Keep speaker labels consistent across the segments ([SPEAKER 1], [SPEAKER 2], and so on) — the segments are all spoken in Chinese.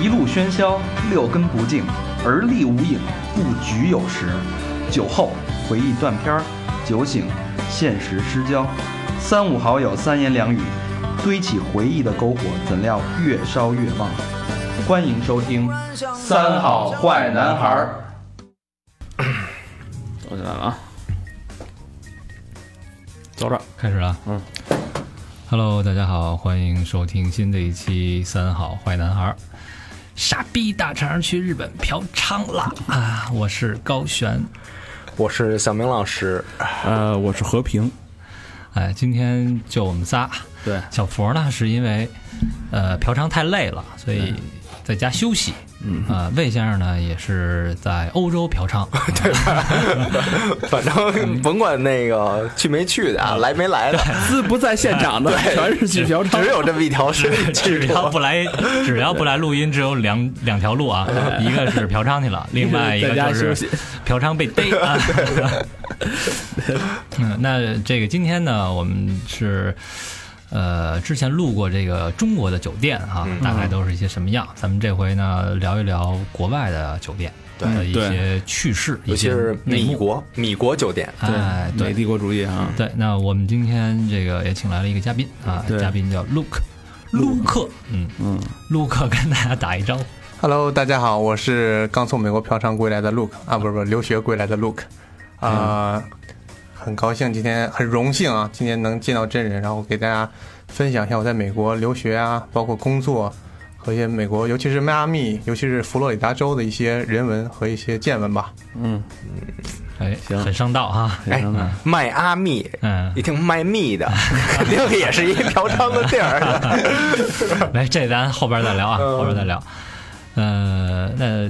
[SPEAKER 1] 一路喧嚣，六根不净，而立无影，不局有时。酒后回忆断片儿，酒醒现实失焦。三五好友三言两语，堆起回忆的篝火，怎料越烧越旺。欢迎收听《三好坏男孩儿
[SPEAKER 2] 我起来了啊！
[SPEAKER 3] 走着，
[SPEAKER 4] 开始了。
[SPEAKER 2] 嗯
[SPEAKER 4] ，Hello，大家好，欢迎收听新的一期《三好坏男孩》。傻逼大肠去日本嫖娼啦！啊，我是高璇。
[SPEAKER 3] 我是小明老师。
[SPEAKER 2] 呃，我是和平，
[SPEAKER 4] 哎，今天就我们仨。
[SPEAKER 2] 对，
[SPEAKER 4] 小佛呢，是因为呃嫖娼太累了，所以在家休息。嗯啊，魏先生呢也是在欧洲 嫖娼，
[SPEAKER 3] 反正甭管那个去没去的啊，来没来 的，
[SPEAKER 2] 自不在现场的全是去嫖娼
[SPEAKER 3] 只。有这么一条是 去
[SPEAKER 4] 只要
[SPEAKER 3] 过。
[SPEAKER 4] 不来，只要不来录音，只有两 两条路啊，一个是嫖娼去了，另外一个
[SPEAKER 2] 哎在家
[SPEAKER 4] 就
[SPEAKER 2] 休
[SPEAKER 4] 是
[SPEAKER 2] 息
[SPEAKER 4] 嫖娼被逮。 啊嗯，那这个今天呢，我们是。呃，之前录过这个中国的酒店哈、
[SPEAKER 2] 嗯
[SPEAKER 4] 大概都是一些什么样？咱们这回呢，聊一聊国外的酒店
[SPEAKER 3] 对
[SPEAKER 4] 的一
[SPEAKER 2] 对
[SPEAKER 4] 些趣事，
[SPEAKER 3] 尤
[SPEAKER 4] 一
[SPEAKER 3] 其
[SPEAKER 4] 些
[SPEAKER 3] 是
[SPEAKER 4] 内
[SPEAKER 3] 米
[SPEAKER 4] 幕。
[SPEAKER 3] 国，米国酒店，
[SPEAKER 4] 哎，对
[SPEAKER 2] 美帝国主义啊！
[SPEAKER 4] 对，那我们今天这个也请来了一个嘉宾啊，
[SPEAKER 2] 对
[SPEAKER 4] 嘉宾叫 Luke，陆克，嗯嗯，陆克跟大家打一招呼。
[SPEAKER 5] Hello，大家好，我是刚从美国嫖娼归来的 Luke 啊，不是不是留学归来的 Luke 啊、很高兴今天很荣幸啊，今天能见到真人，然后给大家分享一下我在美国留学啊，包括工作和一些美国，尤其是迈阿密，尤其是佛罗里达州的一些人文和一些见闻吧。
[SPEAKER 4] 哎，很上道哈，
[SPEAKER 3] 哎，迈阿密，
[SPEAKER 4] 嗯
[SPEAKER 3] 一，听卖蜜的，肯定也是一嫖娼的地儿。
[SPEAKER 4] 来，这咱后边再聊啊，后边再聊。呃，那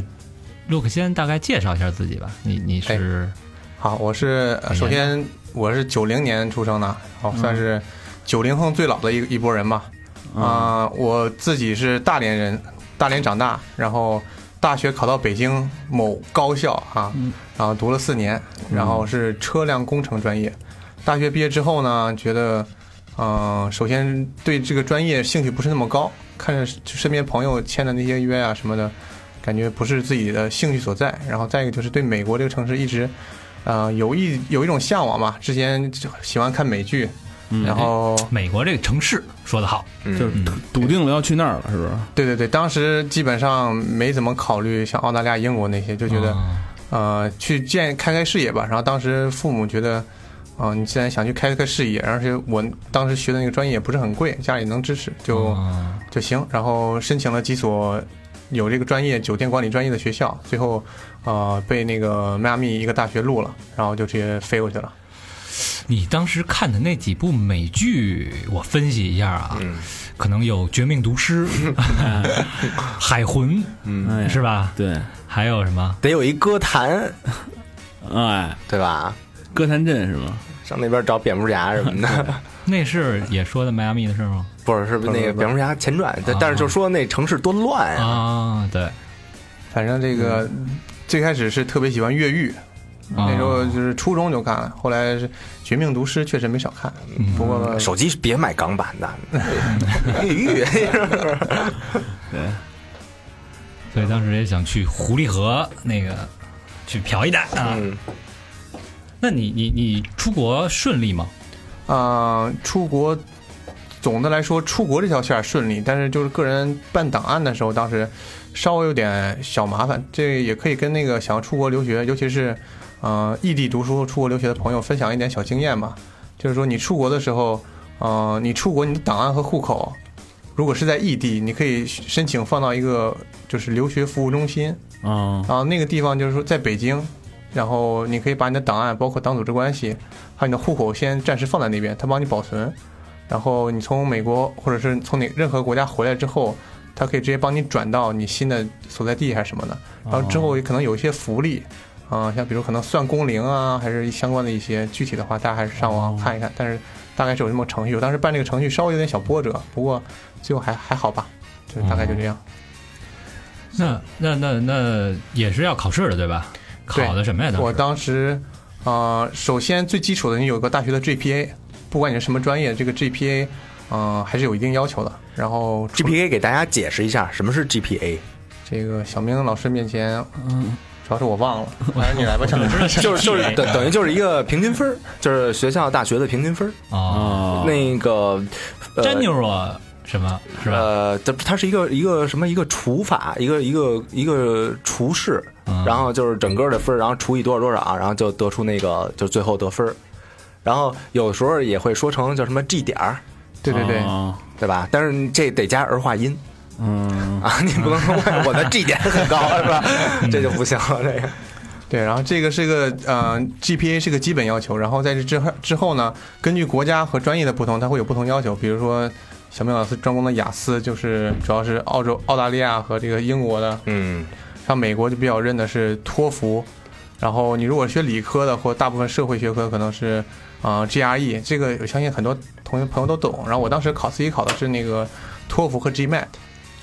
[SPEAKER 4] Luke 先大概介绍一下自己吧，你你是
[SPEAKER 5] 好，我是呃
[SPEAKER 4] 哎呀嗯
[SPEAKER 5] 首先我是九零年出生的，哦，算是九零后最老的一一波人吧。啊、我自己是大连人，大连长大，然后大学考到北京某高校啊，然后读了四年，然后是车辆工程专业。大学毕业之后呢，觉得，嗯、首先对这个专业兴趣不是那么高，看着身边朋友签的那些约啊什么的，感觉不是自己的兴趣所在。然后再一个就是对美国这个城市一直，呃，有一有一种向往吧。之前就喜欢看美剧，然后
[SPEAKER 4] 美国这个城市，说得好，
[SPEAKER 2] 就是笃定了要去那儿了，是不是？
[SPEAKER 5] 对对对，当时基本上没怎么考虑像澳大利亚、英国那些，就觉得、
[SPEAKER 4] 嗯
[SPEAKER 5] 呃去见开开视野吧。然后当时父母觉得，啊、你既然想去开个视野，而且我当时学的那个专业也不是很贵，家里能支持就、
[SPEAKER 4] 嗯
[SPEAKER 5] 就行。然后申请了几所有这个专业酒店管理专业的学校，最后呃被那个迈阿密一个大学录了，然后就直接飞过去了。
[SPEAKER 4] 你当时看的那几部美剧，我分析一下啊，可能有《绝命毒师》 《海魂》，
[SPEAKER 2] 哎呀
[SPEAKER 4] 是吧？
[SPEAKER 2] 对，
[SPEAKER 4] 还有什么？
[SPEAKER 3] 得有一歌坛，
[SPEAKER 2] 哎，
[SPEAKER 3] 对吧？
[SPEAKER 2] 歌坛镇是吗？
[SPEAKER 3] 上那边找蝙蝠侠什么 的，
[SPEAKER 4] 那是也说的迈阿密的事儿吗？
[SPEAKER 3] 不是，嗯是不是那个蝙蝠侠前传？但
[SPEAKER 4] 啊
[SPEAKER 3] 但是就说那城市多乱啊，
[SPEAKER 4] 啊，对，
[SPEAKER 5] 反正这个、
[SPEAKER 4] 嗯
[SPEAKER 5] 最开始是特别喜欢越狱，那时
[SPEAKER 4] 啊
[SPEAKER 5] 候就是初中就看了，后来是《绝命毒师》确实没少看，不过
[SPEAKER 3] 手机别买港版的， 越狱。
[SPEAKER 2] 对，
[SPEAKER 4] 所以当时也想去狐狸河那个去嫖一单啊。
[SPEAKER 3] 嗯
[SPEAKER 4] 那你你你出国顺利吗？
[SPEAKER 5] 啊、出国总的来说出国这条线儿顺利，但是就是个人办档案的时候，当时稍微有点小麻烦，这也可以跟那个想要出国留学，尤其是呃异地读书、出国留学的朋友分享一点小经验吧。就是说你出国的时候，呃，你出国你的档案和户口，如果是在异地，你可以申请放到一个就是留学服务中心，
[SPEAKER 2] 啊，
[SPEAKER 5] 然后那个地方就是说在北京，然后你可以把你的档案，包括党组织关系，还有你的户口，先暂时放在那边，他帮你保存。然后你从美国或者是从哪任何国家回来之后，他可以直接帮你转到你新的所在地还是什么的。然后之后也可能有一些福利，啊、像比如可能算工龄啊，还是相关的一些具体的话，大家还是上网看一看。但是大概是有这么个程序，我当时办这个程序稍微有点小波折，不过最后还还好吧，就大概就这样。
[SPEAKER 4] 那那那那也是要考试的对吧？
[SPEAKER 5] 对
[SPEAKER 4] 考的什么呀？
[SPEAKER 5] 我
[SPEAKER 4] 当时
[SPEAKER 5] 当时，呃，首先最基础的，你有个大学的 GPA，不管你是什么专业，这个 GPA，嗯、还是有一定要求的。然后除
[SPEAKER 3] GPA 给大家解释一下什么是 GPA，
[SPEAKER 5] 这个小明老师面前，嗯，主要是我忘 了，还是哦你来吧，小明。
[SPEAKER 3] 就是就 是
[SPEAKER 4] GPA
[SPEAKER 3] 等等于就是一个平均分儿，就是学校大学的平均分儿。
[SPEAKER 4] 哦
[SPEAKER 2] 啊，
[SPEAKER 3] 那个呃
[SPEAKER 4] g e n e r a 什么是吧？
[SPEAKER 3] 呃，它它是一个一个什么一个除法，一个一个一个除式，
[SPEAKER 4] 嗯
[SPEAKER 3] 然后就是整个的分儿，然后除以多少多少，然后就得出那个就最后得分儿。然后有时候也会说成叫什么 G 点儿，
[SPEAKER 5] 对对对，
[SPEAKER 2] 啊
[SPEAKER 3] 对吧？但是这得加儿化音
[SPEAKER 2] 嗯，
[SPEAKER 3] 啊，你不能说我我的 G 点很高是吧？这就不行了，这个
[SPEAKER 5] 对，然后这个是个呃 GPA 是个基本要求，然后在这之后之后呢，根据国家和专业的不同，它会有不同要求。比如说小明老师专攻的雅思，就是主要是澳洲、澳大利亚和这个英国的，
[SPEAKER 3] 嗯
[SPEAKER 5] 像美国就比较认的是托福。然后你如果学理科的或大部分社会学科，可能是啊、呃 GRE，这个我相信很多同学朋友都懂。然后我当时考自己考的是那个托福和 GMAT。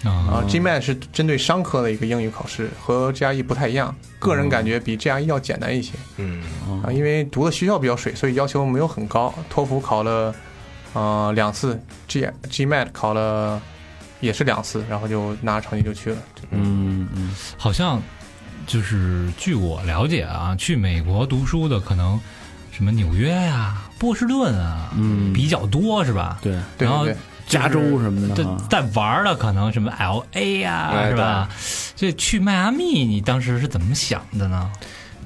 [SPEAKER 4] 啊
[SPEAKER 5] 啊，GMAT 是针对商科的一个英语考试，和 GRE 不太一样。个
[SPEAKER 4] 哦
[SPEAKER 5] 人感觉比 GRE 要简单一些
[SPEAKER 3] 嗯
[SPEAKER 5] 啊，因为读的学校比较水，所以要求没有很高。托福考了呃两次，G GMAT 考了也是两次，然后就拿着成绩就去了。
[SPEAKER 2] 嗯嗯
[SPEAKER 4] 好像就是据我了解啊，去美国读书的可能什么纽约呀、波士顿啊，
[SPEAKER 2] 嗯
[SPEAKER 4] 比较多是吧？
[SPEAKER 2] 对，
[SPEAKER 4] 然
[SPEAKER 5] 对对
[SPEAKER 4] 后
[SPEAKER 5] 对，
[SPEAKER 2] 加州什么的啊
[SPEAKER 4] 这
[SPEAKER 5] 啊
[SPEAKER 2] 哈，
[SPEAKER 4] 在玩儿的可能什么 L A 呀、
[SPEAKER 3] 哎
[SPEAKER 4] 是吧？这去迈阿密，你当时是怎么想的呢？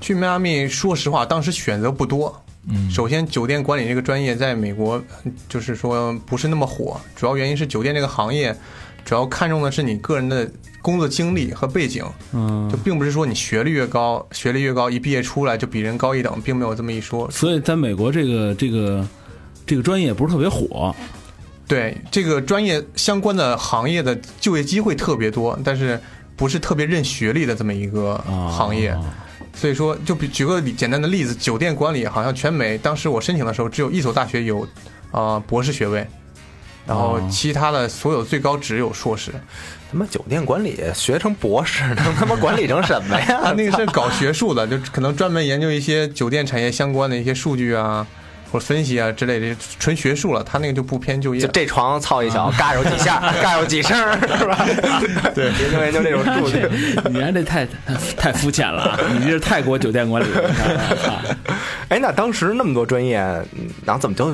[SPEAKER 5] 去迈阿密，说实话，当时选择不多。
[SPEAKER 4] 嗯，
[SPEAKER 5] 首先，酒店管理这个专业在美国嗯就是说不是那么火，主要原因是酒店这个行业主要看重的是你个人的工作经历和背景。
[SPEAKER 2] 嗯
[SPEAKER 5] 就，并不是说你学历越高，学历越高，一毕业出来就比人高一等，并没有这么一说。
[SPEAKER 2] 所以在美国这个这个这个专业不是特别火，
[SPEAKER 5] 对这个专业相关的行业的就业机会特别多，但是不是特别认学历的这么一个
[SPEAKER 2] 啊
[SPEAKER 5] 行业。所以说，就比举个简单的例子，酒店管理好像全美当时我申请的时候，只有一所大学有啊、呃博士学位，然后
[SPEAKER 2] 哦
[SPEAKER 5] 其他的所有最高只有 硕士。
[SPEAKER 3] 他妈酒店管理学成博士，能他妈管理成什么呀？
[SPEAKER 5] 他那个是搞学术的，就可能专门研究一些酒店产业相关的一些数据啊，或者分析啊之类的，纯学术了。他那个就不偏就业
[SPEAKER 3] 就。这床操一宿，嘎有几下，嘎有几声，是吧？ 对，研究研究这 种数据。
[SPEAKER 2] 你看这太太太肤浅了啊，你这是泰国酒店管理。 啊
[SPEAKER 3] 哎，那当时那么多专业，嗯然后怎么就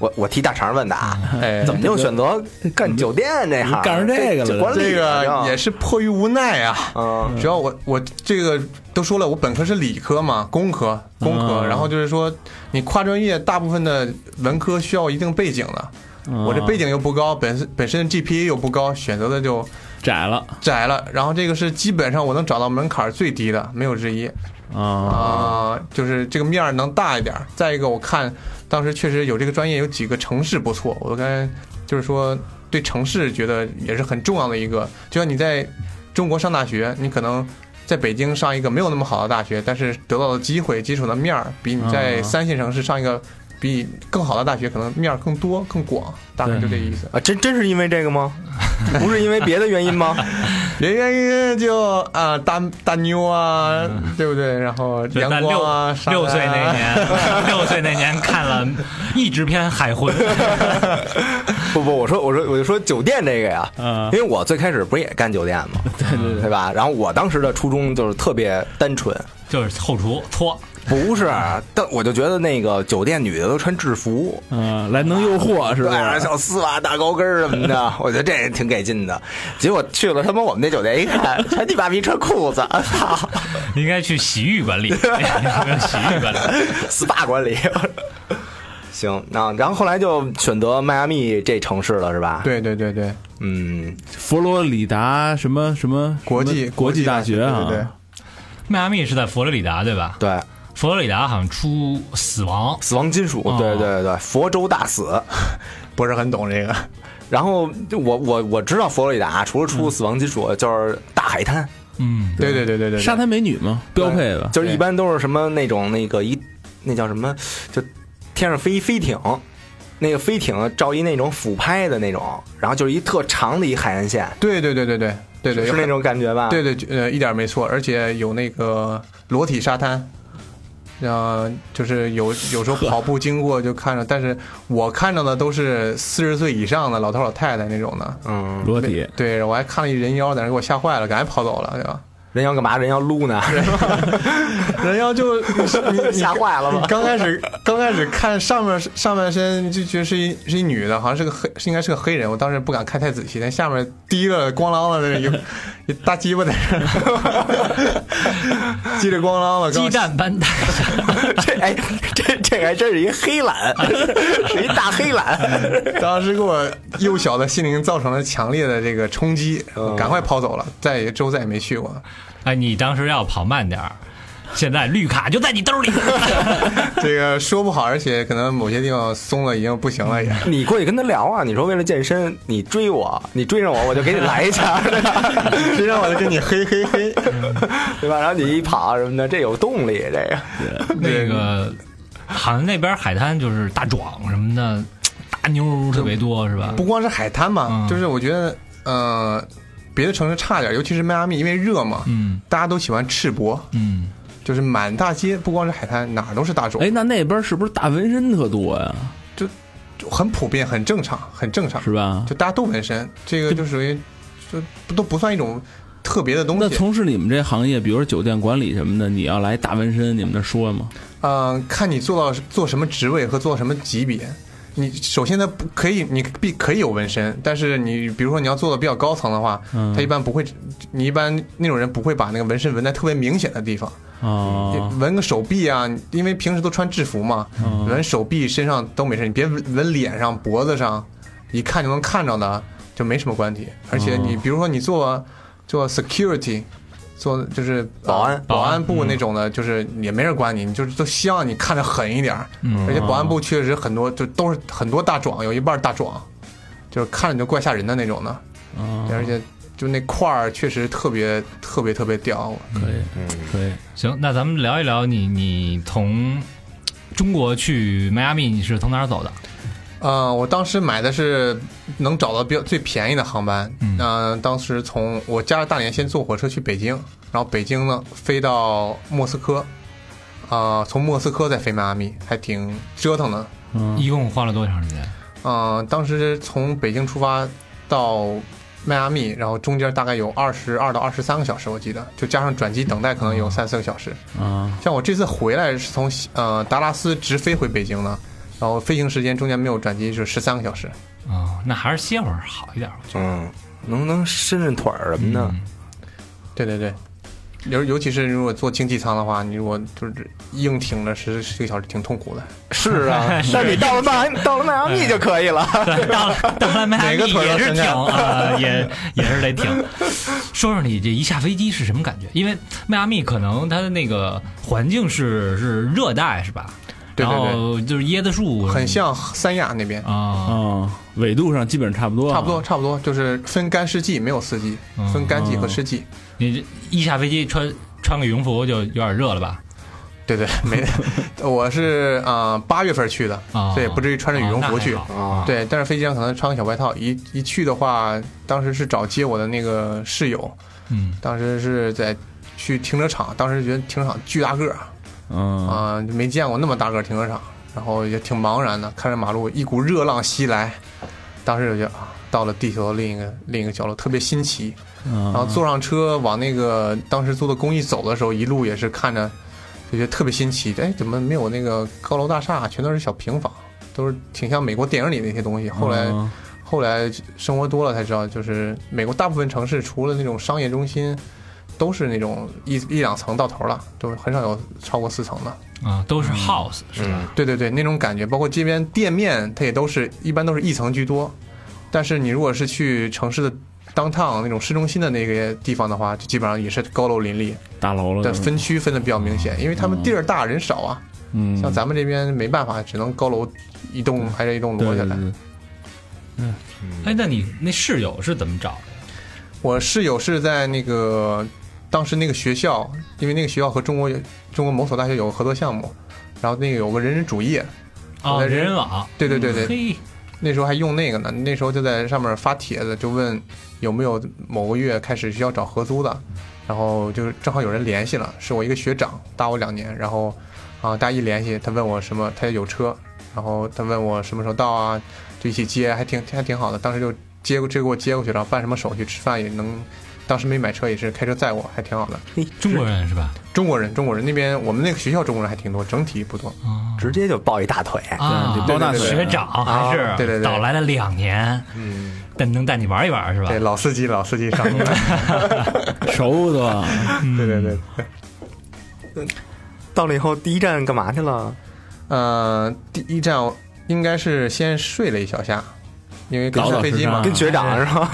[SPEAKER 3] 我我替大肠问的啊？
[SPEAKER 5] 哎，
[SPEAKER 3] 怎么就选择干酒店这行？
[SPEAKER 2] 干上这个了
[SPEAKER 3] 管理
[SPEAKER 5] 这个也
[SPEAKER 3] 是，
[SPEAKER 5] 是迫于无奈啊。
[SPEAKER 3] 嗯
[SPEAKER 5] 主要我我这个都说了，我本科是理科嘛，工科工科，
[SPEAKER 2] 嗯
[SPEAKER 5] 然后就是说你跨专业，大部分的文科需要一定背景的。我这背景又不高，本身本身 GPA 又不高，选择的就
[SPEAKER 2] 窄了
[SPEAKER 5] 窄了。然后这个是基本上我能找到门槛最低的，没有之一。
[SPEAKER 2] 啊，
[SPEAKER 5] 啊、就是这个面儿能大一点儿。再一个，我看当时确实有这个专业，有几个城市不错，我刚才就是说对城市觉得也是很重要的一个。就像你在中国上大学，你可能在北京上一个没有那么好的大学，但是得到的机会、基础的面儿，比你
[SPEAKER 4] 啊
[SPEAKER 5] 在
[SPEAKER 2] 嗯
[SPEAKER 5] 三线城市上一个比更好的大学，可能面儿更多、更广，大概就这意思。
[SPEAKER 3] 啊，真真是因为这个吗？不是因为别的原因吗？
[SPEAKER 5] 人原因就啊、大大妞啊，对不对？然后
[SPEAKER 4] 就嗯在
[SPEAKER 5] 阳光啊，沙
[SPEAKER 4] 六六岁
[SPEAKER 5] 滩啊
[SPEAKER 4] 那年， 六岁那年看了译制片《海魂》
[SPEAKER 3] 不不，我说我说我就说酒店这个呀，
[SPEAKER 2] 嗯
[SPEAKER 3] 因为我最开始不是也干酒店吗？对对对吧？然后我当时的初衷就是特别单纯，
[SPEAKER 4] 就是后厨搓，
[SPEAKER 3] 不是，但我就觉得那个酒店女的都穿制服，
[SPEAKER 2] 嗯，来能诱惑是不
[SPEAKER 3] 对，啊
[SPEAKER 2] 是？
[SPEAKER 3] 小丝袜、大高跟儿什么的，我觉得这也挺给劲的。结果去了他妈我们那酒店一看，全你妈逼穿裤子，操
[SPEAKER 4] 你 应该去洗浴管理，有没有洗浴管理？
[SPEAKER 3] ，SPA 管理。行，那然后后来就选择迈阿密这城市了，是吧？，
[SPEAKER 5] 对对对对。
[SPEAKER 3] 嗯，
[SPEAKER 2] 佛罗里达什么什么
[SPEAKER 5] 国际
[SPEAKER 2] 什么国际大学啊？
[SPEAKER 5] 对对对
[SPEAKER 4] 迈阿密是在佛罗里达对吧？
[SPEAKER 3] 对，
[SPEAKER 4] 佛罗里达好像出死亡，
[SPEAKER 3] 死亡金属，对对对，佛州大死。
[SPEAKER 5] 不是很懂这个。
[SPEAKER 3] 然后我我我知道佛罗里达除了出死亡金属，就是大海滩，
[SPEAKER 4] 嗯，
[SPEAKER 5] 对对对对对，
[SPEAKER 2] 沙滩美女嘛，标配吧。
[SPEAKER 3] 就是一般都是什么那种那个一那叫什么，就天上飞一飞艇，那个飞艇照一那种俯拍的那种，然后就是一特长的一海岸线，
[SPEAKER 5] 对对对对对对对，
[SPEAKER 3] 是那种感觉吧？
[SPEAKER 5] 对对呃一点没错，而且有那个裸体沙滩，呃，就是有有时候跑步经过就看着，但是我看着的都是四十岁以上的老头老太太那种的。
[SPEAKER 3] 嗯，
[SPEAKER 2] 裸体，
[SPEAKER 5] 对，我还看了一人妖，在那给我吓坏了，赶紧跑走了，对吧？
[SPEAKER 3] 人妖干嘛？人妖撸 呢？
[SPEAKER 5] 人妖就
[SPEAKER 3] 吓坏了吧？
[SPEAKER 5] 刚开始刚开始看上面上半身就觉得是一是一女的，好像是个黑，是应该是个黑人。我当时不敢看太仔细，但下面滴了咣啷的那一一大鸡巴在那儿， 叽里咣啷的。刚
[SPEAKER 4] 鸡蛋般大小，
[SPEAKER 3] 这哎，这这还真是一黑懒， 是一大黑懒。
[SPEAKER 5] 当时给我幼小的心灵造成了强烈的这个冲击，赶快跑走了，再也之后再也没去过。
[SPEAKER 4] 哎，你当时要跑慢点儿，现在绿卡就在你兜里。
[SPEAKER 5] 这个说不好，而且可能某些地方松了，已经不行了也。
[SPEAKER 3] 你过去跟他聊啊，你说为了健身，你追我，你追上我，我就给你来一下，
[SPEAKER 5] 谁让我就跟你嘿嘿嘿？
[SPEAKER 3] 对吧？然后你一跑什么的，这有动力，这
[SPEAKER 4] 那
[SPEAKER 3] 个
[SPEAKER 4] 个好像那边海滩就是大壮什么的，大妞儿特别多是吧？
[SPEAKER 5] 不光是海滩嘛，
[SPEAKER 4] 嗯
[SPEAKER 5] 就是我觉得，呃，别的城市差点，尤其是迈阿密，因为热嘛，
[SPEAKER 4] 嗯
[SPEAKER 5] 大家都喜欢赤膊，
[SPEAKER 4] 嗯，
[SPEAKER 5] 就是满大街，不光是海滩，哪儿都是大众，
[SPEAKER 2] 哎，那那边是不是大纹身特多呀？
[SPEAKER 5] 就很普遍，很正常，很正常，
[SPEAKER 2] 是吧？
[SPEAKER 5] 就大家都纹身，这个就属于，就不都不算一种特别的东
[SPEAKER 2] 那
[SPEAKER 5] 西。
[SPEAKER 2] 从事你们这行业，比如说酒店管理什么的，你要来大纹身，你们那说吗？
[SPEAKER 5] 嗯、看你做到做什么职位和做什么级别。你首先它不可以，你必可以有纹身，但是你比如说你要做的比较高层的话，
[SPEAKER 2] 嗯
[SPEAKER 5] 他一般不会，你一般那种人不会把那个纹身纹在特别明显的地方。
[SPEAKER 2] 哦，
[SPEAKER 5] 纹个手臂啊，因为平时都穿制服嘛，纹手臂、身上都没事，你别纹纹脸上、脖子上，一看就能看着的，就没什么关系。而
[SPEAKER 2] 哦
[SPEAKER 5] 且你比如说你做做 security，做就是呃
[SPEAKER 3] 保安
[SPEAKER 5] 保安部那种的，就是也没人管你，你就是都希望你看着狠一点儿。
[SPEAKER 2] 嗯
[SPEAKER 5] 而且保安部确实很多，就都是很多大壮，有一半大壮，就是看着你就怪吓人的那种的，
[SPEAKER 2] 哦
[SPEAKER 5] 而且。就那块儿确实特别特别特别屌，
[SPEAKER 2] 可以，可以。
[SPEAKER 4] 行，那咱们聊一聊你你从中国去迈阿密，你是从哪儿走的？
[SPEAKER 5] 呃，我当时买的是能找到比较最便宜的航班。
[SPEAKER 4] 嗯
[SPEAKER 5] 呃当时从我家大连先坐火车去北京，然后北京呢飞到莫斯科，啊、从莫斯科再飞迈阿密，还挺折腾的。
[SPEAKER 2] 嗯，
[SPEAKER 4] 一共花了多长时间？
[SPEAKER 5] 嗯、当时从北京出发到迈阿密，然后中间大概有二十二到二十三个小时，我记得，就加上转机等待可能有三四个小时。
[SPEAKER 2] 啊，
[SPEAKER 5] 像我这次回来是从西呃达拉斯直飞回北京的，然后飞行时间中间没有转机，是十三个小时。
[SPEAKER 4] 哦，那还是歇会儿好一点。
[SPEAKER 3] 嗯，能能伸伸腿儿什么的，
[SPEAKER 5] 对对对，尤尤其是如果坐经济舱的话，你如果就是硬挺着十十个小时，挺痛苦的。
[SPEAKER 3] 是 啊。但你到了迈到了迈阿密就可以了。
[SPEAKER 4] 到到了迈阿
[SPEAKER 5] 哪个
[SPEAKER 4] 密
[SPEAKER 5] 腿儿
[SPEAKER 4] 也
[SPEAKER 5] 都
[SPEAKER 4] 是
[SPEAKER 5] 伸
[SPEAKER 4] 挺
[SPEAKER 5] 开
[SPEAKER 4] 啊，也也是得挺。说说你这一下飞机是什么感觉？因为迈阿密可能它的那个环境是是热带是吧？
[SPEAKER 5] 对对对
[SPEAKER 4] 然后就是椰子树，
[SPEAKER 5] 很像三亚那边，
[SPEAKER 4] 嗯啊，
[SPEAKER 2] 哦，纬度上基本上差不多，啊
[SPEAKER 5] 差不多。差不多，就是分干湿季，没有四季，
[SPEAKER 4] 嗯
[SPEAKER 5] 分干季和湿季。
[SPEAKER 4] 你这一下飞机穿穿个羽绒服就有点热了吧？
[SPEAKER 5] 对对，没，我是啊八、月份去的，
[SPEAKER 4] 啊，
[SPEAKER 5] 所以不至于穿着羽绒服去。
[SPEAKER 4] 哦那还好
[SPEAKER 3] 啊，
[SPEAKER 5] 对，但是飞机上可能穿个小外套。一一去的话，当时是找接我的那个室友，
[SPEAKER 4] 嗯，
[SPEAKER 5] 当时是在去停车场，当时觉得停车场巨大个儿，
[SPEAKER 2] 嗯，
[SPEAKER 5] 啊、没见过那么大个儿停车场，然后也挺茫然的，看着马路一股热浪袭来，当时就觉得啊，到了地球的另一个另一个角落，特别新奇。
[SPEAKER 2] 然
[SPEAKER 5] 然后坐上车往那个当时租的公寓走的时候，一路也是看着，就觉得特别新奇。哎，怎么没有那个高楼大厦，全都是小平房，都是挺像美国电影里那些东西。后来、
[SPEAKER 2] 嗯啊
[SPEAKER 5] 后来生活多了才知道，就是美国大部分城市除了那种商业中心。都是那种一一两层到头了，都很少有超过四层的。
[SPEAKER 4] 啊，都
[SPEAKER 5] 嗯
[SPEAKER 4] 是 house 是吧？
[SPEAKER 3] 嗯
[SPEAKER 5] 对对对，那种感觉，包括这边店面，它也都是一般都是一层居多。但是你如果是去城市的 downtown 那种市中心的那个地方的话，就基本上也是高楼林立，
[SPEAKER 2] 大楼了，
[SPEAKER 5] 但分区分的比较明显，因为他们地儿大人少啊。
[SPEAKER 2] 嗯，
[SPEAKER 5] 像咱们这边没办法，只能高楼一栋挨着一栋摞
[SPEAKER 2] 对
[SPEAKER 5] 下
[SPEAKER 2] 对
[SPEAKER 5] 来。
[SPEAKER 2] 对，
[SPEAKER 5] 嗯
[SPEAKER 4] 哎，那你那室友是怎么找的呀？
[SPEAKER 5] 我室友是在那个当时那个学校，因为那个学校和中国有中国某所大学有个合作项目，然后那个有个人人主页，
[SPEAKER 4] 哦，
[SPEAKER 5] 我在
[SPEAKER 4] 人人网。
[SPEAKER 5] 对对对对，
[SPEAKER 4] 嘿，
[SPEAKER 5] 那时候还用那个呢，那时候就在上面发帖子，就问有没有某个月开始需要找合租的，然后就是正好有人联系了，是我一个学长，大我两年，然后啊，大家一联系，他问我什么，他有车，然后他问我什么时候到啊，就一起接，还挺还挺好的。当时就接过，这给我接过去，然后办什么手续，吃饭也能。当时没买车，也是开车载我，还挺好的。
[SPEAKER 4] 中国人是吧？
[SPEAKER 5] 中国人，中国人那边我们那个学校中国人还挺多，整体不多。
[SPEAKER 4] 啊
[SPEAKER 3] 直接就抱一大腿。
[SPEAKER 4] 啊
[SPEAKER 2] 对，抱大腿
[SPEAKER 4] 学长还是
[SPEAKER 5] 啊对对对
[SPEAKER 4] 早来了两年，
[SPEAKER 5] 嗯，
[SPEAKER 4] 但能带你玩一玩是吧？
[SPEAKER 5] 对，老司机，老司机上路了。
[SPEAKER 2] 熟 的，啊
[SPEAKER 5] 对对对。
[SPEAKER 3] 到了以后，第一站干嘛去了？
[SPEAKER 5] 呃，第一站我应该是先睡了一小下，因为刚
[SPEAKER 2] 老
[SPEAKER 5] 上
[SPEAKER 2] 老
[SPEAKER 5] 飞
[SPEAKER 2] 实
[SPEAKER 5] 机
[SPEAKER 2] 实
[SPEAKER 5] 嘛
[SPEAKER 2] 啊，
[SPEAKER 3] 跟学长是吧？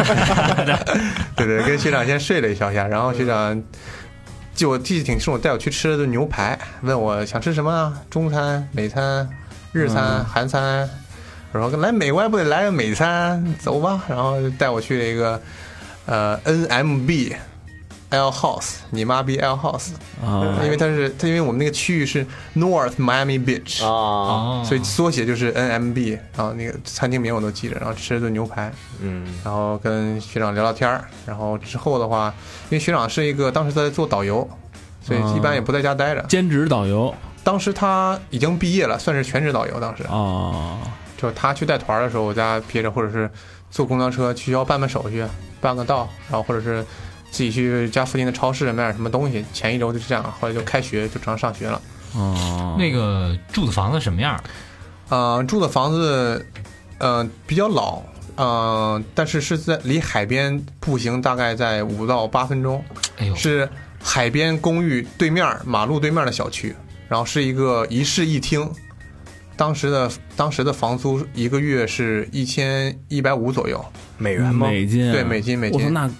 [SPEAKER 5] 对对，跟学长先睡了一小下，然后学长就我记得挺清楚，带我去吃了顿牛排，问我想吃什么啊，中餐、美餐、日餐、韩餐，我说来美国还不得来个美餐，走吧，然后就带我去了一个呃 NMB。L House，你妈逼 L House，、
[SPEAKER 2] 啊
[SPEAKER 5] 因为它是它，因为我们那个区域是 North Miami Beach，、
[SPEAKER 3] 啊，
[SPEAKER 4] 哦，
[SPEAKER 5] 所以缩写就是 NMB，然后那个餐厅名我都记着，然后吃了顿牛排，
[SPEAKER 3] 嗯，
[SPEAKER 5] 然后跟学长聊聊天儿，然后之后的话，因为学长是一个当时在做导游，所以一般也不在家待着。
[SPEAKER 2] 兼职导游
[SPEAKER 5] 当时他已经毕业了，算是全职导游。当时
[SPEAKER 2] 啊，
[SPEAKER 5] 就是他去带团儿的时候，我家憋着，或者是坐公交车去学校办办手续，办个到，然后或者是自己去家附近的超市买点什么东西。前一周就是这样，后来就开学就正常上学了。
[SPEAKER 2] 哦，
[SPEAKER 4] 那个住的房子什么样？
[SPEAKER 5] 嗯、住的房子，嗯，比较老，嗯、但是是在离海边步行大概在五到八分钟，
[SPEAKER 4] 哎呦，
[SPEAKER 5] 是海边公寓对面儿马路对面的小区，然后是一个一室一厅，当时的当时的房租一个月是一千一百五左右，
[SPEAKER 3] 美元吗？
[SPEAKER 2] 美金啊，
[SPEAKER 5] 对美金美金
[SPEAKER 2] 我操，那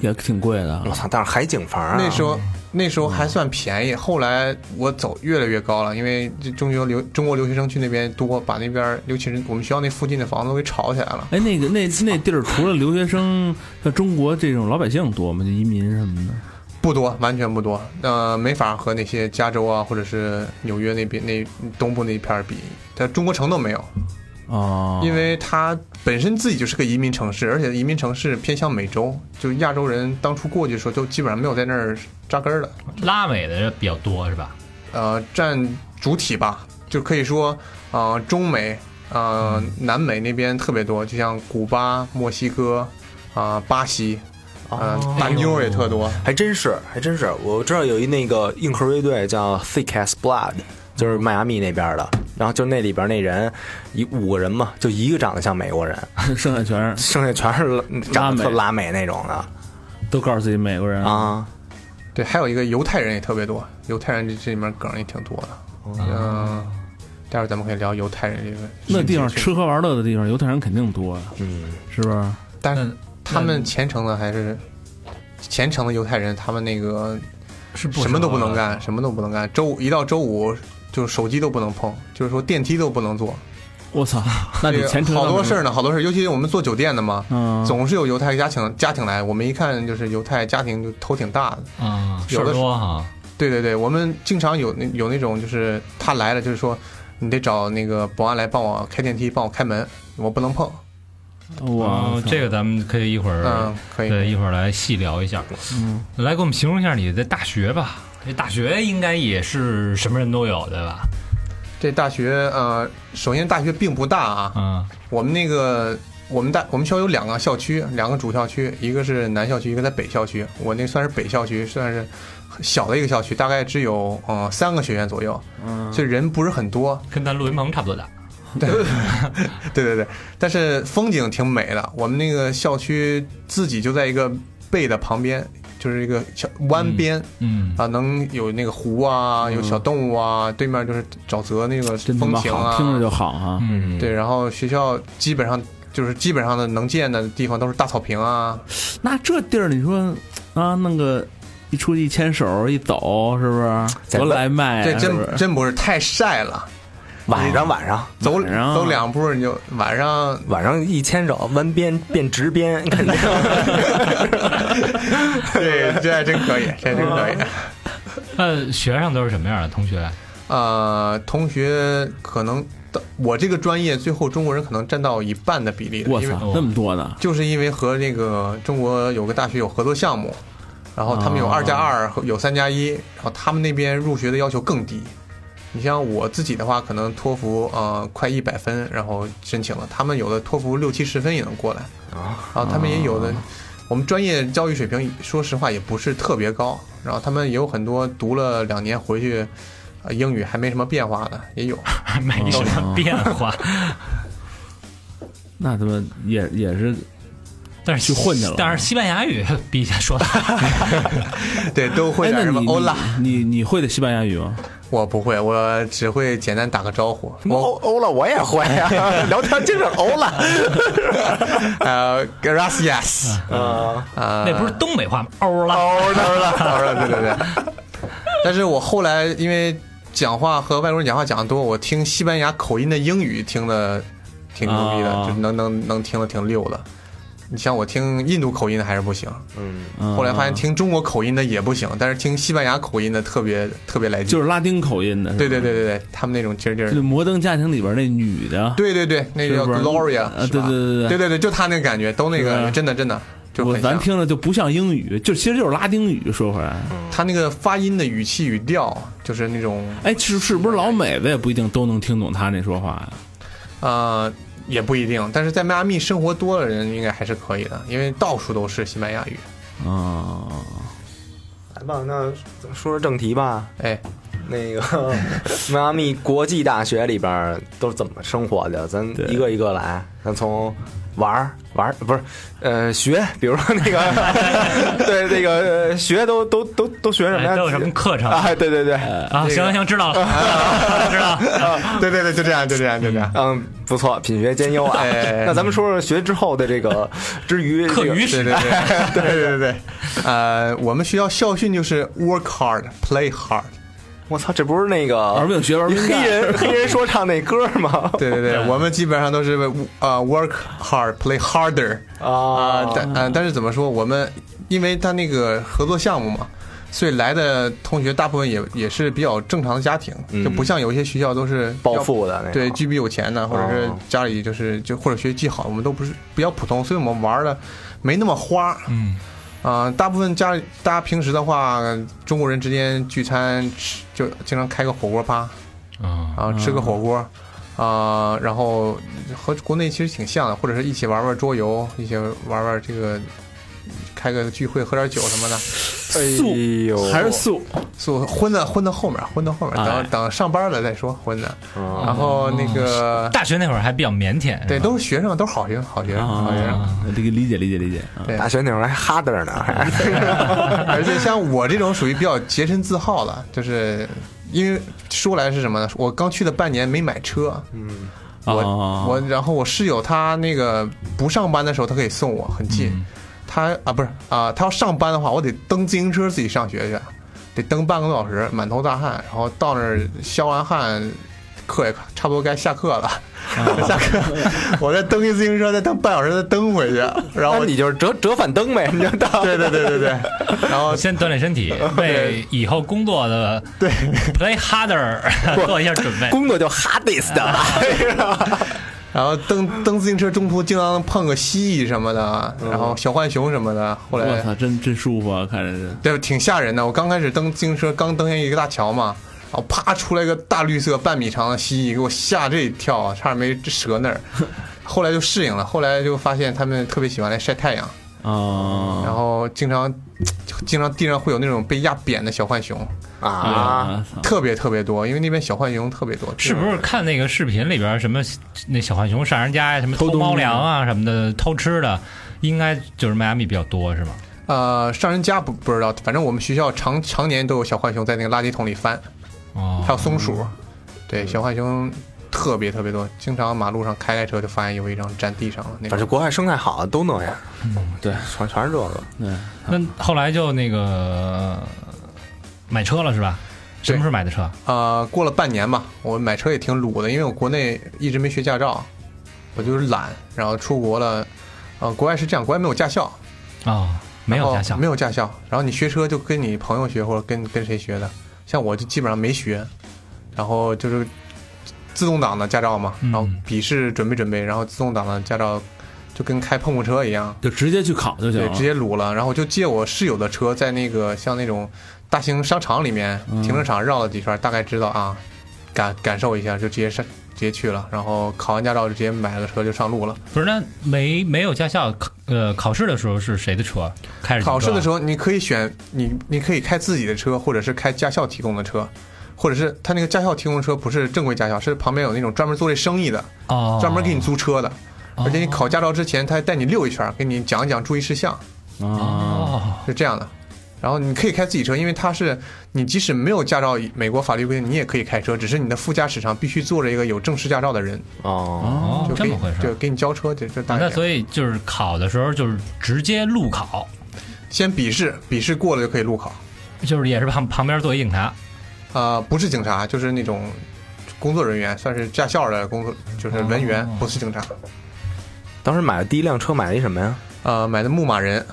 [SPEAKER 2] 也挺贵的
[SPEAKER 3] 我
[SPEAKER 2] 啊
[SPEAKER 3] 操，但是海景房啊，
[SPEAKER 5] 那时候那时候还算便宜，后来我走越来越高了，因为这中国留中国留学生去那边多，把那边尤其是我们学校那附近的房子都给炒起来了。
[SPEAKER 2] 哎，那个那那地儿除了留学生，像中国这种老百姓多吗？就移民什么的？
[SPEAKER 5] 不多，完全不多。呃，没法和那些加州啊，或者是纽约那边那东部那一片儿比，在中国城都没有，
[SPEAKER 2] 哦，
[SPEAKER 5] 因为它本身自己就是个移民城市，而且移民城市偏向美洲，就亚洲人当初过去的时候，就基本上没有在那儿扎根儿的。
[SPEAKER 4] 拉美的比较多是吧？
[SPEAKER 5] 呃，占主体吧，就可以说，呃，中美，呃，南美那边特别多，就像古巴、墨西哥，啊、巴西，啊、
[SPEAKER 3] 哦
[SPEAKER 5] 大妞儿也特多。
[SPEAKER 3] 还真是，还真是。我知道有一那个硬核乐队叫 Thick as Blood，就是迈阿密那边的。然后就那里边那人，一五个人嘛，就一个长得像美国人，
[SPEAKER 2] 剩下全是
[SPEAKER 3] 剩下全是拉长得特拉
[SPEAKER 2] 拉
[SPEAKER 3] 美那种的
[SPEAKER 2] 都告诉自己美国人，
[SPEAKER 3] 啊。
[SPEAKER 5] 对，还有一个犹太人也特别多，犹太人这这里面梗儿也挺多的。
[SPEAKER 2] 哦
[SPEAKER 5] 嗯、待会儿咱们可以聊犹太人这个。
[SPEAKER 2] 那地方，吃喝玩乐的地方，犹太人肯定多呀，
[SPEAKER 3] 嗯，
[SPEAKER 2] 是不是？
[SPEAKER 5] 但是他们虔诚的还是虔诚的犹太人，他们那个
[SPEAKER 4] 是不
[SPEAKER 5] 什么都不
[SPEAKER 4] 少
[SPEAKER 5] 能干，什么都不能干。周五一到周五，就是手机都不能碰，就是说电梯都不能坐。
[SPEAKER 2] 我操，那
[SPEAKER 5] 这
[SPEAKER 2] 你
[SPEAKER 5] 个
[SPEAKER 2] 前程
[SPEAKER 5] 啊好多事
[SPEAKER 2] 儿，
[SPEAKER 5] 儿呢，好多事儿，尤其我们做酒店的嘛，
[SPEAKER 2] 嗯，
[SPEAKER 5] 总是有犹太家庭家庭来，我们一看就是犹太家庭就头挺大的。
[SPEAKER 4] 啊，事
[SPEAKER 5] 有的
[SPEAKER 4] 儿多哈。
[SPEAKER 5] 对对对，我们经常有那有那种就是他来了，就是说你得找那个保安来帮我开电梯，帮我开门，我不能碰。
[SPEAKER 2] 我
[SPEAKER 4] 哦这个咱们可以一会儿
[SPEAKER 5] 嗯，可以。
[SPEAKER 4] 对一会儿来细聊一下。
[SPEAKER 2] 嗯
[SPEAKER 4] 来给我们形容一下你的大学吧。这大学应该也是什么人都有，对吧？
[SPEAKER 5] 这大学呃，首先大学并不大啊，
[SPEAKER 4] 嗯，
[SPEAKER 5] 我们那个。我们大我们学校有两个校区，两个主校区，一个是南校区，一个在北校区。我那算是北校区，算是小的一个校区，大概只有呃三个学院左右，
[SPEAKER 2] 嗯
[SPEAKER 5] 所以人不是很多。
[SPEAKER 4] 跟咱录音棚差不多大。
[SPEAKER 5] 对对对，但是风景挺美的。我们那个校区自己就在一个贝的旁边，就是一个小湾边、
[SPEAKER 4] 嗯，
[SPEAKER 5] 啊，能有那个湖啊，
[SPEAKER 2] 嗯
[SPEAKER 5] 有小动物啊，对面就是沼泽那个
[SPEAKER 2] 真他
[SPEAKER 5] 风
[SPEAKER 2] 妈
[SPEAKER 5] 情
[SPEAKER 2] 好，
[SPEAKER 5] 啊，
[SPEAKER 2] 听着就好啊。
[SPEAKER 4] 嗯，
[SPEAKER 5] 对。然后学校基本上就是基本上的能见的地方都是大草坪啊，
[SPEAKER 2] 那这地儿，你说啊，弄个一出去一牵手一走，是不是
[SPEAKER 3] 在
[SPEAKER 2] 多
[SPEAKER 3] 外
[SPEAKER 2] 来卖啊？
[SPEAKER 5] 这
[SPEAKER 2] 是不
[SPEAKER 5] 真
[SPEAKER 2] 是
[SPEAKER 5] 真不是太晒了，
[SPEAKER 3] 晚上晚上
[SPEAKER 5] 走
[SPEAKER 2] 晚上啊
[SPEAKER 5] 走两步你就晚上
[SPEAKER 3] 晚上一牵手，弯边变直边， 肯定
[SPEAKER 5] 对，这还真可以，这还真可以。
[SPEAKER 4] 那呃学上都是什么样的同学？
[SPEAKER 5] 呃，同学可能到我这个专业最后中国人可能占到一半的比例的，
[SPEAKER 2] 我
[SPEAKER 5] 因为
[SPEAKER 2] 操，那么多呢？
[SPEAKER 5] 就是因为和那个中国有个大学有合作项目，然后他们有
[SPEAKER 2] 哦
[SPEAKER 5] 二加二，有三加一，然后他们那边入学的要求更低，你像我自己的话，可能托福呃快一百分，然后申请了，他们有的托福六七十分也能过来
[SPEAKER 3] 啊，
[SPEAKER 5] 然后他们也有的，我们专业教育水平说实话也不是特别高，然后他们也有很多读了两年回去，呃英语还没什么变化的也有，
[SPEAKER 4] 没什么变 化，
[SPEAKER 2] 那他妈也也是
[SPEAKER 4] 但是
[SPEAKER 2] 去混去了
[SPEAKER 4] 但是西班牙语比说的
[SPEAKER 5] 对，都会
[SPEAKER 2] 哎
[SPEAKER 5] 点
[SPEAKER 2] 那
[SPEAKER 5] 什么
[SPEAKER 2] 你
[SPEAKER 5] 欧拉，
[SPEAKER 2] 你你你会的西班牙语吗？
[SPEAKER 5] 我不会，我只会简单打个招呼，我
[SPEAKER 3] 欧欧了我也会 啊，聊天就是欧了，
[SPEAKER 5] 呃 gracias，
[SPEAKER 3] 啊，
[SPEAKER 5] 呃，
[SPEAKER 4] 那不是东北话吗？哦欧了，
[SPEAKER 5] 嗷了嗷了嗷了，对对对。但是我后来因为讲话和外国人讲话讲的多，我听西班牙口音的英语听的挺牛逼的，
[SPEAKER 2] 啊
[SPEAKER 5] 就是能能能听的挺溜的。你像我听印度口音的还是不行，
[SPEAKER 3] 嗯，
[SPEAKER 2] 嗯
[SPEAKER 5] 后来发现听中国口音的也不行，但是听西班牙口音的特别特别来劲。
[SPEAKER 2] 就是拉丁口音的，
[SPEAKER 5] 对
[SPEAKER 2] 是吧
[SPEAKER 5] 对对对对，他们那种劲儿劲
[SPEAKER 2] 就是《
[SPEAKER 5] 儿。
[SPEAKER 2] 摩登家庭》里边那女的，
[SPEAKER 5] 对对对，那个叫
[SPEAKER 2] 是不是
[SPEAKER 5] Gloria，
[SPEAKER 2] 啊
[SPEAKER 5] 是吧
[SPEAKER 2] 对对对对
[SPEAKER 5] 对对对，就他那个感觉，都那
[SPEAKER 2] 是吧
[SPEAKER 5] 个真的真的就
[SPEAKER 2] 我
[SPEAKER 5] 很像
[SPEAKER 2] 咱。听着就不像英语，就其实就是拉丁语。说回来，
[SPEAKER 5] 他那个发音的语气语调，就是那种
[SPEAKER 2] 哎，是是不是老美子也不一定都能听懂他那说话呀？
[SPEAKER 5] 呃，也不一定，但是在迈阿密生活多的人应该还是可以的，因为到处都是西班牙语。
[SPEAKER 2] 啊，
[SPEAKER 3] 来吧，那说说正题吧，
[SPEAKER 5] 哎，
[SPEAKER 3] 那 个迈阿密国际大学里边儿都是怎么生活的？咱
[SPEAKER 2] 对
[SPEAKER 3] 一个一个来，咱从玩儿玩儿不是呃学，比如说那 个对那个呃学都都都都学什么呀？
[SPEAKER 4] 哎都有什么课程
[SPEAKER 3] 啊？对对对，
[SPEAKER 4] 啊？行行行，知道了，知道了。
[SPEAKER 5] 对对对，就这样，就这样，就这样。
[SPEAKER 3] 嗯，不错，品学兼 优啊。
[SPEAKER 5] 哎
[SPEAKER 3] 那咱们说说学之后的这个之余
[SPEAKER 4] 课余
[SPEAKER 5] 对
[SPEAKER 4] 时
[SPEAKER 5] 对对对对对对，呃，我们学校校训就是 work hard, play hard。
[SPEAKER 3] 我操，这不是那个
[SPEAKER 2] 玩命学玩命 干
[SPEAKER 5] 哎
[SPEAKER 3] 黑人 黑人说唱那歌 吗？
[SPEAKER 5] 对对对，我们基本上都是呃 work hard, play harder 啊、
[SPEAKER 3] 啊，
[SPEAKER 5] 但呃但是怎么说，我们因为他那个合作项目嘛，所以来的同学大部分也也是比较正常的家庭，就不像有一些学校都是
[SPEAKER 3] 嗯暴
[SPEAKER 5] 要
[SPEAKER 3] 富的那个哦
[SPEAKER 5] 对，巨比有钱的，或者是家里就是就或者学习巨好，我们都不是比较普通，所以我们玩的没那么花。
[SPEAKER 4] 嗯，
[SPEAKER 5] 啊、大部分家大家平时的话，中国人之间聚餐吃就经常开个火锅趴，
[SPEAKER 4] 啊，
[SPEAKER 5] 然后吃个火锅，啊、然后和国内其实挺像的，或者是一起玩玩桌游，一起玩玩这个，开个聚会喝点酒什么的，
[SPEAKER 3] 哎
[SPEAKER 2] 素
[SPEAKER 3] 呦，
[SPEAKER 2] 还是素
[SPEAKER 5] 所混到混到后面，混到后面，
[SPEAKER 2] 哎
[SPEAKER 5] 等等上班了再说混的，
[SPEAKER 3] 嗯
[SPEAKER 5] 然后那个。
[SPEAKER 4] 大学那会儿还比较腼腆，
[SPEAKER 5] 对，
[SPEAKER 4] 是吧
[SPEAKER 5] 都是学生，都是好学生，好学生，好学生。
[SPEAKER 2] 啊？这个理解理解理解啊。
[SPEAKER 5] 对
[SPEAKER 3] 大学那会儿还哈登呢， 还
[SPEAKER 5] 而且像我这种属于比较洁身自好的，就是因为说来是什么呢？我刚去的半年没买车，
[SPEAKER 3] 嗯，
[SPEAKER 5] 我、
[SPEAKER 2] 哦
[SPEAKER 5] 我然后我室友他那个不上班的时候，他可以送我，很近。他啊不是啊、他要上班的话，我得蹬自行车自己上学去，得蹬半个多小时，满头大汗，然后到那儿消完汗，课也差不多该下课了， 下课我再蹬一自行车，再蹬半小时，再蹬回去，然后
[SPEAKER 3] 那
[SPEAKER 5] 我
[SPEAKER 3] 你就是折折返 灯呗，你就到
[SPEAKER 5] 对对对对对，然后
[SPEAKER 4] 先锻炼身体，为以后工作的对 play harder 做一下准备。
[SPEAKER 3] 工作就 hardest
[SPEAKER 2] 哎
[SPEAKER 3] 吧。
[SPEAKER 5] 然后蹬蹬自行车中途经常碰个蜥蜴什么的，然后小浣熊什么的。后
[SPEAKER 2] 我
[SPEAKER 5] 来
[SPEAKER 2] 操，真真舒服啊！看着这，
[SPEAKER 5] 对挺吓人的。我刚开始蹬自行车，刚蹬下一个大桥嘛，然后啪出来个大绿色半米长的蜥蜴，给我吓这一跳啊，差点没折那儿。后来就适应了，后来就发现他们特别喜欢来晒太阳，
[SPEAKER 2] 啊
[SPEAKER 5] 然后经常经常地上会有那种被压扁的小浣熊，
[SPEAKER 3] 啊，，
[SPEAKER 2] 哎操
[SPEAKER 5] 特别特别多，因为那边小浣熊特别多。
[SPEAKER 4] 是不是看那个视频里边什么那小浣熊上人家呀，什么
[SPEAKER 2] 偷
[SPEAKER 4] 偷
[SPEAKER 2] 东西
[SPEAKER 4] 猫粮啊什么的，偷吃的，应该就是迈阿密比较多是吗？
[SPEAKER 5] 呃，上人家不不知道，反正我们学校常常年都有小浣熊在那个垃圾桶里翻。还有
[SPEAKER 4] 哦，
[SPEAKER 5] 松鼠，对，小浣熊特别特别多，经常马路上开开车就发现有一张粘地上了。那
[SPEAKER 3] 反正
[SPEAKER 5] 种
[SPEAKER 3] 国外生态好都那样，
[SPEAKER 2] 嗯对，
[SPEAKER 3] 全全是这个。
[SPEAKER 4] 那后来就那个买车了是吧？什么时候买的车？
[SPEAKER 5] 呃，过了半年吧，我买车也挺鲁的，因为我国内一直没学驾照，我就是懒，然后出国了。呃，国外是这样，国外没有驾校，
[SPEAKER 4] 哦，没有驾
[SPEAKER 5] 然
[SPEAKER 4] 校
[SPEAKER 5] 后没，有驾校，然后你学车就跟你朋友学或者跟跟谁学的，像我就基本上没学，然后就是自动挡的驾照嘛，
[SPEAKER 4] 嗯
[SPEAKER 5] 然后笔试准备准备，然后自动挡的驾照就跟开碰碰车一样，
[SPEAKER 2] 就直接去考就行
[SPEAKER 5] 对
[SPEAKER 2] 了，，
[SPEAKER 5] 直接撸了。然后我就借我室友的车，在那个像那种大型商场里面停车场绕了几圈，大概知道啊，感感受一下，就直接上直接去了，然后考完驾照就直接买了车就上路了。
[SPEAKER 4] 不是，那没没有驾校，考呃，考试的时候是谁的车？开着
[SPEAKER 5] 考试的时
[SPEAKER 4] 候，
[SPEAKER 5] 候，你可以选你，你可以开自己的车，或者是开驾校提供的车，或者是他那个驾校提供的车不是正规驾校，是旁边有那种专门做这生意的，
[SPEAKER 4] 哦，
[SPEAKER 5] 专门给你租车的。
[SPEAKER 4] 哦，
[SPEAKER 5] 而且你考驾照之前，他还带你溜一圈，给你讲一讲注意事项，
[SPEAKER 2] 啊，
[SPEAKER 4] 哦，
[SPEAKER 5] 是这样的。然后你可以开自己车，因为它是你即使没有驾照，美国法律规定你也可以开车，只是你的副驾驶上必须坐着一个有正式驾照的人，
[SPEAKER 2] 嗯
[SPEAKER 3] 哦，
[SPEAKER 4] 哦
[SPEAKER 5] 就
[SPEAKER 4] 这
[SPEAKER 5] 给
[SPEAKER 4] 么回事儿
[SPEAKER 5] 就给你交车，就就大
[SPEAKER 4] 啊
[SPEAKER 5] 概
[SPEAKER 4] 那
[SPEAKER 5] 这样。
[SPEAKER 4] 所以就是考的时候就是直接路考，
[SPEAKER 5] 先笔试，笔试过了就可以路考。
[SPEAKER 4] 就是也是旁旁边坐一警察，
[SPEAKER 5] 啊，不是警察，就是那种工作人员，算是驾校的工作，就是文员，
[SPEAKER 4] 哦
[SPEAKER 5] 不是警察。
[SPEAKER 3] 当时买的第一辆车买了一什么呀？
[SPEAKER 5] 呃，买的牧马人，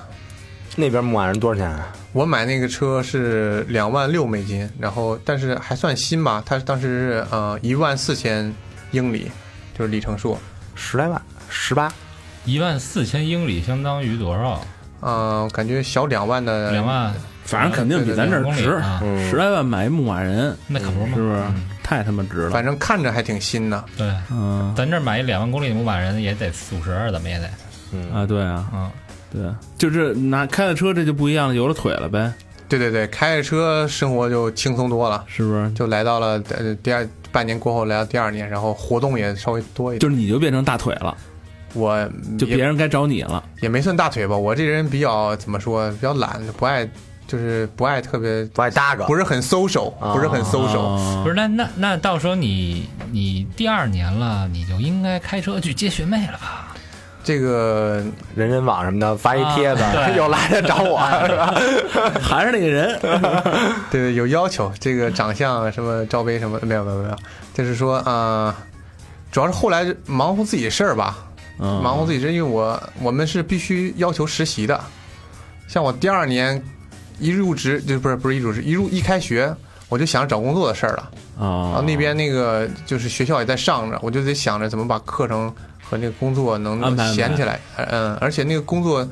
[SPEAKER 3] 那边牧马人多少钱啊？
[SPEAKER 5] 我买那个车是两万六美金，然后但是还算新吧，它当时是呃一万四千英里，就是里程数。
[SPEAKER 3] 十来万，十八，
[SPEAKER 4] 一万四千英里相当于多少？
[SPEAKER 5] 呃，感觉小两万的
[SPEAKER 4] 两万
[SPEAKER 2] 反正肯定比咱这儿
[SPEAKER 4] 公里
[SPEAKER 2] 值，
[SPEAKER 4] 啊，
[SPEAKER 3] 嗯
[SPEAKER 2] 十来万买一牧马人，
[SPEAKER 4] 那可不是
[SPEAKER 2] 是
[SPEAKER 4] 吗？
[SPEAKER 2] 不是
[SPEAKER 4] 嗯
[SPEAKER 2] 太他妈值了？
[SPEAKER 5] 反正看着还挺新的。
[SPEAKER 4] 对，
[SPEAKER 2] 嗯
[SPEAKER 4] 咱这儿买一两万公里的牧马人也得四五十，怎么也得，
[SPEAKER 2] 啊，对啊，
[SPEAKER 4] 嗯，
[SPEAKER 2] 对，就是拿开了车这就不一样了，有了腿了呗，
[SPEAKER 5] 对对对，开着车生活就轻松多了，
[SPEAKER 2] 是不是？
[SPEAKER 5] 就来到了呃第二半年过后来到第二年，然后活动也稍微多一点。
[SPEAKER 2] 就是你就变成大腿了，
[SPEAKER 5] 我
[SPEAKER 2] 就
[SPEAKER 5] 也
[SPEAKER 2] 别人该找你了。
[SPEAKER 5] 也没算大腿吧，我这人比较怎么说，比较懒，不爱就是不爱特别，
[SPEAKER 3] 不爱搭个，
[SPEAKER 5] 不
[SPEAKER 3] 是
[SPEAKER 5] 是很 social，、
[SPEAKER 3] 啊
[SPEAKER 5] 不是很 social。
[SPEAKER 2] 哦
[SPEAKER 4] 不是，那那那到时候你你第二年了，你就应该开车去接学妹了吧？
[SPEAKER 5] 这个
[SPEAKER 3] 人人网什么的发一帖子
[SPEAKER 4] 啊，对
[SPEAKER 3] 又来了 找我，是吧？
[SPEAKER 2] 还是那个 人，
[SPEAKER 5] 对有要求，这个长相啊什么罩杯什么没有没有没有，就是说啊、呃主要是后来忙活自己事儿吧，
[SPEAKER 2] 嗯
[SPEAKER 5] 忙活自己事儿，因为我我们是必须要求实习的，像我第二年一入职就不是不是一入职一入一开学。我就想着找工作的事儿了，然
[SPEAKER 2] 啊
[SPEAKER 5] 后那边那个就是学校也在上着，我就得想着怎么把课程和那个工作能
[SPEAKER 2] 安排安排
[SPEAKER 5] 衔起来。嗯，而且那个工作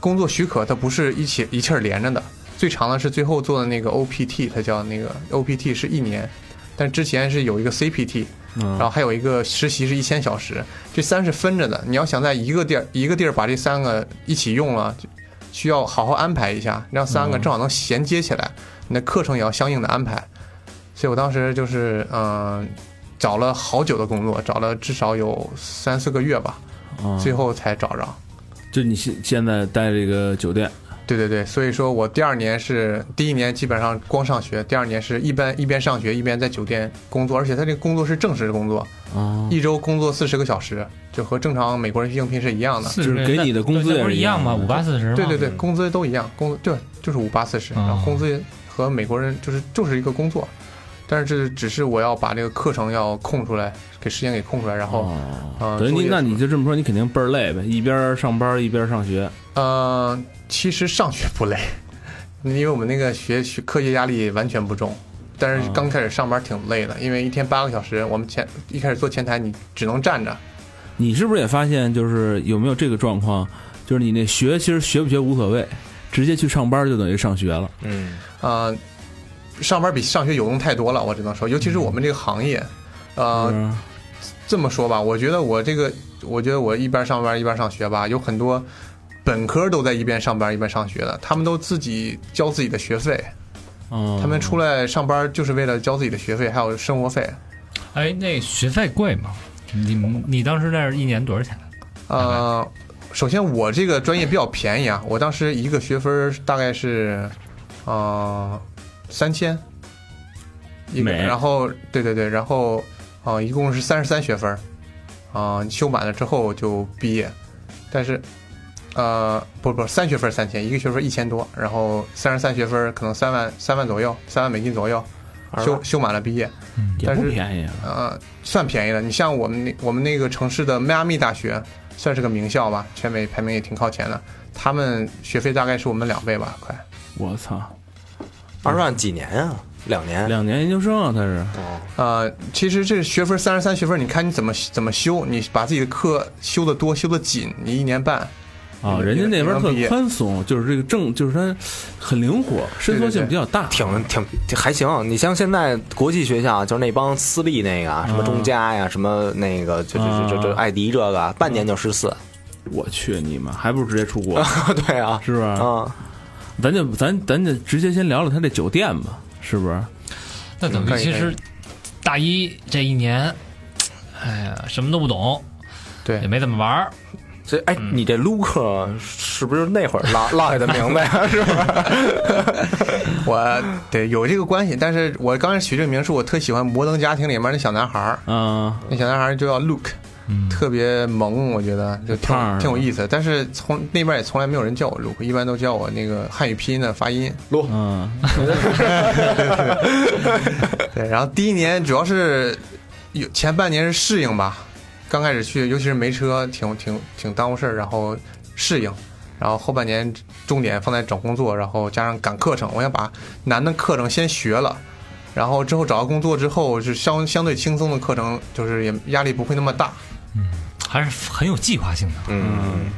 [SPEAKER 5] 工作许可它不是一起一气儿连着的，最长的是最后做的那个 OPT，它叫那个 OPT 是一年，但之前是有一个 CPT，然
[SPEAKER 2] 嗯
[SPEAKER 5] 后还有一个实习是一千小时，这三是分着的。你要想在一个地儿一个地儿把这三个一起用了，就需要好好安排一下，让三
[SPEAKER 2] 嗯
[SPEAKER 5] 个正好能衔接起来，你的课程也要相应的安排。所以我当时就是嗯、呃找了好久的工作，找了至少有三四个月吧，
[SPEAKER 2] 嗯
[SPEAKER 5] 最后才找着。
[SPEAKER 2] 就你现现在待这个酒店，
[SPEAKER 5] 对对对，所以说我第二年是第一年基本上光上学，第二年是一边一边上学一边在酒店工作，而且他这个工作是正式工作，
[SPEAKER 2] 哦，
[SPEAKER 5] 一周工作四十个小时，就和正常美国人应聘是一样的。
[SPEAKER 4] 就是
[SPEAKER 2] 给你的工资也
[SPEAKER 4] 不
[SPEAKER 2] 是
[SPEAKER 4] 是
[SPEAKER 2] 一
[SPEAKER 4] 一
[SPEAKER 2] 样
[SPEAKER 4] 样吗？
[SPEAKER 2] 的
[SPEAKER 4] 五八四十吗？
[SPEAKER 5] 对对对，工资都一样，工对就是五八四十，然
[SPEAKER 4] 哦
[SPEAKER 5] 后工资和美国人就是就是一个工作，但是这只是我要把这个课程要空出来，给时间给空出来，然后
[SPEAKER 2] 哦
[SPEAKER 5] 啊
[SPEAKER 2] 等于
[SPEAKER 5] 作
[SPEAKER 2] 你
[SPEAKER 5] 业
[SPEAKER 2] 那你就这么说，你肯定倍儿累呗，一边上班一边上学，
[SPEAKER 5] 呃，其实上学不累，因为我们那个学学课业压力完全不重，但是刚开始上班挺累的，因为一天八个小时，我们前一开始做前台你只能站着，
[SPEAKER 2] 你是不是也发现就是有没有这个状况？就是你那学其实学不学无所谓，直接去上班就等于上学了。
[SPEAKER 3] 嗯，
[SPEAKER 5] 呃，上班比上学有用太多了，我只能说，尤其是我们这个行业，呃，
[SPEAKER 2] 是吧
[SPEAKER 5] 这么说吧，我觉得我这个，我觉得我一边上班一边上学吧，有很多本科都在一边上班一边上学的，他们都自己交自己的学费，
[SPEAKER 2] 哦
[SPEAKER 5] 他们出来上班就是为了交自己的学费还有生活费。
[SPEAKER 4] 哎，那学费贵吗？你你当时那儿一年多少钱？啊
[SPEAKER 5] 呃，首先我这个专业比较便宜啊，我当时一个学分大概是，呃，三千，一个，
[SPEAKER 2] 美
[SPEAKER 5] 然后对对对，然后啊、呃一共是三十三学分，啊、修满了之后就毕业，但是。呃，不不，三学分三千，一个学分一千多，然后三十三学分可能三万三万左右，三万美金左右，
[SPEAKER 3] 二十万
[SPEAKER 5] 修修满了毕业。
[SPEAKER 2] 也
[SPEAKER 5] 但
[SPEAKER 2] 不
[SPEAKER 5] 是
[SPEAKER 2] 便宜啊，
[SPEAKER 5] 呃，算便宜的。你像我们那我们那个城市的迈阿密大学，算是个名校吧，全美排名也挺靠前的。他们学费大概是我们两倍吧，快。
[SPEAKER 2] 我操，
[SPEAKER 3] 二十万几年啊？两年，
[SPEAKER 2] 两年研究生啊，他是
[SPEAKER 5] 呃，其实这学分三十哦三学分，你看你怎么怎么修，你把自己的课修得多，修得紧，你一年半，
[SPEAKER 2] 啊，人家那边特
[SPEAKER 5] 毕业
[SPEAKER 2] 宽松，就是这个正，就是它很灵活，伸缩性比较大。
[SPEAKER 3] 挺挺还行。你像现在国际学校，啊就是那帮私立那个
[SPEAKER 4] 嗯
[SPEAKER 3] 啊什么中加呀，什么那个就就就就就
[SPEAKER 2] 啊
[SPEAKER 3] 艾迪这个，半年就十四。
[SPEAKER 2] 我去你妈，还不如直接出国，
[SPEAKER 3] 对啊，
[SPEAKER 2] 是不是？
[SPEAKER 3] 啊，
[SPEAKER 2] 咱就咱咱就直接先聊聊他这酒店吧，是不是？
[SPEAKER 4] 那等于
[SPEAKER 5] 可以
[SPEAKER 4] 其
[SPEAKER 5] 可以
[SPEAKER 4] 实大一这一年，哎呀，什么都不懂，也
[SPEAKER 5] 对，
[SPEAKER 4] 没怎么玩儿，
[SPEAKER 3] 这哎，
[SPEAKER 4] 嗯
[SPEAKER 3] 你这卢克是不是那会儿落落下的名字呀？ 是吧？
[SPEAKER 5] 我对有这个关系，但是我刚开始取这个名是我特喜欢《摩登家庭》里面那小男孩儿，
[SPEAKER 2] 啊，
[SPEAKER 5] 那小男孩儿就叫 Luke，
[SPEAKER 4] 嗯，
[SPEAKER 5] 特别萌，我觉得就挺
[SPEAKER 2] 胖儿
[SPEAKER 5] 挺有意思。但是从那边也从来没有人叫我 Luke，一般都叫我那个汉语拼音的发音。
[SPEAKER 2] 嗯，
[SPEAKER 5] 对，然后第一年主要是有前半年是适应吧，刚开始去，尤其是没车，挺挺挺耽误事儿，然后适应。然后后半年重点放在找工作，然后加上赶课程，我想把难的课程先学了，然后之后找到工作之后是相相对轻松的课程，就是也压力不会那么大。
[SPEAKER 4] 还是很有计划性的。
[SPEAKER 3] 嗯，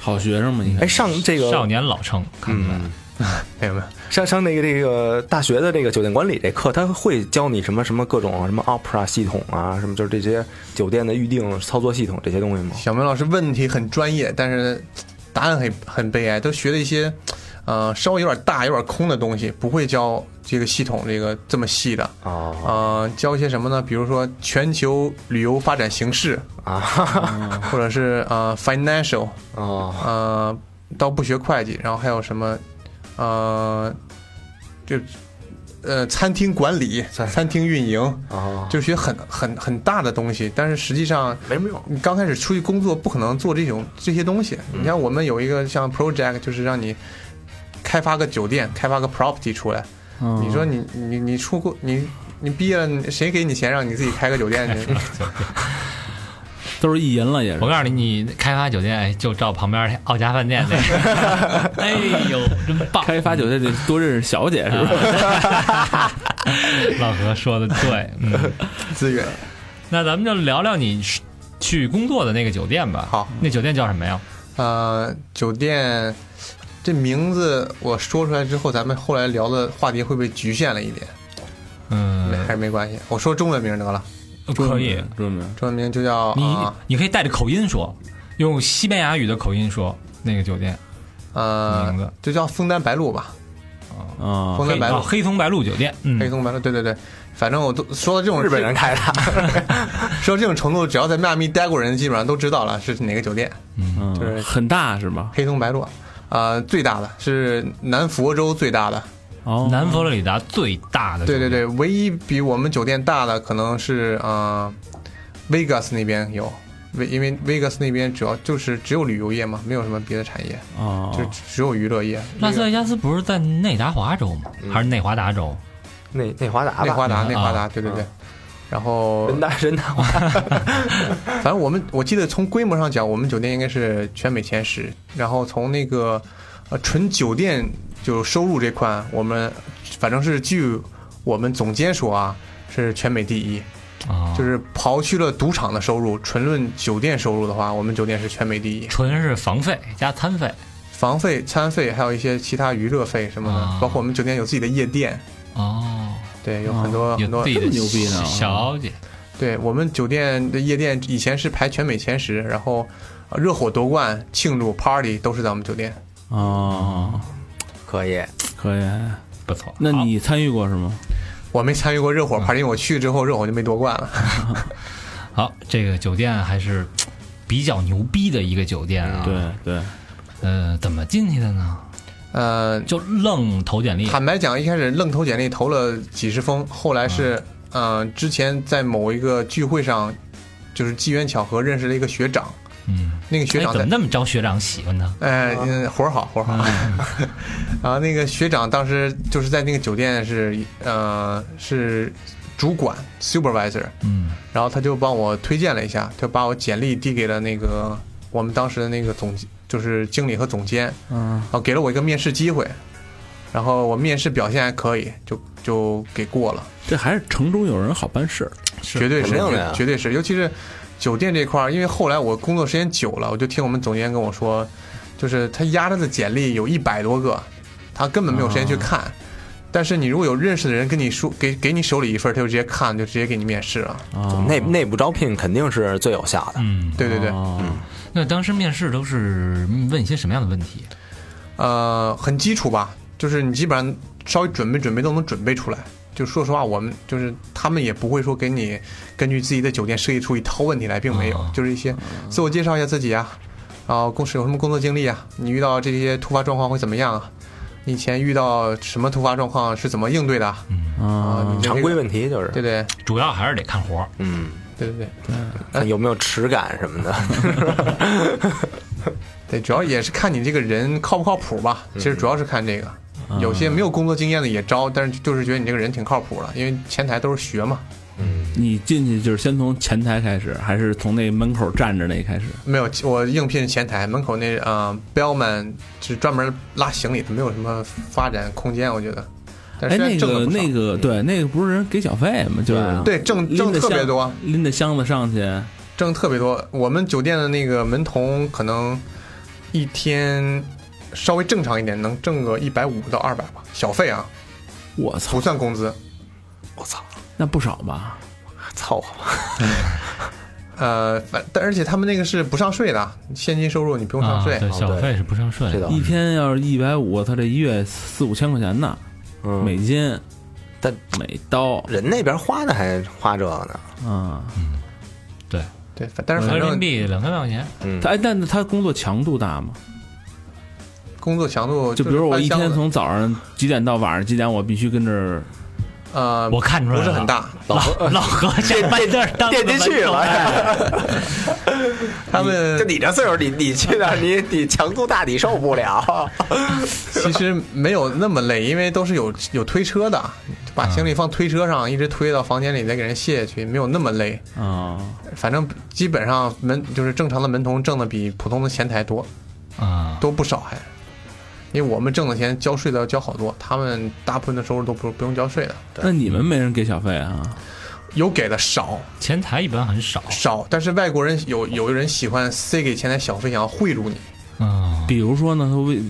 [SPEAKER 2] 好学生嘛，你
[SPEAKER 3] 哎，
[SPEAKER 2] 看，
[SPEAKER 3] 上这个
[SPEAKER 4] 少年老成，看出来
[SPEAKER 3] 嗯，
[SPEAKER 5] 没有没有，
[SPEAKER 3] 上上那个这个大学的这个酒店管理这课，他会教你什么什么各种什么 Opera 系统啊，什么就是这些酒店的预定操作系统这些东西吗？
[SPEAKER 5] 小明老师问题很专业，但是答案很很悲哀，都学了一些，呃，稍微有点大、有点空的东西，不会教这个系统这个这么细的。
[SPEAKER 3] 哦
[SPEAKER 5] 呃，教一些什么呢？比如说全球旅游发展形势，
[SPEAKER 3] 啊
[SPEAKER 5] 或者是呃 financial，
[SPEAKER 3] 哦
[SPEAKER 5] 呃，倒不学会计，然后还有什么，呃，就呃餐厅管理、
[SPEAKER 3] 餐
[SPEAKER 5] 餐厅运营，
[SPEAKER 3] 哦，
[SPEAKER 5] 就学很很很大的东西。但是实际上，
[SPEAKER 3] 没什么用。
[SPEAKER 5] 你刚开始出去工作，不可能做这种这些东西。你像我们有一个像 project，就是让你开发个酒店，开发个 property 出来。
[SPEAKER 2] 嗯
[SPEAKER 5] 你说你你你出国，你你毕业了，你谁给你钱让你自己开个酒店 去？
[SPEAKER 2] 都是意淫了也是
[SPEAKER 4] 我。告诉你，你开发酒店哎就照旁边那奥家饭店那个，哎呦，真棒！
[SPEAKER 2] 开发酒店得多认识小姐是吧？
[SPEAKER 5] 啊
[SPEAKER 4] 老何说的对，嗯，
[SPEAKER 5] 资源
[SPEAKER 4] 那咱们就聊聊你是去工作的那个酒店吧。
[SPEAKER 5] 好，
[SPEAKER 4] 那酒店叫什么呀？
[SPEAKER 5] 呃，酒店这名字我说出来之后，咱们后来聊的话题会不会局限了一点？
[SPEAKER 4] 嗯，呃
[SPEAKER 5] 还是没关系，我说中文名得了，
[SPEAKER 4] 可以，
[SPEAKER 2] 专门
[SPEAKER 5] 中文名就叫
[SPEAKER 4] 你
[SPEAKER 5] 啊
[SPEAKER 4] 你可以带着口音说，用西班牙语的口音说那个酒店名
[SPEAKER 5] 呃
[SPEAKER 4] 字，
[SPEAKER 5] 就叫枫丹白露吧，
[SPEAKER 2] 啊
[SPEAKER 5] 枫
[SPEAKER 4] 黑
[SPEAKER 5] 丹白
[SPEAKER 4] 啊
[SPEAKER 5] 露，
[SPEAKER 4] 黑松白露酒店，嗯
[SPEAKER 5] 黑，松白露，对对对，反正我都说到这种
[SPEAKER 3] 日本人开的，
[SPEAKER 5] 说到这种程度，只要在迈阿密待过人，基本上都知道了是哪个酒店，
[SPEAKER 2] 嗯
[SPEAKER 5] 就是
[SPEAKER 2] 很大是吧？
[SPEAKER 5] 黑松白露。呃，最大的是南佛州最大的，
[SPEAKER 2] 哦，
[SPEAKER 4] 南佛罗里达最大的酒
[SPEAKER 5] 对
[SPEAKER 4] 店，
[SPEAKER 5] 对对，唯一比我们酒店大的可能是呃，Vegas 那边有，为因为 Vegas 那边主要就是只有旅游业嘛，没有什么别的产业，
[SPEAKER 2] 啊，
[SPEAKER 3] 哦
[SPEAKER 5] 就只有娱乐业。
[SPEAKER 4] 拉斯
[SPEAKER 5] 那
[SPEAKER 4] 维
[SPEAKER 5] 个
[SPEAKER 4] 加斯不是在内达华州吗？
[SPEAKER 5] 嗯
[SPEAKER 4] 还是内华达州？
[SPEAKER 3] 内内华达
[SPEAKER 5] 内
[SPEAKER 3] 吧，
[SPEAKER 5] 华达，
[SPEAKER 4] 嗯
[SPEAKER 5] 内华
[SPEAKER 4] 啊
[SPEAKER 5] 达，对对对。然后，
[SPEAKER 3] 人大人大华
[SPEAKER 5] 反正我们我记得从规模上讲，我们酒店应该是全美前十。然后从那个呃纯酒店就收入这块，我们反正是据我们总监说啊，是全美第一。
[SPEAKER 4] 啊，
[SPEAKER 5] 就是刨去了赌场的收入，纯论酒店收入的话，我们酒店是全美第一。
[SPEAKER 4] 纯是房费加餐费
[SPEAKER 5] 房费、餐费，还有一些其他娱乐费什么的，
[SPEAKER 4] 啊
[SPEAKER 5] 包括我们酒店有自己的夜店，
[SPEAKER 4] 哦，
[SPEAKER 5] 对，有很多、很
[SPEAKER 4] 有
[SPEAKER 5] 多
[SPEAKER 4] 自。己的
[SPEAKER 2] 这么牛逼呢
[SPEAKER 5] 啊
[SPEAKER 4] 小姐，
[SPEAKER 5] 对我们酒店的夜店以前是排全美前十，然后呃热火夺冠、庆祝 party 都是在我们酒店。
[SPEAKER 2] 哦，
[SPEAKER 3] 可以，
[SPEAKER 2] 可以。
[SPEAKER 4] 不错。
[SPEAKER 2] 那
[SPEAKER 4] 好
[SPEAKER 2] 你参与过是吗？
[SPEAKER 5] 我没参与过热火
[SPEAKER 4] 嗯
[SPEAKER 5] party，因为我去之后热火就没夺冠了。
[SPEAKER 4] 好，这个酒店还是比较牛逼的一个酒店啊。，
[SPEAKER 2] 对对，
[SPEAKER 4] 呃，怎么进去的呢？
[SPEAKER 5] 呃，
[SPEAKER 4] 就愣投简历，
[SPEAKER 5] 坦白讲，一开始愣投简历投了几十封，后来是，嗯、之前在某一个聚会上，就是机缘巧合认识了一个学长，
[SPEAKER 4] 嗯，
[SPEAKER 5] 那个学
[SPEAKER 4] 哎
[SPEAKER 5] 长
[SPEAKER 4] 怎么啊
[SPEAKER 5] 在，
[SPEAKER 4] 那么招学长喜欢呢？
[SPEAKER 5] 哎，嗯活儿好，活儿好。
[SPEAKER 4] 嗯
[SPEAKER 5] 然后那个学长当时就是在那个酒店是，呃，是主管 supervisor，
[SPEAKER 4] 嗯，
[SPEAKER 5] 然后他就帮我推荐了一下，就把我简历递给了那个我们当时的那个总，就是经理和总监，
[SPEAKER 2] 嗯
[SPEAKER 5] 然后给了我一个面试机会，然后我面试表现还可以，就就给过了，
[SPEAKER 2] 这还是城中有人好办事儿。
[SPEAKER 4] 是
[SPEAKER 5] 绝对是
[SPEAKER 3] 肯定的呀
[SPEAKER 5] 绝绝对是，尤其是酒店这块儿，因为后来我工作时间久了，我就听我们总监跟我说，就是他压着的简历有一百多个，他根本没有时间去看。但是你如果有认识的人跟你说给给你手里一份，他就直接看，就直接给你面试了。
[SPEAKER 2] 啊，
[SPEAKER 3] 内内部招聘肯定是最有效的。
[SPEAKER 4] 嗯，
[SPEAKER 5] 对对对，
[SPEAKER 2] 啊
[SPEAKER 4] 那当时面试都是问一些什么样的问题？
[SPEAKER 5] 呃，很基础吧，就是你基本上稍微准备准备都能准备出来。就说实话，我们就是他们也不会说给你根据自己的酒店设计出一套问题来，并没有
[SPEAKER 4] 哦，
[SPEAKER 5] 就是一些自我介绍一下自己啊，然后公司有什么工作经历啊，你遇到这些突发状况会怎么样啊？你以前遇到什么突发状况是怎么应对的啊？啊
[SPEAKER 2] 啊
[SPEAKER 5] 你这
[SPEAKER 3] 常
[SPEAKER 5] 个
[SPEAKER 3] 规问题就是，
[SPEAKER 5] 对对
[SPEAKER 4] 主要还是得看活儿。
[SPEAKER 3] 嗯，
[SPEAKER 5] 对对对
[SPEAKER 3] 看有没有耻感什么的。
[SPEAKER 5] 对，主要也是看你这个人靠不靠谱吧。其实主要是看这个，
[SPEAKER 2] 嗯
[SPEAKER 5] 有些没有工作经验的也招，但是就是觉得你这个人挺靠谱的，因为前台都是学嘛。
[SPEAKER 2] 你进去就是先从前台开始，还是从那门口站着那开始？
[SPEAKER 5] 没有，我应聘前台门口那啊、呃、，bellman 是专门拉行李的，没有什么发展空间，我觉得。但
[SPEAKER 2] 哎，
[SPEAKER 5] 是现在
[SPEAKER 2] 那
[SPEAKER 5] 挣
[SPEAKER 2] 个
[SPEAKER 5] 的不少
[SPEAKER 2] 那个，对，那个不是人给小费吗？就是
[SPEAKER 5] 对挣
[SPEAKER 2] 拎
[SPEAKER 5] 挣
[SPEAKER 2] 着
[SPEAKER 5] 特别
[SPEAKER 2] 箱
[SPEAKER 5] 多，
[SPEAKER 2] 拎着箱子上去
[SPEAKER 5] 挣特别多。我们酒店的那个门童可能一天稍微正常一点，能挣个一百五到二百吧，小费啊，
[SPEAKER 2] 我操
[SPEAKER 5] 不，算工资。
[SPEAKER 3] 我操，
[SPEAKER 5] 嗯
[SPEAKER 2] 那不少吧？
[SPEAKER 3] 凑合吧。
[SPEAKER 5] 呃，反但而且他们那个是不上税的，现金收入你不用上税。哦
[SPEAKER 4] 啊、对，小费是不上税
[SPEAKER 3] 这
[SPEAKER 4] 的
[SPEAKER 5] 嗯
[SPEAKER 3] 倒。
[SPEAKER 2] 一天要是一百五，他这一月四五千块钱呢，
[SPEAKER 3] 嗯，
[SPEAKER 2] 美金，
[SPEAKER 3] 但
[SPEAKER 2] 美刀
[SPEAKER 3] 人那边花的还花这个呢。
[SPEAKER 5] 嗯
[SPEAKER 2] 啊。
[SPEAKER 4] 对，
[SPEAKER 5] 对，反但是
[SPEAKER 4] 合
[SPEAKER 5] 反
[SPEAKER 4] 人民
[SPEAKER 5] 正
[SPEAKER 4] 币两三万块钱，
[SPEAKER 3] 嗯
[SPEAKER 2] 他，哎，但他工作强度大吗？
[SPEAKER 5] 工作强度
[SPEAKER 2] 就比如
[SPEAKER 5] 是
[SPEAKER 2] 说我
[SPEAKER 5] 搬
[SPEAKER 2] 一
[SPEAKER 5] 箱
[SPEAKER 2] 天
[SPEAKER 5] 子
[SPEAKER 2] 从早上几点到晚上几点，我必须跟这儿
[SPEAKER 5] 呃
[SPEAKER 4] 我看出来
[SPEAKER 5] 不
[SPEAKER 4] 了
[SPEAKER 5] 是很大，
[SPEAKER 4] 老 老何这把地儿当
[SPEAKER 3] 垫进去了
[SPEAKER 4] 哎
[SPEAKER 5] 他们
[SPEAKER 3] 就你这岁数，你你去那儿，你你强度大，你受不了。
[SPEAKER 5] 其实没有那么累，因为都是有有推车的，
[SPEAKER 2] 啊
[SPEAKER 5] 把行李放推车上，一直推到房间里再给人卸下去，没有那么累。
[SPEAKER 2] 啊
[SPEAKER 5] 反正基本上门就是正常的门童挣的比普通的前台多
[SPEAKER 4] 啊，
[SPEAKER 5] 多不少还，因为我们挣的钱交税的要交好多，他们大部分的收入都不不用交税的，
[SPEAKER 2] 那你们没人给小费啊？
[SPEAKER 5] 有给的少
[SPEAKER 4] 前台一般很少。
[SPEAKER 5] 少，但是外国人有有人喜欢塞给前台小费，想要贿赂你，
[SPEAKER 4] 嗯，
[SPEAKER 2] 比如说呢，他为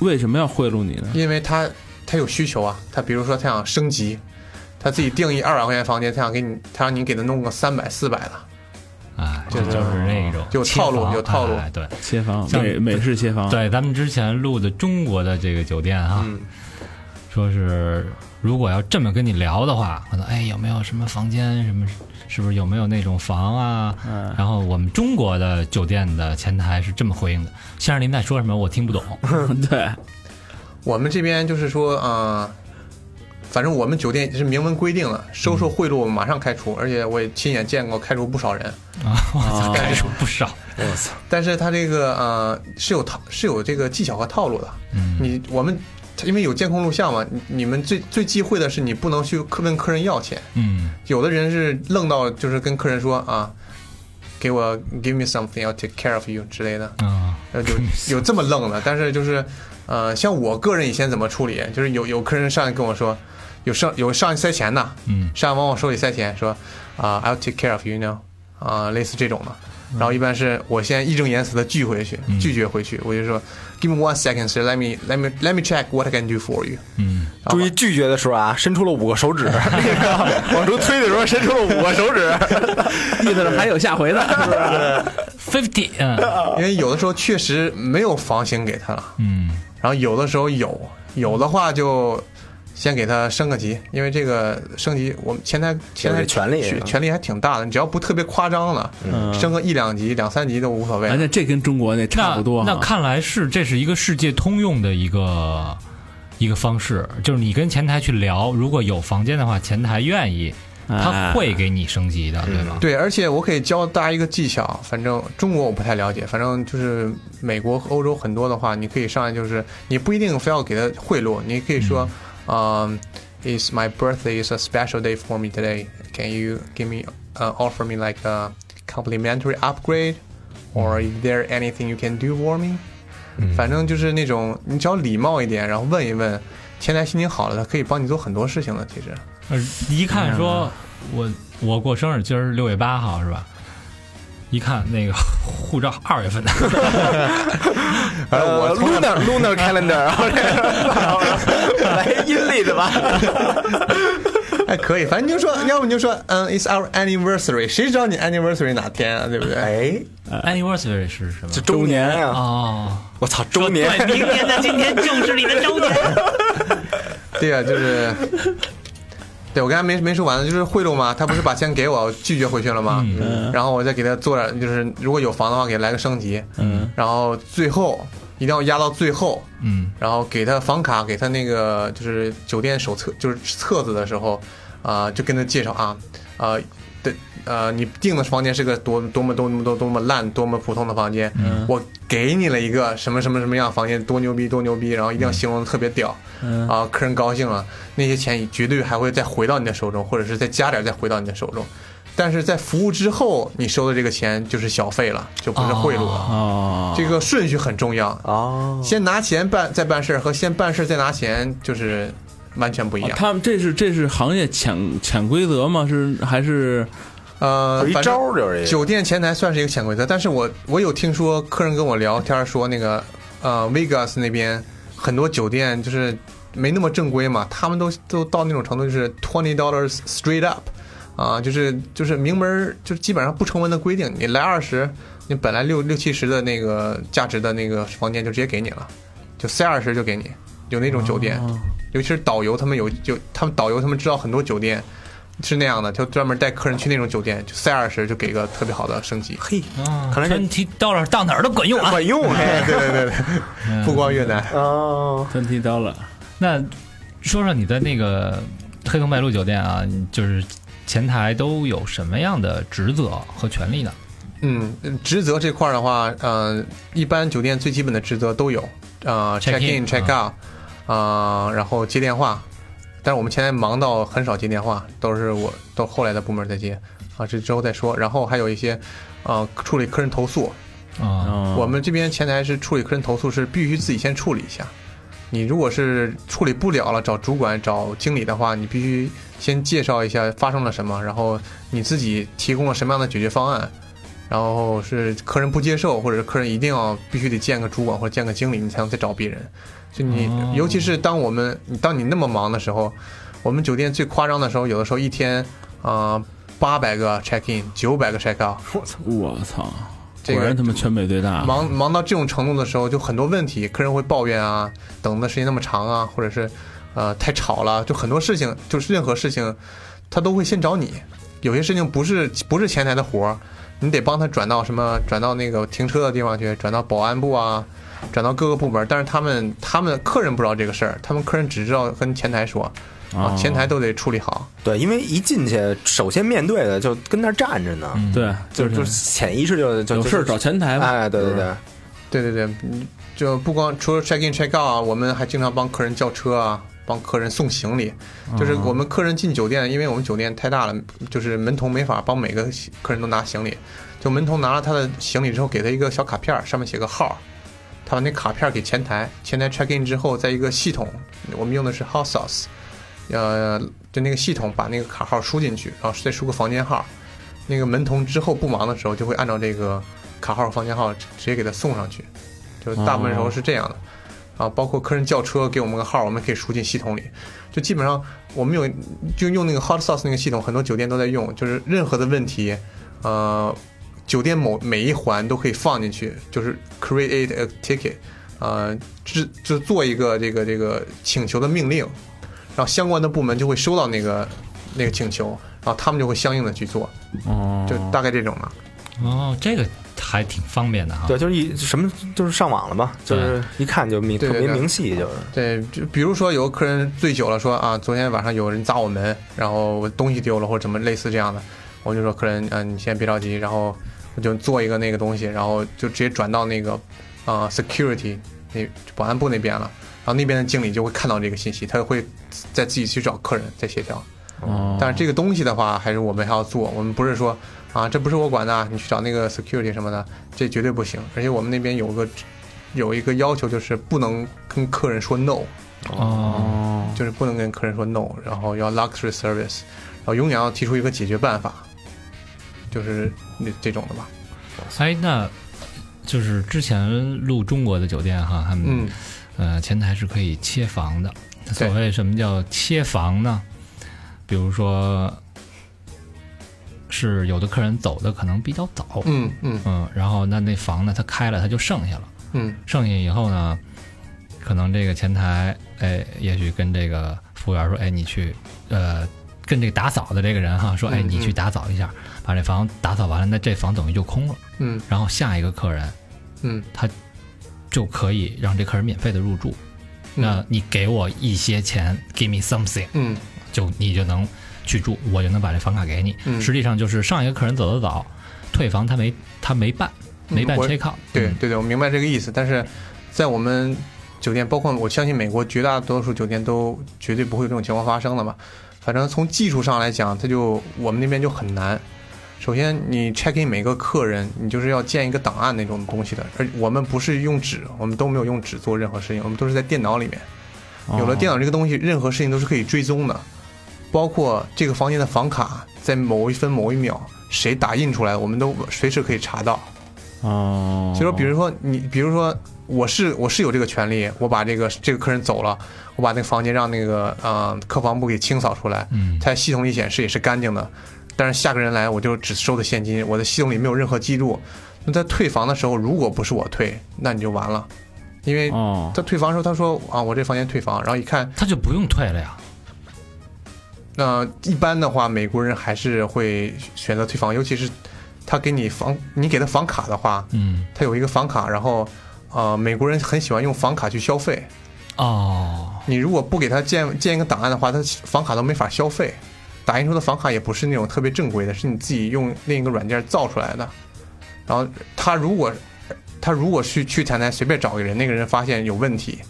[SPEAKER 2] 为什么要贿赂你呢？
[SPEAKER 5] 因为他他有需求啊，他比如说他想升级，他自己定义二百块钱房间，他想给你，他让你给他弄个三百四百的。
[SPEAKER 4] 啊，这
[SPEAKER 5] 就是
[SPEAKER 4] 就是那种
[SPEAKER 5] 有
[SPEAKER 4] 切
[SPEAKER 5] 套路
[SPEAKER 4] 房
[SPEAKER 5] 有套路啊
[SPEAKER 4] 哎对
[SPEAKER 2] 切房
[SPEAKER 4] 像
[SPEAKER 2] 美美式切房，
[SPEAKER 4] 对，咱们之前录的中国的这个酒店啊，
[SPEAKER 3] 嗯
[SPEAKER 4] 说是如果要这么跟你聊的话，可能哎有没有什么房间什么，是不是有没有那种房啊？
[SPEAKER 2] 嗯
[SPEAKER 4] 然后我们中国的酒店的前台是这么回应的：先生您在说什么？我听不懂。
[SPEAKER 2] 对，
[SPEAKER 5] 我们这边就是说，呃，反正我们酒店是明文规定了，收受贿赂马上开除，而且我也亲眼见过开除不少人。
[SPEAKER 4] 啊，我
[SPEAKER 5] 哦
[SPEAKER 4] 操，开除不 少。
[SPEAKER 3] 我操，
[SPEAKER 5] 但是他这个呃是有套是有这个技巧和套路的。
[SPEAKER 4] 嗯，
[SPEAKER 5] 你我们因为有监控录像嘛，你你们最最忌讳的是你不能去客问客人要钱。
[SPEAKER 4] 嗯，
[SPEAKER 5] 有的人是愣到就是跟客人说啊，给我 give me something，I'll take care of you 之类的。
[SPEAKER 4] 啊，
[SPEAKER 5] 呃，有有这么愣的，但是就是，呃，像我个人以前怎么处理，就是有有客人上来跟我说，有上有上来塞钱的，
[SPEAKER 4] 嗯
[SPEAKER 5] 上来往我手里塞钱，说啊、i l l take care of you now，啊、类似这种的。然后一般是我先义正言辞的拒回去，
[SPEAKER 4] 嗯
[SPEAKER 5] 拒绝回去，我就说，Give me one second, sir. Let me, let me, let me check what I can do for you.
[SPEAKER 4] 嗯，
[SPEAKER 3] 注意拒绝的时候啊，伸出了五个手 指，那个往出推的时候伸出了五个手指。
[SPEAKER 2] 意思是还有下回 呢，是不是？
[SPEAKER 4] fifty，嗯
[SPEAKER 5] 因为有的时候确实没有房型给他了，
[SPEAKER 4] 嗯
[SPEAKER 5] 然后有的时候有，有的话就先给他升个级，因为这个升级我们前台前台
[SPEAKER 3] 这权利啊
[SPEAKER 5] 权权力还挺大的，你只要不特别夸张了，
[SPEAKER 2] 嗯
[SPEAKER 5] 升个一两级、两三级都无所谓
[SPEAKER 2] 哎，那这跟中国那差不多哈啊
[SPEAKER 4] 那。那看来是这是一个世界通用的一个一个方式，就是你跟前台去聊，如果有房间的话，前台愿意，他
[SPEAKER 2] 哎
[SPEAKER 4] 会给你升级的，嗯对吗？
[SPEAKER 5] 对，而且我可以教大家一个技巧，反正中国我不太了解，反正就是美国和欧洲很多的话，你可以上来就是，你不一定非要给他贿赂，你可以说，嗯、i s my birthday is a special day for me today. Can you give me, uh, offer me like a complimentary upgrade, or is there anything you can do for me？、反正就是那种你只要礼貌一点，然后问一问，前台心情好了，他可以帮你做很多事情的。其实，
[SPEAKER 4] 呃，一看说，我我过生日，今儿六月八号是吧？一看那个护照二月 份的，
[SPEAKER 3] 呃，lunar lunar calendar，来阴历的吧。
[SPEAKER 5] 哎，可以，反正你就说，要不你就说，嗯，it's our anniversary，谁知道你 anniversary 哪天啊，对不对？
[SPEAKER 3] 哎，
[SPEAKER 4] anniversary 是什么
[SPEAKER 3] 这？周年啊！
[SPEAKER 4] 哦，
[SPEAKER 3] 我操，周年！
[SPEAKER 4] 明年的今天就是你的周年。
[SPEAKER 5] 对啊，就是，对我刚才没没说完，就是贿赂嘛，他不是把钱给我，我拒绝回去了吗？
[SPEAKER 2] 嗯
[SPEAKER 5] 然后我再给他做点，就是如果有房的话，给他来个升级，
[SPEAKER 2] 嗯，
[SPEAKER 5] 然后最后一定要压到最后，
[SPEAKER 4] 嗯，
[SPEAKER 5] 然后给他房卡，给他那个就是酒店手册，就是册子的时候，啊、就跟他介绍啊，啊的呃，你订的房间是个多多么多么多多么烂、多么普通的房间，
[SPEAKER 2] 嗯
[SPEAKER 5] 我给你了一个什么什么什么样的房间，多牛逼多牛逼，然后一定要形容的特别屌，
[SPEAKER 2] 嗯
[SPEAKER 5] 啊，客人高兴了，那些钱绝对还会再回到你的手中，或者是再加点儿再回到你的手中。但是在服务之后，你收的这个钱就是小费了，就不是贿赂了。
[SPEAKER 2] 哦，
[SPEAKER 5] 这个顺序很重要，
[SPEAKER 3] 哦，
[SPEAKER 5] 先拿钱办再办事儿和先办事儿再拿钱就是完全不一
[SPEAKER 2] 哦
[SPEAKER 5] 样。
[SPEAKER 2] 他们这是这是行业潜潜规则吗？是还是
[SPEAKER 5] 呃
[SPEAKER 3] 啊有，一
[SPEAKER 5] 反正
[SPEAKER 3] 招儿就是
[SPEAKER 5] 酒店前台算是一个潜规则，但是我我有听说客人跟我聊天说，那个呃，Vegas 那边很多酒店就是没那么正规嘛，他们都都到那种程度，就是 twenty dollars straight up，啊、就是就是明门儿就是基本上不成文的规定，你来二十，你本来六六七十的那个价值的那个房间就直接给你了，就塞二十就给你，有那种酒店，尤其是导游，他们有有他们导游他们知道很多酒店。是那样的，就专门带客人去那种酒店，就塞二十就给一个特别好的升级。
[SPEAKER 3] 嘿，
[SPEAKER 4] 啊，
[SPEAKER 3] 看来这
[SPEAKER 4] 提到了到哪儿都管用啊。嗯
[SPEAKER 3] 管用哎。
[SPEAKER 5] 对对对对，不光越南，
[SPEAKER 3] 哦，
[SPEAKER 2] 真提到了？
[SPEAKER 4] 那说说你在那个黑龙白鹭酒店啊，你就是前台都有什么样的职责和权利呢？
[SPEAKER 5] 嗯，职责这块儿的话，呃，一般酒店最基本的职责都有，呃
[SPEAKER 4] Check
[SPEAKER 5] ，check
[SPEAKER 4] in，
[SPEAKER 5] in、check out，啊、然后接电话，但是我们前台忙到很少接电话，都是我到后来的部门在接，啊，这之后再说。然后还有一些，呃，处理客人投诉，
[SPEAKER 4] 啊，
[SPEAKER 2] 哦
[SPEAKER 5] 我们这边前台是处理客人投诉是必须自己先处理一下，你如果是处理不了了，找主管、找经理的话，你必须先介绍一下发生了什么，然后你自己提供了什么样的解决方案，然后是客人不接受，或者是客人一定要必须得见个主管或者见个经理，你才能再找别人。就你
[SPEAKER 4] 哦，
[SPEAKER 5] 尤其是当我们当你那么忙的时候，我们酒店最夸张的时候，有的时候一天，啊、8八百个 check in，九百个 check out，
[SPEAKER 2] 我操，
[SPEAKER 5] 这
[SPEAKER 2] 果
[SPEAKER 5] 个
[SPEAKER 2] 然他们全北最大。啊
[SPEAKER 5] 忙忙到这种程度的时候，就很多问题，客人会抱怨啊，等的时间那么长啊，或者是呃太吵了，就很多事情，就是任何事情，他都会先找你。有些事情不是不是前台的活儿，你得帮他转到什么，转到那个停车的地方去，转到保安部啊，转到各个部门。但是他们他们客人不知道这个事儿，他们客人只知道跟前台说啊
[SPEAKER 2] 哦，
[SPEAKER 5] 前台都得处理好。
[SPEAKER 3] 对，因为一进去，首先面对的就跟那儿站着呢，
[SPEAKER 4] 嗯，
[SPEAKER 2] 哦对，
[SPEAKER 3] 就
[SPEAKER 2] 就
[SPEAKER 3] 就是潜意识就就
[SPEAKER 2] 有
[SPEAKER 3] 就
[SPEAKER 2] 事儿找前台吧。
[SPEAKER 3] 哎，对对对，
[SPEAKER 5] 对对对，嗯就不光除了 check in check out 啊，我们还经常帮客人叫车啊，帮客人送行李。就是我们客人进酒店，因为我们酒店太大了，就是门童没法帮每个客人都拿行李。就门童拿了他的行李之后，给他一个小卡片儿，上面写个号儿，他把那卡片儿给前台，前台 check in 之后，在一个系统，我们用的是 hot sauce，呃，就那个系统把那个卡号输进去，然后再输个房间号。那个门童之后不忙的时候，就会按照这个卡号、房间号直接给他送上去，就大部分时候是这样的。啊，包括客人叫车给我们个号，我们可以输进系统里。就基本上我们有就用那个 Hot Sauce 那个系统，很多酒店都在用，就是任何的问题，呃，酒店某每一环都可以放进去，就是 create a ticket，呃，制就做一个这个这个呃请求的命令，然后相关的部门就会收到那个那个请求，然后他们就会相应的去做，
[SPEAKER 2] 哦，
[SPEAKER 5] 就大概这种的。
[SPEAKER 4] 哦，这个还挺方便的哈。
[SPEAKER 3] 对，就是一什么就是上网了嘛，就是一看就明
[SPEAKER 5] 对
[SPEAKER 3] 特别
[SPEAKER 5] 对对
[SPEAKER 3] 明细，就是
[SPEAKER 5] 对，就比如说有个客人醉酒了，说啊，昨天晚上有人砸我门，然后我东西丢了或者怎么类似这样的，我就说客人，嗯、你先别着急，然后我就做一个那个东西，然后就直接转到那个啊、呃 security 那保安部那边了，然后那边的经理就会看到这个信息，他会再自己去找客人再协调。
[SPEAKER 2] 哦，
[SPEAKER 5] 但是这个东西的话，还是我们还要做，我们不是说啊，这不是我管的，你去找那个 security 什么的，这绝对不行。而且我们那边有个有一个要求，就是不能跟客人说 no，
[SPEAKER 4] 哦，
[SPEAKER 2] 哦，
[SPEAKER 5] 就是不能跟客人说 no，然后要 luxury service，然后永远要提出一个解决办法，就是那这种的吧。
[SPEAKER 4] 哎，那就是之前录中国的酒店哈，他们、
[SPEAKER 5] 嗯，
[SPEAKER 4] 呃前台是可以切房的。那所
[SPEAKER 5] 对
[SPEAKER 4] 谓什么叫切房呢？比如说，是有的客人走的可能比较早，
[SPEAKER 5] 嗯嗯
[SPEAKER 4] 嗯，然后那那房呢，他开了，他就剩下了。
[SPEAKER 5] 嗯
[SPEAKER 4] 剩下以后呢，可能这个前台，哎，也许跟这个服务员说，哎，你去，呃，跟这个打扫的这个人哈，说，哎，
[SPEAKER 5] 嗯
[SPEAKER 4] 你去
[SPEAKER 5] 嗯
[SPEAKER 4] 打扫一下，把这房打扫完了，那这房等于就空了。
[SPEAKER 5] 嗯
[SPEAKER 4] 然后下一个客人
[SPEAKER 5] 嗯，
[SPEAKER 4] 就可以让这客人免费的入住。那你给我一些钱，give me something，
[SPEAKER 5] 嗯
[SPEAKER 4] 就你就能去住，我就能把这房卡给你。
[SPEAKER 5] 嗯
[SPEAKER 4] 实际上就是上一个客人走得早，退房他没他没办，没办
[SPEAKER 5] 我
[SPEAKER 4] check out，
[SPEAKER 5] 对
[SPEAKER 4] 嗯
[SPEAKER 5] 对对，我明白这个意思。但是在我们酒店，包括我相信美国绝大多数酒店都绝对不会有这种情况发生的嘛。反正从技术上来讲，它就我们那边就很难。首先，你 check in 每个客人，你就是要建一个档案那种东西的，而我们不是用纸，我们都没有用纸做任何事情，我们都是在电脑里面。有了电脑这个东西，任何事情都是可以追踪的，包括这个房间的房卡，在某一分某一秒谁打印出来，我们都随时可以查到。
[SPEAKER 2] 哦，
[SPEAKER 5] 所以说，比如说你，比如说我是我是有这个权利，我把这个这个客人走了，我把那个房间让那个呃客房部给清扫出来，
[SPEAKER 4] 嗯
[SPEAKER 5] 它系统里显示也是干净的。但是下个人来，我就只收的现金，我的系统里没有任何记录。那在退房的时候，如果不是我退，那你就完了，因为
[SPEAKER 2] 哦，
[SPEAKER 5] 他退房的时候他说啊，我这房间退房，然后一看，
[SPEAKER 4] 他就不用退了呀。
[SPEAKER 5] 那、一般的话，美国人还是会选择退房，尤其是他给你房，你给他房卡的话，
[SPEAKER 4] 嗯，
[SPEAKER 5] 他有一个房卡，然后呃，美国人很喜欢用房卡去消费。
[SPEAKER 4] 哦，
[SPEAKER 5] 你如果不给他建建一个档案的话，他房卡都没法消费。打印出的房卡也不是那种特别正规的，是你自己用另一个软件造出来的。然后他如果他如果去去前台随便找个人，那个人发现有问题，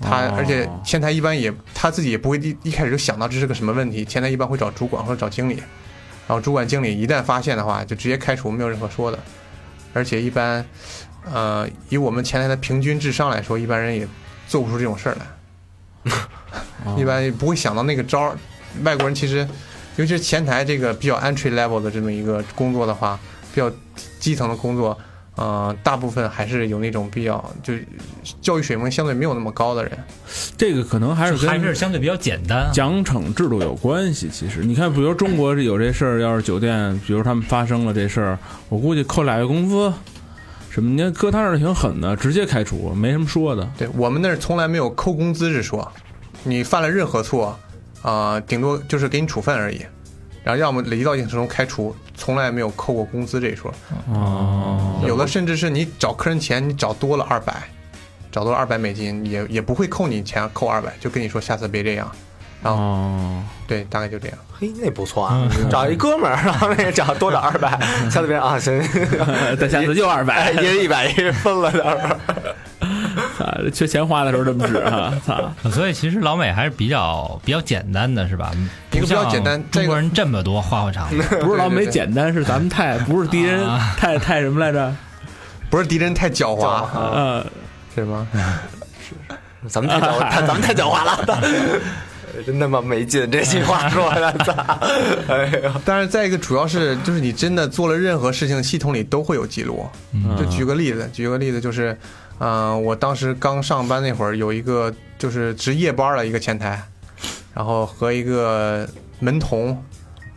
[SPEAKER 5] 他
[SPEAKER 2] 哦
[SPEAKER 5] 而且前台一般也他自己也不会一一开始就想到这是个什么问题，前台一般会找主管或者找经理，然后主管经理一旦发现的话，就直接开除，没有任何说的。而且一般，呃，以我们前台的平均智商来说，一般人也做不出这种事儿来。一般也不会想到那个招儿。外国人其实，尤其是前台这个比较 entry level 的这么一个工作的话，比较基层的工作，呃，大部分还是有那种比较就是教育水平相对没有那么高的人。
[SPEAKER 2] 这个可能还是
[SPEAKER 4] 就还
[SPEAKER 2] 跟
[SPEAKER 4] 是相对比较简单啊。
[SPEAKER 2] 奖惩制度有关系。其实你看，比如中国是有这事儿，要是酒店，比如他们发生了这事儿，我估计扣俩月工资，什么，你看搁他那儿挺狠的，直接开除，没什么说的。
[SPEAKER 5] 对我们那儿从来没有扣工资之说，你犯了任何错，啊、顶多就是给你处分而已，然后要么累积到一定程度开除，从来没有扣过工资这一说。
[SPEAKER 2] 哦，
[SPEAKER 5] 有的甚至是你找客人钱，你找多了二百，找多了二百美金，也也不会扣你钱，扣二百，就跟你说下次别这样。
[SPEAKER 2] 哦，
[SPEAKER 5] 对，大概就这样。
[SPEAKER 3] 嘿，那不错啊， 找一哥们儿，然后那找多找二百，下次别人啊行，
[SPEAKER 2] 再呃下次又二
[SPEAKER 3] 哎，
[SPEAKER 2] 百
[SPEAKER 3] 一，人一百，一人分了点儿。
[SPEAKER 2] 啊缺钱花的时候这么使啊，操！
[SPEAKER 4] 所以其实老美还是比较比较简单的，是吧？
[SPEAKER 5] 一
[SPEAKER 4] 不
[SPEAKER 5] 个比较
[SPEAKER 4] 像
[SPEAKER 5] 简单这
[SPEAKER 4] 中
[SPEAKER 5] 个
[SPEAKER 4] 国人这么多花花肠子。
[SPEAKER 2] 不是老
[SPEAKER 5] 对
[SPEAKER 2] 美
[SPEAKER 5] 对对
[SPEAKER 2] 简单，是咱们太不是敌人
[SPEAKER 4] 啊
[SPEAKER 2] 太太什么来着？
[SPEAKER 5] 不是敌人太狡
[SPEAKER 3] 狡
[SPEAKER 5] 猾，
[SPEAKER 2] 呃，
[SPEAKER 5] 是吗？
[SPEAKER 3] 咱们太狡猾，咱们太狡猾 了，真他妈没劲，这句话说的，操！哎呦，
[SPEAKER 5] 但是再一个，主要是就是你真的做了任何事情，系统里都会有记录。就举个例子，举个例子就是，嗯、我当时刚上班那会儿，有一个就是值夜班的一个前台，然后和一个门童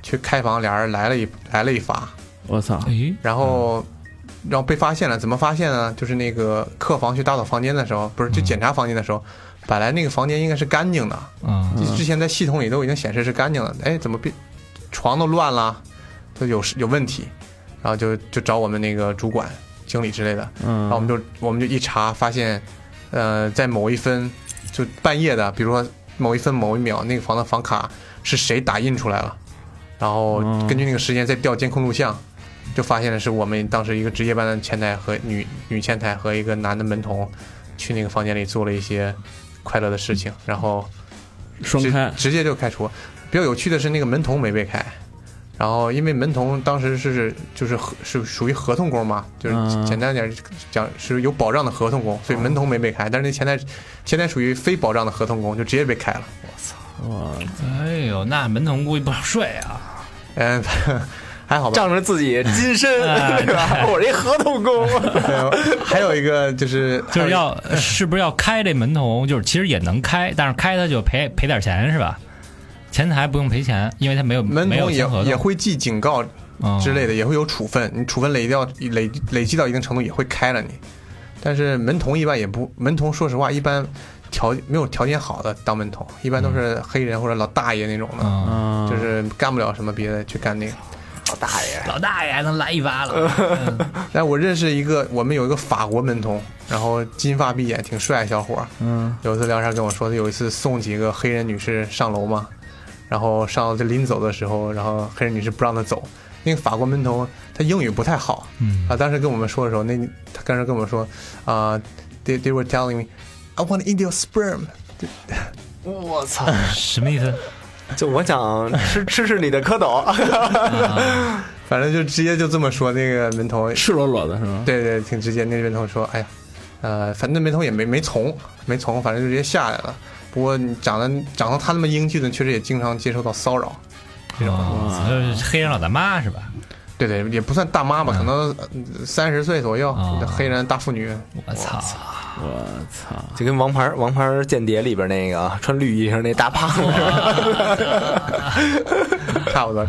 [SPEAKER 5] 去开房，俩人来了一来了一发，
[SPEAKER 2] 我操，
[SPEAKER 4] 哎，
[SPEAKER 5] 然后，然后被发现了，怎么发现呢？就是那个客房去打扫房间的时候，不是就检查房间的时候，本来那个房间应该是干净的，
[SPEAKER 4] 嗯，
[SPEAKER 5] 就之前在系统里都已经显示是干净的，哎，怎么变床都乱了，就有有问题，然后就就找我们那个主管、经理之类的，
[SPEAKER 2] 嗯，
[SPEAKER 5] 然后我们就我们就一查发现，呃，在某一分就半夜的，比如说某一分某一秒，那个房的房卡是谁打印出来了，然后
[SPEAKER 2] 嗯
[SPEAKER 5] 根据那个时间再调监控录像，就发现了是我们当时一个值夜班的前台和女女前台和一个男的门童去那个房间里做了一些快乐的事情，然后
[SPEAKER 2] 双
[SPEAKER 5] 直
[SPEAKER 2] 开，
[SPEAKER 5] 直接就开除。比较有趣的是，那个门童没被开，然后因为门童当时是就是合是属于合同工嘛，就是
[SPEAKER 2] 嗯
[SPEAKER 5] 简单点讲是有保障的合同工，所以门童没被开。但是那前台前台属于非保障的合同工，就直接被开了。
[SPEAKER 2] 哇
[SPEAKER 4] 哎呦，那门童估计不好睡啊。
[SPEAKER 5] 嗯，还好 吧。
[SPEAKER 3] 仗着自己金身，
[SPEAKER 4] 哎
[SPEAKER 3] 对吧？我这合同工，
[SPEAKER 5] 对，还有一个就是
[SPEAKER 4] 就是要
[SPEAKER 5] 哎
[SPEAKER 4] 是不是要开这门头？就是其实也能开，但是开它就赔赔点钱是吧？前台不用赔钱，因为它没有
[SPEAKER 5] 门
[SPEAKER 4] 没有
[SPEAKER 5] 童也
[SPEAKER 4] 签合
[SPEAKER 5] 也
[SPEAKER 4] 同嗯
[SPEAKER 5] 会记警告
[SPEAKER 4] 哦
[SPEAKER 5] 之类的，也会有处分。你处分累掉累累积到一定程度，也会开了你。但是门童一般也不门童，说实话，一般条没有条件好的当门童，一般都是黑人或者老大爷那种的，
[SPEAKER 4] 嗯。
[SPEAKER 2] 啊，
[SPEAKER 5] 就是干不了什么别的去干那个。
[SPEAKER 3] 老大爷，
[SPEAKER 4] 老大爷还能来一发 了，
[SPEAKER 5] 但我认识一个，我们有一个法国门童，然后金发碧眼，挺帅小伙儿。
[SPEAKER 2] 嗯
[SPEAKER 5] 有一次聊天跟我说，他有一次送几个黑人女士上楼嘛，然后上楼他临走的时候，然后黑人女士不让他走。那个法国门童他英语不太好，
[SPEAKER 4] 嗯
[SPEAKER 5] 啊，当时跟我们说的时候，那他当时跟我们说，啊、t h e y they were telling me, I want to eat your sperm。
[SPEAKER 3] 我操！
[SPEAKER 4] 什么意思？
[SPEAKER 3] 就我想吃吃吃你的蝌 蚪，
[SPEAKER 5] 反正就直接就这么说，那个门童，
[SPEAKER 2] 赤裸裸的是吗？
[SPEAKER 5] 对对，挺直接。那门童说，哎呀，呃，反正那门童也没没从，没从，反正就直接下来了。不过你长得长到他那么英俊的，确实也经常接受到骚扰。
[SPEAKER 4] 哦，就是黑人老大妈是吧？
[SPEAKER 5] 对对，也不算大妈吧，可能三十岁左右，
[SPEAKER 4] 嗯啊
[SPEAKER 5] 黑人大妇女。
[SPEAKER 4] 我操！
[SPEAKER 2] 我操！
[SPEAKER 3] 就跟《王牌王牌间谍》里边那个穿绿衣裳那大胖 子似的，差 不多。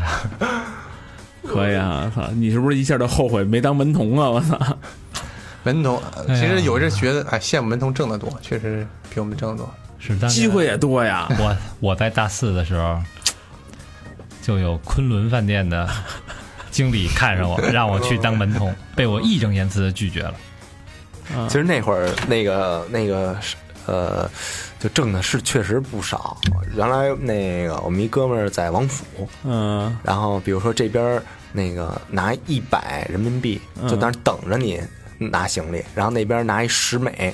[SPEAKER 2] 可以啊！操，你是不是一下就后悔没当门童啊？我操！
[SPEAKER 5] 门童呃
[SPEAKER 4] 哎呀
[SPEAKER 5] 其实有阵觉得，哎，羡慕门童挣得多，确实比我们挣得多。
[SPEAKER 4] 是当年
[SPEAKER 2] 机会也多呀！
[SPEAKER 4] 我我在大四的时候，就有昆仑饭店的经理看 上我，让我去当门童，被我义正言辞的拒绝了。
[SPEAKER 3] 其实那会儿那个那个是呃，就挣的是确实不少。原来那个我们一哥们儿在王府，
[SPEAKER 2] 嗯
[SPEAKER 3] 然后比如说这边儿那个拿一百人民币，
[SPEAKER 2] 嗯
[SPEAKER 3] 就在那儿等着你拿行李，然后那边拿一十美，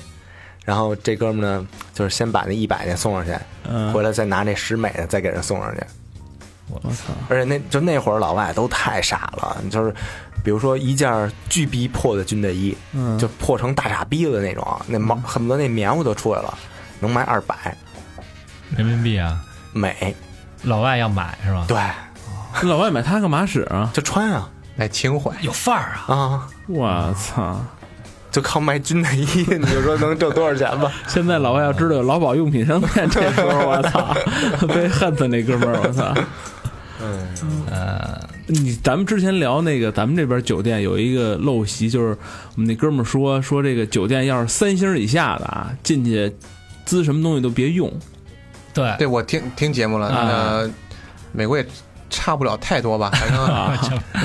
[SPEAKER 3] 然后这哥们儿呢就是先把那一百的送上去，
[SPEAKER 2] 嗯，
[SPEAKER 3] 回来再拿这十美的再给人送上去。
[SPEAKER 2] 我操！
[SPEAKER 3] 而且那就那会儿老外都太傻了，就是比如说一件巨逼破的军队衣，
[SPEAKER 2] 嗯
[SPEAKER 3] 就破成大傻逼的那种，那毛恨不得那棉花都出来了，能卖二百
[SPEAKER 4] 人民币啊，
[SPEAKER 3] 美，
[SPEAKER 4] 老外要买是吧？
[SPEAKER 3] 对，
[SPEAKER 2] 这老外买它干嘛使啊？
[SPEAKER 3] 就穿啊
[SPEAKER 5] 哎，情怀，
[SPEAKER 4] 有范儿啊！
[SPEAKER 3] 啊，
[SPEAKER 2] 我操！
[SPEAKER 3] 就靠卖军队衣， 你就说能挣多少钱吧？
[SPEAKER 2] 现在老外要知道有劳保用品商店，这时候我操，被恨死那哥们儿，我操！
[SPEAKER 5] 哎
[SPEAKER 2] 嗯
[SPEAKER 4] 呃，
[SPEAKER 2] 你咱们之前聊那个，咱们这边酒店有一个陋习，就是我们那哥们儿说说这个酒店要是三星以下的啊，进去滋什么东西都别用。
[SPEAKER 4] 对，
[SPEAKER 5] 对我听听节目了，
[SPEAKER 2] 啊
[SPEAKER 5] 那美国也差不了太多吧，反正
[SPEAKER 4] 啊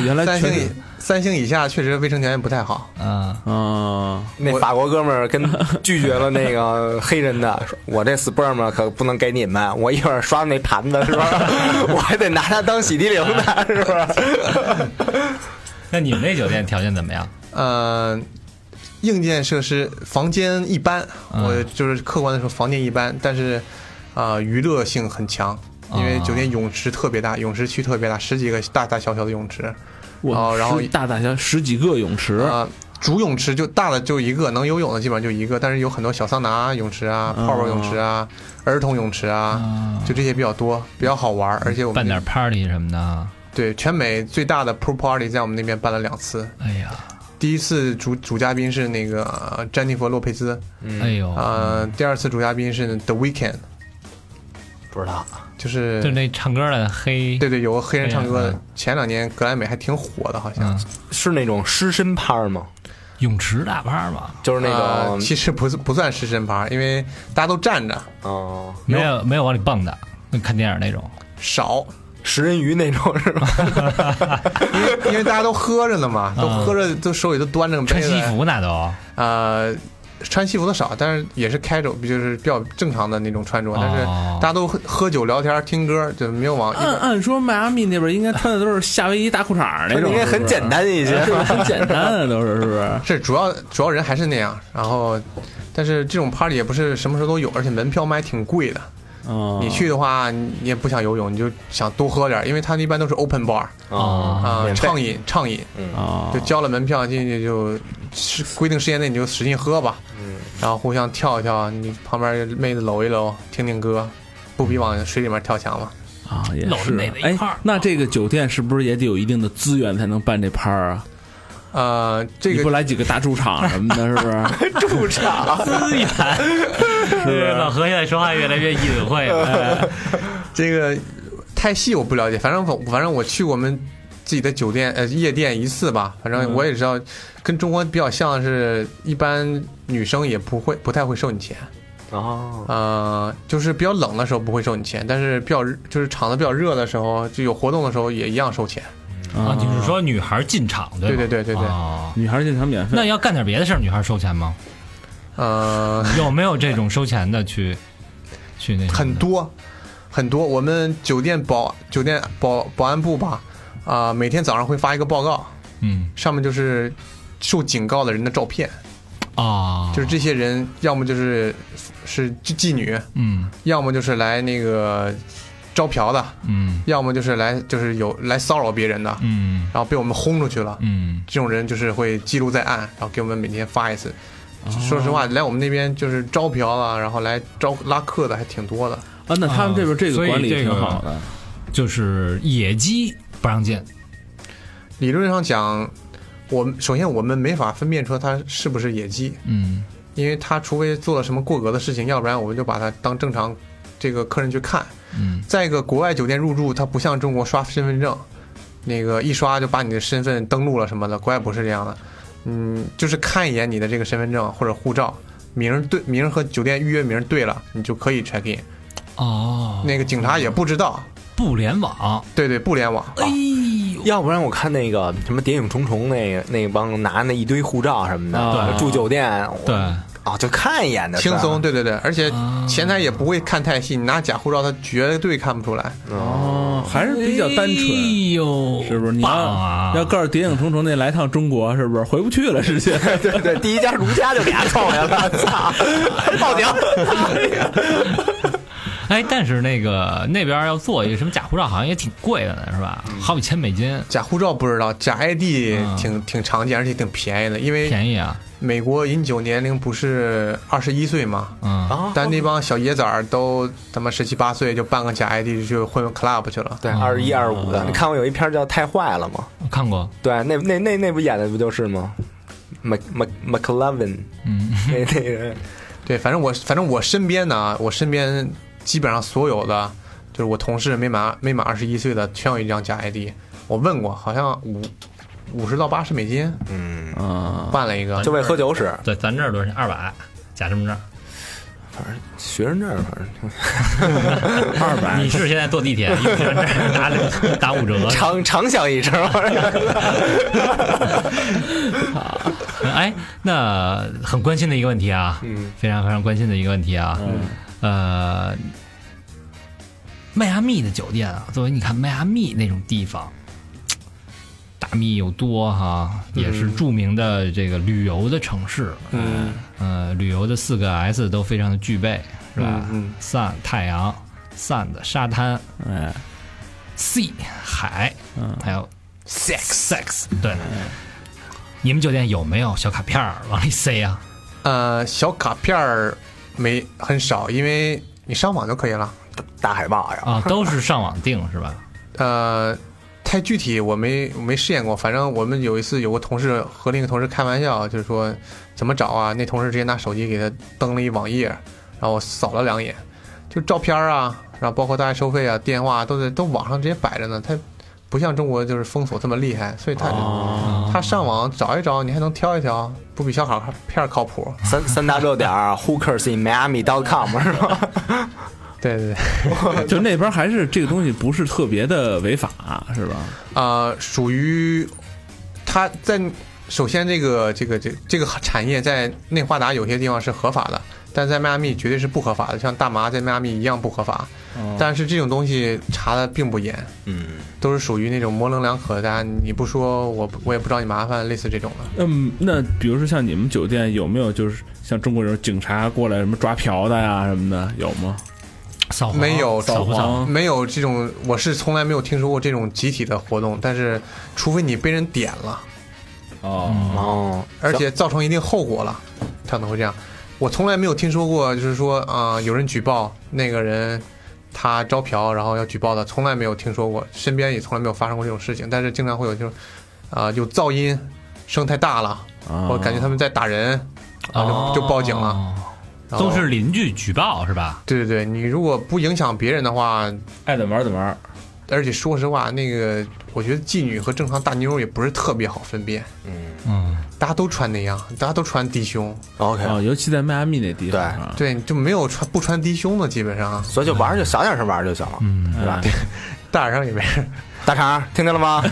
[SPEAKER 2] 原来
[SPEAKER 5] 三
[SPEAKER 2] 全
[SPEAKER 5] 星以三星以下确实卫生条件不太好。
[SPEAKER 4] 嗯，
[SPEAKER 2] 啊，
[SPEAKER 3] 那法国哥们儿跟拒绝了那个黑人的，说我这 sperm 啊可不能给你们，我一会儿刷那盘子是吧？ 我还得拿它当洗涤灵呢是吧？
[SPEAKER 4] 那你们那酒店条件怎么 样？
[SPEAKER 5] 呃，硬件设施房间一般，我就是客观的说房间一般，但是啊、呃娱乐性很强，因为酒店泳池特别大，泳池区特别大，十几个大大小小的泳池。
[SPEAKER 2] 我
[SPEAKER 5] 哦然后
[SPEAKER 2] 十大大小十几个泳池，
[SPEAKER 5] 啊，主泳池就大的就一个，能游泳的基本上就一个，但是有很多小桑拿泳池啊、
[SPEAKER 2] 嗯
[SPEAKER 5] 泡泡泳池啊、儿童泳池啊，就这些比较多，比较好玩儿。而且我们
[SPEAKER 4] 办点
[SPEAKER 5] 那
[SPEAKER 4] party 什么的啊？
[SPEAKER 5] 对全美最大的 pool party 在我们那边办了两次，
[SPEAKER 4] 哎呀，
[SPEAKER 5] 第一次主主嘉宾是那个呃詹妮弗·洛佩兹，
[SPEAKER 4] 哎呦，
[SPEAKER 5] 呃，第二次主嘉宾是 The Weeknd，
[SPEAKER 3] 不知道，
[SPEAKER 5] 就是
[SPEAKER 4] 就那唱歌的黑，
[SPEAKER 5] 对对，有个黑人唱歌
[SPEAKER 4] 黑人
[SPEAKER 5] 的，前两年格莱美还挺火的，好像
[SPEAKER 4] 嗯。
[SPEAKER 3] 是那种湿身趴儿吗？
[SPEAKER 4] 泳池大趴嘛，
[SPEAKER 3] 就是那
[SPEAKER 5] 呃
[SPEAKER 3] 种，
[SPEAKER 5] 其实不是不算是身趴，因为大家都站着，
[SPEAKER 3] 哦，
[SPEAKER 4] 没有没有往里蹦的，跟看电影那种。
[SPEAKER 5] 少，
[SPEAKER 3] 食人鱼那种是吧？
[SPEAKER 5] 因为因为大家都喝着呢嘛，都喝着，都手里都端着杯
[SPEAKER 4] 嗯穿
[SPEAKER 5] 子，
[SPEAKER 4] 西服那都，
[SPEAKER 5] 呃，穿西服的少，但是也是开着，就是比较正常的那种穿着，但是
[SPEAKER 4] 哦
[SPEAKER 5] 大家都喝喝酒聊天听歌，就没有往一
[SPEAKER 4] 嗯
[SPEAKER 2] 按
[SPEAKER 5] 般
[SPEAKER 2] 按说迈阿密那边应该穿的都是夏威夷大裤衩儿那种，
[SPEAKER 3] 应该很简单一些
[SPEAKER 2] 是。不是，很简单啊，都是是不是？
[SPEAKER 5] 是主要主要人还是那样，然后，但是这种 party 也不是什么时候都有，而且门票卖挺贵的。
[SPEAKER 2] 啊，
[SPEAKER 5] 你去的话，你也不想游泳，你就想多喝点儿，因为它一般都是 open bar 啊、
[SPEAKER 3] 免费
[SPEAKER 5] 畅饮畅饮，
[SPEAKER 2] 啊，
[SPEAKER 5] 就交了门票进去就，是规定时间内你就使劲喝吧，然后互相跳一跳，你旁边妹子搂一搂，听听歌，不比往水里面跳强吗？
[SPEAKER 2] 啊，也
[SPEAKER 4] 搂着
[SPEAKER 2] 是
[SPEAKER 4] 妹妹。一
[SPEAKER 2] 哎
[SPEAKER 4] 块儿，
[SPEAKER 2] 那这个酒店是不是也得有一定的资源才能办这趴儿啊？
[SPEAKER 5] 呃，这
[SPEAKER 2] 你不
[SPEAKER 5] 个
[SPEAKER 2] 来几个大驻场什么的，是不 是？
[SPEAKER 3] 驻场，
[SPEAKER 4] 资源，对 老何现在说话越来越隐晦 了。
[SPEAKER 5] 这个太细我不了解，反正我反正我去我们自己的酒店呃夜店一次吧，反正
[SPEAKER 2] 嗯
[SPEAKER 5] 我也知道，跟中国比较像是，一般女生也不会不太会收你钱，
[SPEAKER 3] 哦，
[SPEAKER 5] 呃，就是比较冷的时候不会收你钱，但是比较热就是场子比较热的时候，就有活动的时候也一样收钱。
[SPEAKER 4] 啊，你是说女孩进场对吗？
[SPEAKER 5] 对对对对对
[SPEAKER 4] 哦
[SPEAKER 2] 女孩进场免费？
[SPEAKER 4] 那要干点别的事儿，女孩收钱吗？
[SPEAKER 5] 呃，
[SPEAKER 4] 有没有这种收钱的去去那什么的
[SPEAKER 5] 很多很多，我们酒店保酒店保保安部吧，啊、每天早上会发一个报告，
[SPEAKER 4] 嗯
[SPEAKER 5] 上面就是受警告的人的照片，
[SPEAKER 4] 啊，
[SPEAKER 5] 就是这些人要么就是是妓妓女，
[SPEAKER 4] 嗯
[SPEAKER 5] 要么就是来那个招嫖的，
[SPEAKER 4] 嗯
[SPEAKER 5] 要么就是来就是有来骚扰别人的，
[SPEAKER 4] 嗯
[SPEAKER 5] 然后被我们轰出去了。
[SPEAKER 4] 嗯
[SPEAKER 5] 这种人就是会记录在案，然后给我们每天发一次。
[SPEAKER 4] 哦
[SPEAKER 5] 说实话，来我们那边就是招嫖啊，然后来招拉客的还挺多的。
[SPEAKER 2] 啊，那他们这边这
[SPEAKER 4] 所
[SPEAKER 2] 个
[SPEAKER 4] 以
[SPEAKER 2] 管理
[SPEAKER 4] 这
[SPEAKER 2] 挺
[SPEAKER 4] 个
[SPEAKER 2] 好的。
[SPEAKER 4] 就是野鸡不让进，
[SPEAKER 5] 理论上讲，我们首先我们没法分辨出他是不是野鸡，
[SPEAKER 4] 嗯
[SPEAKER 5] 因为他除非做了什么过格的事情，要不然我们就把他当正常这个客人去看。
[SPEAKER 4] 嗯
[SPEAKER 5] 再一个，国外酒店入住，它不像中国刷身份证，那个一刷就把你的身份登录了什么的，国外不是这样的。嗯，就是看一眼你的这个身份证或者护照，名儿对名儿和酒店预约名儿对了，你就可以 check in。
[SPEAKER 4] 哦，
[SPEAKER 5] 那个警察也不知道，
[SPEAKER 4] 不联网，
[SPEAKER 5] 对对，不联网。
[SPEAKER 4] 哎呦，
[SPEAKER 3] 要不然我看那个什么《谍影重重》那个那帮拿那一堆护照什么
[SPEAKER 2] 啊
[SPEAKER 3] 的，
[SPEAKER 4] 对
[SPEAKER 3] 住酒店，
[SPEAKER 4] 对
[SPEAKER 3] 我，哦，就看一眼的事
[SPEAKER 5] 轻
[SPEAKER 3] 儿
[SPEAKER 5] 松，，对对对，而且
[SPEAKER 4] 啊
[SPEAKER 5] 前台也不会看太细，你拿假护照他绝对看不出来。
[SPEAKER 2] 哦，还是比较单纯。
[SPEAKER 4] 哎呦，
[SPEAKER 2] 是不是？你要、
[SPEAKER 4] 棒啊？
[SPEAKER 2] 要告诉谍影重重那来趟中国，是不是回不去了？直接
[SPEAKER 3] 对对，第一家如家就给他扣下了，操，报警！
[SPEAKER 4] 哎，但是那个那边要做一个什么假护照，好像也挺贵的呢，是吧？
[SPEAKER 2] 嗯
[SPEAKER 4] 好几千美金，
[SPEAKER 5] 假护照不知道，假 ID
[SPEAKER 4] 嗯
[SPEAKER 5] 挺挺常见，而且挺便宜的，因为
[SPEAKER 4] 便宜啊，
[SPEAKER 5] 美国饮酒年龄不是二十一岁嘛，
[SPEAKER 4] 嗯，
[SPEAKER 3] 啊
[SPEAKER 5] 但那帮小野崽儿都他妈十七八岁就办个假 ID 就混 club 去了。
[SPEAKER 3] 对，二十一、二十五的，你看过有一片叫《太坏了》吗？
[SPEAKER 4] 我看过，
[SPEAKER 3] 对，那那那那不演的不就是吗？Mc Mc McLovin，
[SPEAKER 4] 嗯，
[SPEAKER 3] 那那人，
[SPEAKER 5] 对，反正我反正我身边呢，我身边基本上所有的就是我同事没满没满二十一岁的，全有一张假 ID。我问过，好像五五十到八十美金
[SPEAKER 3] 嗯，
[SPEAKER 2] 啊，
[SPEAKER 5] 办了一个
[SPEAKER 3] 就，为喝酒使，
[SPEAKER 4] 对，咱这儿多少钱？二百，假身份证。
[SPEAKER 3] 学生证，反正
[SPEAKER 2] 二百
[SPEAKER 4] 你是现在坐地铁，一个身份证打六打五折，
[SPEAKER 3] 长长响一声，
[SPEAKER 4] 哎，那很关心的一个问题啊，
[SPEAKER 3] 嗯，
[SPEAKER 4] 非常非常关心的一个问题啊，
[SPEAKER 5] 嗯
[SPEAKER 4] 呃，迈阿密的酒店啊，作为你看迈阿密那种地方，大密又多哈，也是著名的这个旅游的城市，
[SPEAKER 5] 嗯，
[SPEAKER 4] 呃，旅游的四个 S 都非常的具备，是吧？
[SPEAKER 5] 嗯嗯
[SPEAKER 4] sun 太阳，sand 沙滩
[SPEAKER 2] 哎，
[SPEAKER 4] ，sea 海，
[SPEAKER 2] 嗯
[SPEAKER 4] 还有 sex sex 对。你们酒店有没有小卡片儿往里塞啊？
[SPEAKER 5] 呃，小卡片儿没很少，因为你上网就可以了。
[SPEAKER 3] 大海报呀，
[SPEAKER 4] 啊，都是上网订是吧？
[SPEAKER 5] 呃，太具体我没我没试验过，反正我们有一次有个同事呃和另一个同事开玩笑，就是呃说怎么找啊？那同事直接拿手机给他登了一网页，然后我扫了两眼，就照片啊，然后包括大家收费啊、电话啊都在都网上直接摆着呢，他。不像中国就是封锁这么厉害，所以他、他上网找一找，你还能挑一挑，不比小卡片儿靠谱。
[SPEAKER 3] 三三 W 点啊 hookers in Miami dot com 是吧？
[SPEAKER 5] 对对对，
[SPEAKER 2] 就那边还是这个东西不是特别的违法，是吧？
[SPEAKER 5] 呃，属于它在首先这个这个这这个产业在内华达有些地方是合法的，但在迈阿密绝对是不合法的，像大麻在迈阿密一样不合法。但是这种东西查的并不严，
[SPEAKER 3] 嗯，
[SPEAKER 5] 都是属于那种模棱两可的，大家你不说我不我也不找你麻烦，类似这种的。
[SPEAKER 2] 嗯，那比如说像你们酒店有没有就是像中国人警察过来什么抓嫖的呀什么的有吗？
[SPEAKER 4] 扫黄
[SPEAKER 5] 没有
[SPEAKER 4] 扫不
[SPEAKER 2] 扫
[SPEAKER 4] 扫？
[SPEAKER 2] 黄
[SPEAKER 5] 没有这种，我是从来没有听说过这种集体的活动，但是除非你被人点了。
[SPEAKER 2] 哦，
[SPEAKER 3] 哦，
[SPEAKER 5] 而且造成一定后果了，他可能会这样。我从来没有听说过，就是说啊、呃有人举报那个人他招嫖然后要举报的，从来没有听说过，身边也从来没有发生过这种事情。但是经常会有就是，啊、有噪音，声太大了，
[SPEAKER 2] 啊
[SPEAKER 5] 我感觉他们在打人，然
[SPEAKER 4] 哦
[SPEAKER 5] 后啊就就报警了。
[SPEAKER 6] 哦
[SPEAKER 5] 然后
[SPEAKER 4] 都是邻居举报是吧？
[SPEAKER 5] 对对对，你如果不影响别人的话，
[SPEAKER 2] 爱怎么玩怎么玩。
[SPEAKER 5] 而且说实话，那个我觉得妓女和正常大妞也不是特别好分辨，
[SPEAKER 6] 嗯，
[SPEAKER 5] 大家都穿那样，大家都穿低胸，
[SPEAKER 3] OK，
[SPEAKER 2] 啊，尤其在迈阿密那地方啊，
[SPEAKER 5] 对，就没有穿不穿低胸的，基本上
[SPEAKER 3] 所以就玩儿就小点声玩儿就行了，
[SPEAKER 5] 嗯
[SPEAKER 3] 对吧？
[SPEAKER 5] 大点声也没事。
[SPEAKER 3] 大肠儿听见了 吗？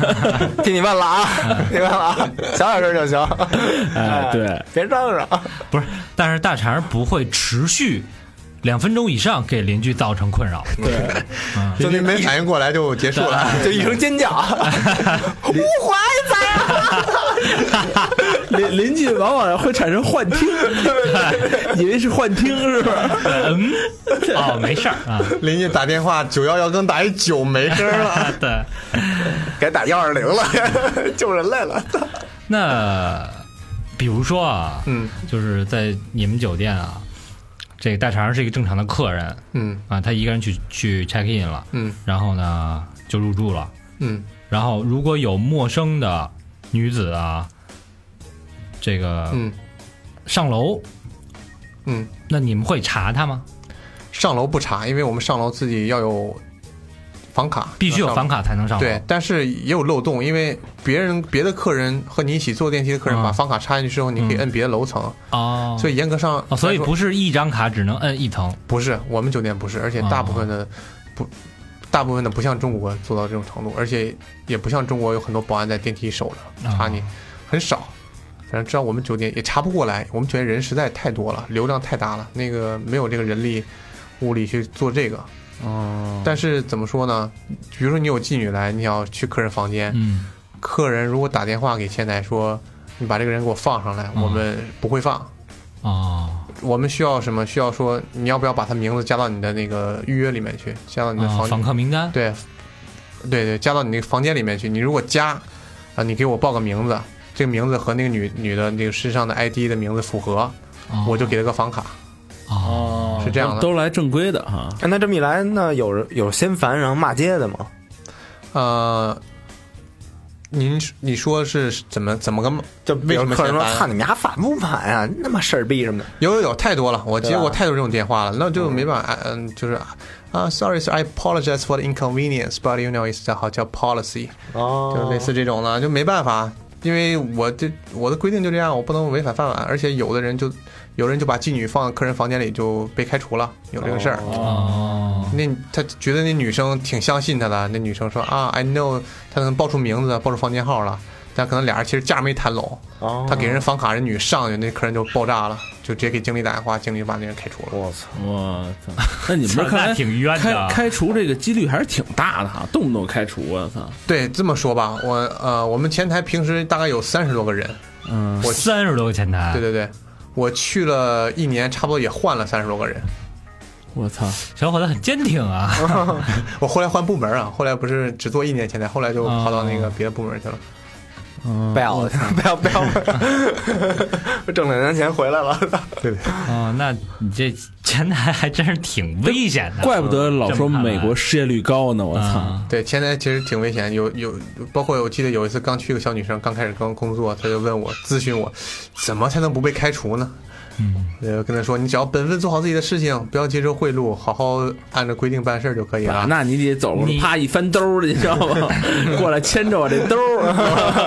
[SPEAKER 3] 替你问了啊，你问了啊，小点声就行，
[SPEAKER 2] 哎，对，
[SPEAKER 3] 别嚷嚷。
[SPEAKER 5] 啊
[SPEAKER 4] 不是，但是大肠不会持续两分钟以上给邻居造成困 扰。
[SPEAKER 5] 就你没反应过来就结束了。
[SPEAKER 3] 就一声 尖叫，五华在
[SPEAKER 2] 邻邻居往往会产生幻 听，以为是幻听，是不是？
[SPEAKER 4] 嗯，哦，没事儿啊，
[SPEAKER 5] 邻居打电话九幺幺跟打一九没声了。
[SPEAKER 4] 对。
[SPEAKER 3] 该打幺二零 了，救人来了。
[SPEAKER 4] 那比如说啊，
[SPEAKER 5] 嗯
[SPEAKER 4] 就是在你们酒店啊，这个大肠是一个正常的客人
[SPEAKER 5] 嗯
[SPEAKER 4] 啊，他一个人去去 check in 了，
[SPEAKER 5] 嗯
[SPEAKER 4] 然后呢就入住了。
[SPEAKER 5] 嗯，
[SPEAKER 4] 然后如果有陌生的女子啊，这个
[SPEAKER 5] 嗯
[SPEAKER 4] 上楼，
[SPEAKER 5] 嗯，
[SPEAKER 4] 那你们会查他吗？
[SPEAKER 5] 上楼不查，因为我们上楼自己要有房卡，
[SPEAKER 4] 必须有房
[SPEAKER 5] 卡。
[SPEAKER 4] 卡啊才能上楼。
[SPEAKER 5] 对，但是也有漏洞，因为别人别的客人和你一起坐电梯的客人
[SPEAKER 4] 啊
[SPEAKER 5] 把房卡插进去之后，你可以
[SPEAKER 4] 嗯
[SPEAKER 5] 摁别的楼层，
[SPEAKER 4] 哦，
[SPEAKER 5] 所以严格上
[SPEAKER 4] 哦，所以
[SPEAKER 5] 来说
[SPEAKER 4] 不是一张卡只能摁一层。
[SPEAKER 5] 不是我们酒店不是，而且
[SPEAKER 4] 啊
[SPEAKER 5] 大部分的不。大部分的不像中国做到这种程度，而且也不像中国有很多保安在电梯守着
[SPEAKER 4] 啊
[SPEAKER 5] 查你，很少。反正知道我们酒店也查不过来，我们酒店人实在太多了，流量太大了，那个没有这个人力物力去做这个。
[SPEAKER 2] 哦，
[SPEAKER 5] 但是怎么说呢？比如说你有妓女来，你要去客人房间，
[SPEAKER 4] 嗯，
[SPEAKER 5] 客人如果打电话给前台说你把这个人给我放上来，
[SPEAKER 4] 嗯
[SPEAKER 5] 我们不会放。
[SPEAKER 4] 哦，
[SPEAKER 5] 我们需要什么？需要说你要不要把他名字加到你的那个预约里面去，加到你的
[SPEAKER 4] 啊
[SPEAKER 5] 房、
[SPEAKER 4] 访客名单。
[SPEAKER 5] 对，对对，加到你那个房间里面去。你如果加，啊，你给我报个名字，这个名字和那个女女的那个身上的 ID 的名字符合，
[SPEAKER 4] 哦
[SPEAKER 5] 我就给她个房卡。
[SPEAKER 4] 哦，
[SPEAKER 2] 哦
[SPEAKER 5] 是这样的
[SPEAKER 2] 都来正规的哈。
[SPEAKER 3] 哎那这么一来，那有人有掀烦然后骂街的吗？
[SPEAKER 5] 呃，您你说是怎么怎么个？
[SPEAKER 3] 就
[SPEAKER 5] 为什么
[SPEAKER 3] 客人说
[SPEAKER 5] 嫌烦：“啊
[SPEAKER 3] 看你们家烦不烦呀？那么事儿逼什么的。
[SPEAKER 5] 有有有，太多了，我
[SPEAKER 3] 对
[SPEAKER 5] 接过
[SPEAKER 3] 吧
[SPEAKER 5] 太多这种电话了，那就没办法，嗯、就是啊、s o r r y sir，I apologize for the inconvenience，but you know it's 好叫 policy，”
[SPEAKER 3] 哦
[SPEAKER 5] 就类似这种了，就没办法，因为我这我的规定就这样，我不能违反饭碗，而且有的人就有人就把妓女放在客人房间里就被开除了，有这个事儿。
[SPEAKER 4] 哦，
[SPEAKER 5] 那他觉得那女生挺相信他的，那女生说啊，I know，他能报出名字，报出房间号了，但可能俩人其实价没谈拢，
[SPEAKER 3] 哦
[SPEAKER 5] 他给人房卡，人女上去，那客人就爆炸了，就直接给经理打电话，经理就把那人开除了。
[SPEAKER 3] 我操，
[SPEAKER 2] 我操，那你们这看
[SPEAKER 4] 那
[SPEAKER 2] 来
[SPEAKER 4] 挺冤的
[SPEAKER 2] 开
[SPEAKER 4] 啊。
[SPEAKER 2] 开除这个几率还是挺大的哈，动不动开除，我操，
[SPEAKER 5] 对，这么说吧，我呃，我们前台平时大概有三十多个人，
[SPEAKER 2] 嗯，
[SPEAKER 5] 我
[SPEAKER 4] 三十多个前台，
[SPEAKER 5] 对对对，我去了一年，差不多也换了三十多个人。
[SPEAKER 2] 我操，
[SPEAKER 4] 小伙子很坚挺 啊。
[SPEAKER 5] 我后来换部门啊，后来不是只做一年前台，后来就跑到那个别的部门去了。
[SPEAKER 3] 不要了，不要不要！ 挣两年钱回来了，
[SPEAKER 4] 哦，那你这前台还真是挺危险的。
[SPEAKER 2] 怪不得老说
[SPEAKER 4] 这么看来
[SPEAKER 2] 美国失业率高呢，我操，
[SPEAKER 4] 啊，
[SPEAKER 5] 对，前台其实挺危险，有有，包括我记得有一次刚去个小女生，刚开始刚工作，她就问我咨询我，怎么才能不被开除呢？
[SPEAKER 4] 嗯，
[SPEAKER 5] 我就跟她说，你只要本分做好自己的事情，不要接受贿赂，好好按照规定办事儿就可以了。
[SPEAKER 2] 啊那你得走
[SPEAKER 4] 你
[SPEAKER 2] 了，啪一翻兜儿，你知道吗？过来牵着我这兜儿，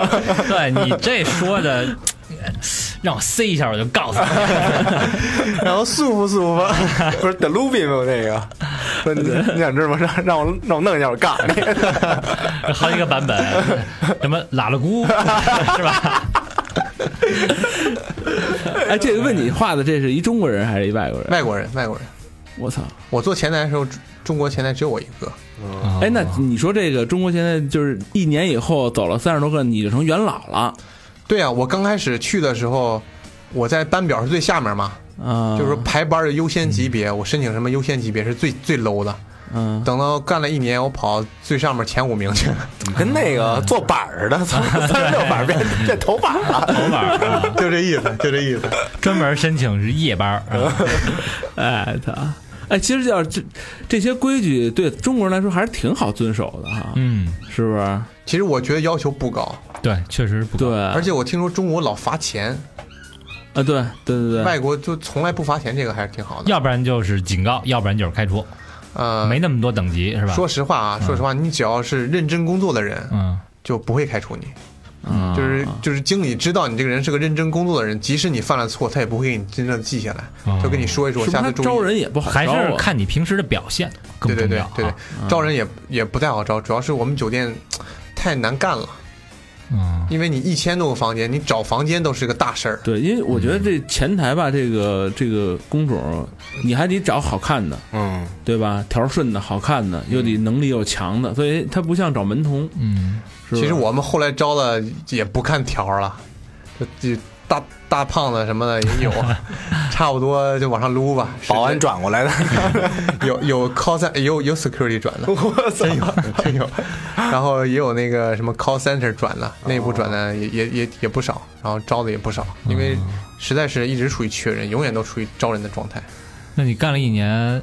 [SPEAKER 4] 对你这说的，让我塞一下我就告诉你。
[SPEAKER 3] 然后舒服舒服， 不是 The Ruby 吗？那个，说你你想知道吗？让让我让我弄一下，我 告诉你。
[SPEAKER 4] 好几个版本，什么喇喇姑是吧？
[SPEAKER 2] 哎，这个问你话的，这是一中国人还是一外国人？
[SPEAKER 5] 外国人，外国人，
[SPEAKER 2] 我操！
[SPEAKER 5] 我做前台的时候，中中国前台只有我一个。哦
[SPEAKER 2] 哎，那你说这个中国现在就是一年以后走了三十多个，你就成元老了
[SPEAKER 5] 对啊，我刚开始去的时候，我在班表是最下面嘛，
[SPEAKER 2] 啊？
[SPEAKER 5] 就是说排班的优先级别，我申请什么优先级别是最最 low 的。
[SPEAKER 2] 嗯，
[SPEAKER 5] 等到干了一年，我跑最上面前五名去了，
[SPEAKER 3] 跟那个做板儿 的，从三十六板儿变变头板了。
[SPEAKER 4] 头板儿啊，
[SPEAKER 5] 就这意思，就这意思。嗯
[SPEAKER 4] 专门申请是夜班儿啊。
[SPEAKER 2] 哎他，哎，其实要是这这些规矩对中国人来说还是挺好遵守的哈，
[SPEAKER 7] 嗯，
[SPEAKER 2] 是不是？
[SPEAKER 5] 其实我觉得要求不高，
[SPEAKER 4] 啊
[SPEAKER 7] 对，确实不高
[SPEAKER 2] 对，
[SPEAKER 5] 而
[SPEAKER 2] 啊，
[SPEAKER 5] 且我听说中国老罚钱，
[SPEAKER 2] 对对对对，
[SPEAKER 5] 外国就从来不罚钱，这个还是挺好的。
[SPEAKER 7] 要不然就是警告，要不然就是开除，
[SPEAKER 5] 呃，
[SPEAKER 7] 没那么多等级是吧？
[SPEAKER 5] 说实话啊，说实话，你只要是认真工作的人，
[SPEAKER 7] 嗯，
[SPEAKER 5] 就不会开除你。
[SPEAKER 2] 啊
[SPEAKER 5] 就是就是经理知道你这个人是个认真工作的人，即使你犯了错，他也不会给你真正记下来，
[SPEAKER 7] 哦
[SPEAKER 5] 就跟你说一说，
[SPEAKER 2] 是不是
[SPEAKER 5] 下
[SPEAKER 2] 他
[SPEAKER 5] 次
[SPEAKER 2] 招
[SPEAKER 5] 注意。
[SPEAKER 2] 人也不好
[SPEAKER 7] 还
[SPEAKER 2] 招
[SPEAKER 7] 是
[SPEAKER 2] 啊
[SPEAKER 7] 看你平时的表现更
[SPEAKER 5] 对
[SPEAKER 7] 重
[SPEAKER 5] 对对
[SPEAKER 7] 要啊。
[SPEAKER 5] 对对，招人也也不太好招，主要是我们酒店太难干了，
[SPEAKER 7] 嗯，
[SPEAKER 5] 因为你一千多个房间，你找房间都是个大事儿。
[SPEAKER 2] 对，因为我觉得这前台吧，这个这个工种，你还得找好看的，
[SPEAKER 3] 嗯，
[SPEAKER 2] 对吧？条顺的、好看的，又得能力又强的，所以他不像找门童，
[SPEAKER 7] 嗯，
[SPEAKER 2] 是吧
[SPEAKER 5] 其实我们后来招的也不看条儿了，就就大大胖子什么的 也有，差不多就往上撸吧。
[SPEAKER 3] 保安转过来的，
[SPEAKER 5] 有有 call center 有有 security 转的，真有 真有，然后也有那个什么 call center 转的，内部转的也也也也不少，然后招的也不少，因为
[SPEAKER 7] 嗯
[SPEAKER 5] 实在是一直处于缺人，永远都处于招人的状态。
[SPEAKER 7] 那你干了一年，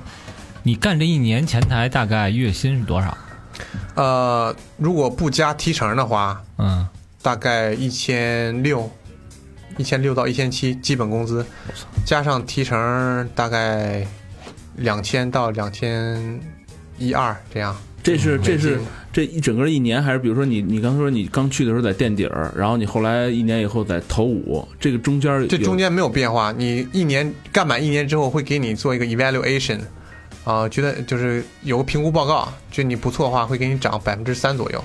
[SPEAKER 7] 你干这一年前台大概月薪是多少？
[SPEAKER 5] 呃，如果不加提成的话，
[SPEAKER 7] 嗯，
[SPEAKER 5] 大概一千六，一千六到一千七基本工资，加上提成大概两千到两千一二这样。
[SPEAKER 2] 这是这
[SPEAKER 5] 美
[SPEAKER 2] 是
[SPEAKER 5] 金
[SPEAKER 2] 这一整个一年，还是比如说你你刚说你刚去的时候在垫底儿，然后你后来一年以后在头五，这个中间儿
[SPEAKER 5] 这
[SPEAKER 2] 有
[SPEAKER 5] 中间没有变化，你一年干满一年之后会给你做一个 evaluation，啊、觉得就是有个评估报告，就你不错的话会给你涨百分之三左右。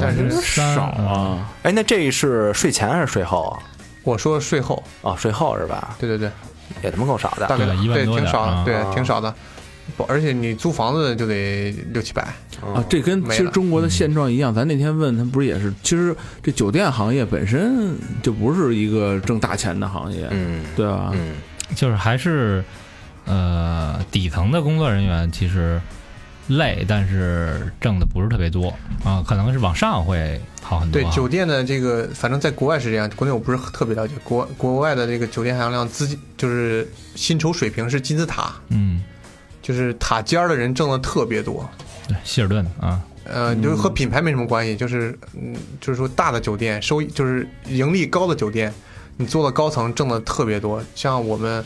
[SPEAKER 5] 但是
[SPEAKER 7] 三
[SPEAKER 2] 少，啊，
[SPEAKER 3] 哎，那这是税前还是税后啊？
[SPEAKER 5] 我说税后，
[SPEAKER 3] 哦，税后是吧？
[SPEAKER 5] 对对对，
[SPEAKER 3] 也他妈够少的
[SPEAKER 5] 大。概
[SPEAKER 7] 对一万
[SPEAKER 5] 对
[SPEAKER 7] 多
[SPEAKER 5] 挺
[SPEAKER 7] 点儿
[SPEAKER 5] 少
[SPEAKER 7] 啊
[SPEAKER 5] 的，对挺少的。不，而且你租房子就得六七百，
[SPEAKER 2] 啊，这跟
[SPEAKER 5] 没
[SPEAKER 2] 其实
[SPEAKER 5] 了
[SPEAKER 2] 中国的现状一样。咱那天问他，不是也是，其实这酒店行业本身就不是一个挣大钱的行业，
[SPEAKER 3] 嗯
[SPEAKER 2] 对吧？
[SPEAKER 3] 嗯，
[SPEAKER 7] 就是还是呃底层的工作人员其实累，但是挣的不是特别多啊，可能是往上会好很多
[SPEAKER 5] 对
[SPEAKER 7] 啊。
[SPEAKER 5] 酒店的这个，反正在国外是这样，国内我不是特别了解。国国外的这个酒店含量资金就是薪酬水平是金字塔，
[SPEAKER 7] 嗯，
[SPEAKER 5] 就是塔尖儿的人挣的特别多，
[SPEAKER 7] 对，希尔顿啊，
[SPEAKER 5] 呃，就是和品牌没什么关系，就是嗯，就是说大的酒店收益就是盈利高的酒店，你做到高层挣的特别多。像我们，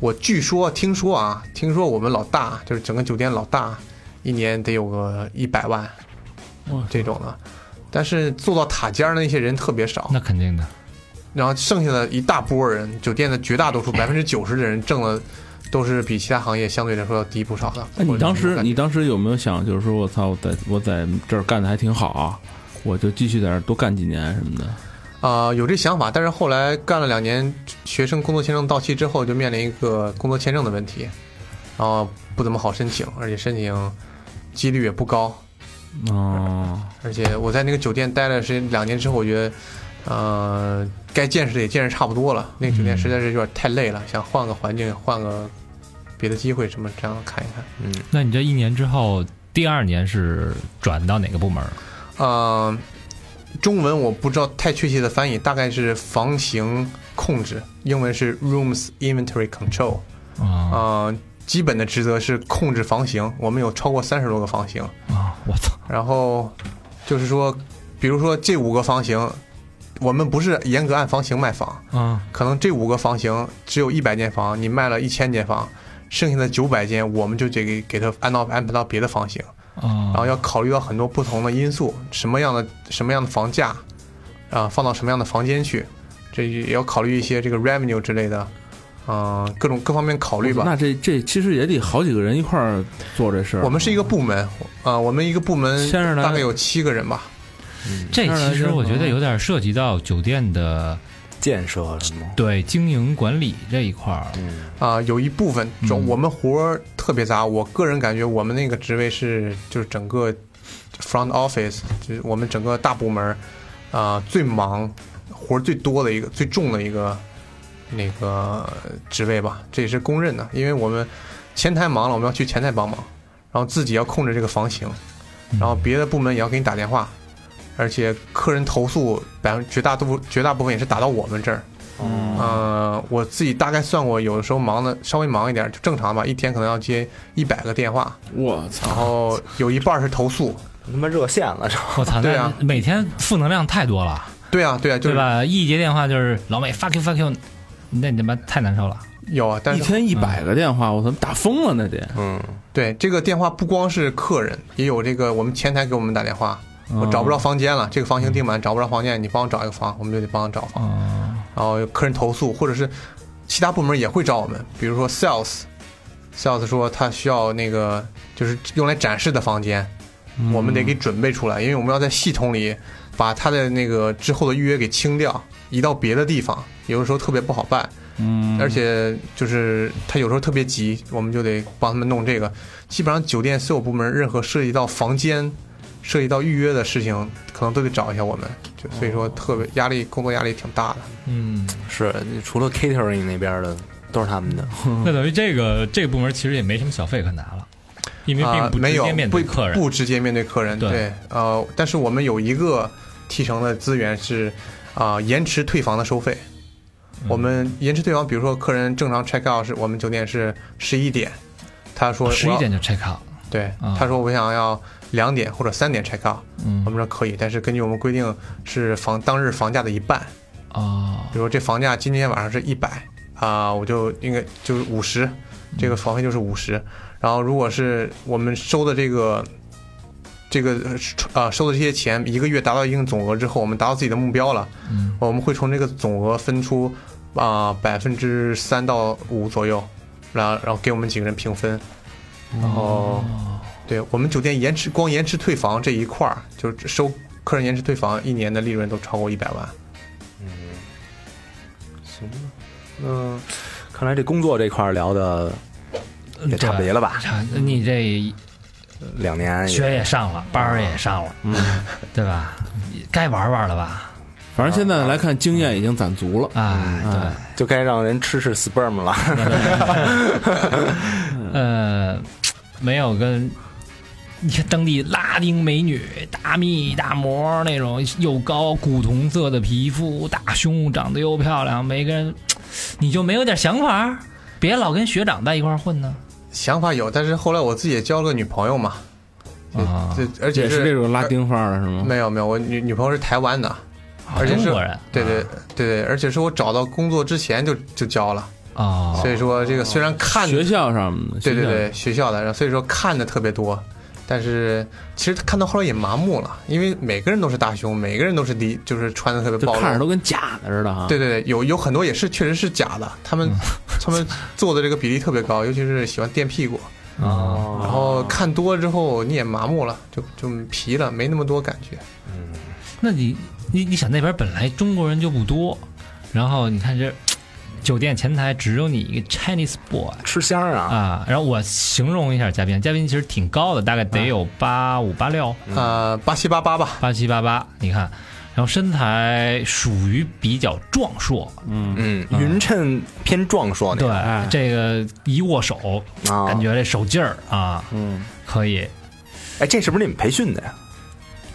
[SPEAKER 5] 我据说听说啊，听说我们老大就是整个酒店老大，一年得有个一百万
[SPEAKER 2] 哇
[SPEAKER 5] 这种的，但是做到塔尖儿的那些人特别少，
[SPEAKER 7] 那肯定的。
[SPEAKER 5] 然后剩下的一大波人，酒店的绝大多
[SPEAKER 2] 嗯
[SPEAKER 5] 数百分之九十的人挣的都是比其他行业相对来说要低不少的。
[SPEAKER 2] 哎，你当
[SPEAKER 5] 我
[SPEAKER 2] 时
[SPEAKER 5] 感觉
[SPEAKER 2] 你当时有没有想，就是说我操，我在我在这儿干的还挺好啊，我就继续在这儿多干几年什么的？
[SPEAKER 5] 啊、有这想法，但是后来干了两年学生工作签证到期之后，就面临一个工作签证的问题，然后不怎么好申请，而且申请几率也不高。
[SPEAKER 2] 哦，
[SPEAKER 5] 而且我在那个酒店待了时间两年之后，我觉得，呃，该见识的也见识差不多了。那个酒
[SPEAKER 2] 嗯
[SPEAKER 5] 店实在是有点太累了，想换个环境，换个别的机会什么这样看一看。
[SPEAKER 7] 那你这一年之后，第二年是转到哪个部门？
[SPEAKER 5] 呃，中文我不知道太确切的翻译，大概是房型控制，英文是 Rooms Inventory Control。
[SPEAKER 7] 啊
[SPEAKER 5] 呃，基本的职责是控制房型，我们有超过三十多个房型。
[SPEAKER 7] 啊！我操，
[SPEAKER 5] 然后就是说，比如说这五个房型，我们不是严格按房型卖房，
[SPEAKER 7] 啊
[SPEAKER 5] 可能这五个房型只有一百间房，你卖了一千间房，剩下的九百间我们就得给给它按到安排到别的房型，
[SPEAKER 7] 啊
[SPEAKER 5] 然！后要考虑到很多不同的因素，什么样的什么样的房价，啊、放到什么样的房间去，这也要考虑一些这个 revenue 之类的，嗯、各种各方面考虑吧。
[SPEAKER 2] 哦那这这其实也得好几个人一块儿做这事儿。
[SPEAKER 5] 我们是一个部门，啊、我们一个部门
[SPEAKER 2] 先是来
[SPEAKER 5] 大概有七个人吧。
[SPEAKER 7] 这其实我觉得有点涉及到酒店的
[SPEAKER 3] 建设什么？
[SPEAKER 7] 对经营管理这一块儿。
[SPEAKER 5] 啊、有一部分，就我们活儿特别杂。我个人感觉，我们那个职位是就是整个 front office，就是我们整个大部门儿啊、最忙、活儿最多的一个、最重的一个那个职位吧。这也是公认的，因为我们前台忙了，我们要去前台帮忙，然后自己要控制这个房型，然后别的部门也要给你打电话，而且客人投诉百分绝大多绝大部分也是打到我们这儿。呃，我自己大概算过，有的时候忙的稍微忙一点，就正常吧，一天可能要接一百个电话，
[SPEAKER 2] 我操
[SPEAKER 5] 然！后有一半是投诉。
[SPEAKER 3] 他妈热线了，这
[SPEAKER 4] 我操，
[SPEAKER 5] 对
[SPEAKER 4] 那
[SPEAKER 5] 啊
[SPEAKER 4] 每天负能量太多了，
[SPEAKER 5] 对啊，对啊，就
[SPEAKER 4] 对
[SPEAKER 5] 是
[SPEAKER 4] 吧？一接电话就是老美 fuck you fuck you，那你他妈太难受了。
[SPEAKER 5] 有啊，但
[SPEAKER 2] 一
[SPEAKER 5] 是
[SPEAKER 2] 天一百个电话，我他妈打疯了那得。
[SPEAKER 3] 嗯，
[SPEAKER 5] 对这个电话不光是客人，也有这个我们前台给我们打电话，我找不着房间了，这个房型订满，找不着房间，你帮我找一个房，我们就得帮他找房。
[SPEAKER 4] 嗯，
[SPEAKER 5] 然后有客人投诉，或者是其他部门也会找我们，比如说 sales。sales 说他需要那个就是用来展示的房间，我们得给准备出来，因为我们要在系统里把他的那个之后的预约给清掉，移到别的地方，有的时候特别不好办。
[SPEAKER 2] 嗯，
[SPEAKER 5] 而且就是他有时候特别急，我们就得帮他们弄这个。基本上酒店所有部门任何涉及到房间、涉及到预约的事情，可能都得找一下我们。就所以说特别压力，工作压力挺大的。
[SPEAKER 4] 嗯，
[SPEAKER 3] 是除了 catering 那边的都是他们的，
[SPEAKER 5] 嗯
[SPEAKER 4] 那等于这个这个部门其实也没什么小费可拿了，因为
[SPEAKER 5] 啊
[SPEAKER 4] 并，不
[SPEAKER 5] 没
[SPEAKER 4] 直
[SPEAKER 5] 有
[SPEAKER 4] 接面对客人。
[SPEAKER 5] 不，不直接面对客人，
[SPEAKER 4] 对
[SPEAKER 5] 呃，但是我们有一个提成的资源是啊、延迟退房的收费。
[SPEAKER 4] 嗯
[SPEAKER 5] 我们延迟退房，比如说客人正常 check out 是我们酒店是十一点，他说
[SPEAKER 4] 哦十
[SPEAKER 5] 我
[SPEAKER 4] 一
[SPEAKER 5] 要
[SPEAKER 4] 点就 check out。
[SPEAKER 5] 对
[SPEAKER 4] 啊，
[SPEAKER 5] 他说我想要两点或者三点 check out，、
[SPEAKER 4] 嗯
[SPEAKER 5] 我们说可以，但是根据我们规定是房当日房价的一半，
[SPEAKER 4] 哦，
[SPEAKER 5] 比如说这房价今天晚上是一百啊，我就应该就是五十，这个房费就是五十。然后如果是我们收的这个这个呃收的这些钱，一个月达到一定总额之后，我们达到自己的目标了，
[SPEAKER 4] 嗯
[SPEAKER 5] 我们会从这个总额分出啊百分之三到五左右，然后然后给我们几个人平分，然后。对我们酒店延迟光延迟退房这一块儿，就是收客人延迟退房，一年的利润都超过一百万。
[SPEAKER 3] 行吧，嗯、看来这工作这块儿聊的也差不离了吧？
[SPEAKER 4] 差你这
[SPEAKER 3] 两年也
[SPEAKER 4] 学也上了，班儿也上了，嗯，对吧？该玩玩了吧？
[SPEAKER 2] 反正现在来看，经验已经攒足了。
[SPEAKER 5] 嗯
[SPEAKER 4] 哎，对。
[SPEAKER 3] 就该让人吃吃 sperm 了。
[SPEAKER 4] 呃，没有跟你看当地拉丁美女、大蜜大模那种，又高古铜色的皮肤，大胸，长得又漂亮，没跟人，你就没有点想法儿？别老跟学长在一块儿混呢。
[SPEAKER 5] 想法有，但是后来我自己也交了个女朋友嘛，这
[SPEAKER 4] 啊
[SPEAKER 5] 这而且
[SPEAKER 2] 也是
[SPEAKER 5] 是呃
[SPEAKER 2] 这种拉丁范儿的是吗？啊
[SPEAKER 5] 没有没有，我女女朋友是台湾的，而且
[SPEAKER 4] 中
[SPEAKER 5] 是
[SPEAKER 4] 国人
[SPEAKER 5] 对对对对，而且是我找到工作之前就就交了，
[SPEAKER 4] 哦，
[SPEAKER 5] 所以说这个虽然看
[SPEAKER 2] 学校上的，
[SPEAKER 5] 对对
[SPEAKER 2] 学校
[SPEAKER 5] 对学校的，然后所以说看的特别多，但是其实看到后来也麻木了，因为每个人都是大胸，每个人都是低，就是穿的特别
[SPEAKER 2] 就
[SPEAKER 5] 暴
[SPEAKER 2] 看着
[SPEAKER 5] 露。
[SPEAKER 2] 都跟假的似的哈。
[SPEAKER 5] 对对对，有有很多也是确实是假的，他
[SPEAKER 2] 嗯
[SPEAKER 5] 们、他们做的这个比例特别高，尤其是喜欢垫屁股。
[SPEAKER 4] 哦，
[SPEAKER 5] 然后看多了之后你也麻木了，就就皮了，没那么多感觉。
[SPEAKER 4] 那你你你想那边本来中国人就不多，然后你看这酒店前台只有你一个 Chinese boy。
[SPEAKER 3] 吃香啊！
[SPEAKER 4] 啊，然后我形容一下嘉宾，嘉宾其实挺高的，大概得有八五八六，
[SPEAKER 5] 呃，八七八八吧，
[SPEAKER 4] 八七八八，你看，然后身材属于比较壮硕，
[SPEAKER 3] 嗯，匀称偏壮
[SPEAKER 5] 哦
[SPEAKER 3] 硕那
[SPEAKER 4] 对
[SPEAKER 3] 个，
[SPEAKER 4] 这个一握手，
[SPEAKER 3] 啊
[SPEAKER 4] 感觉这手劲儿啊，
[SPEAKER 2] 嗯，
[SPEAKER 4] 可以，
[SPEAKER 3] 哎，这是不是你们培训的呀？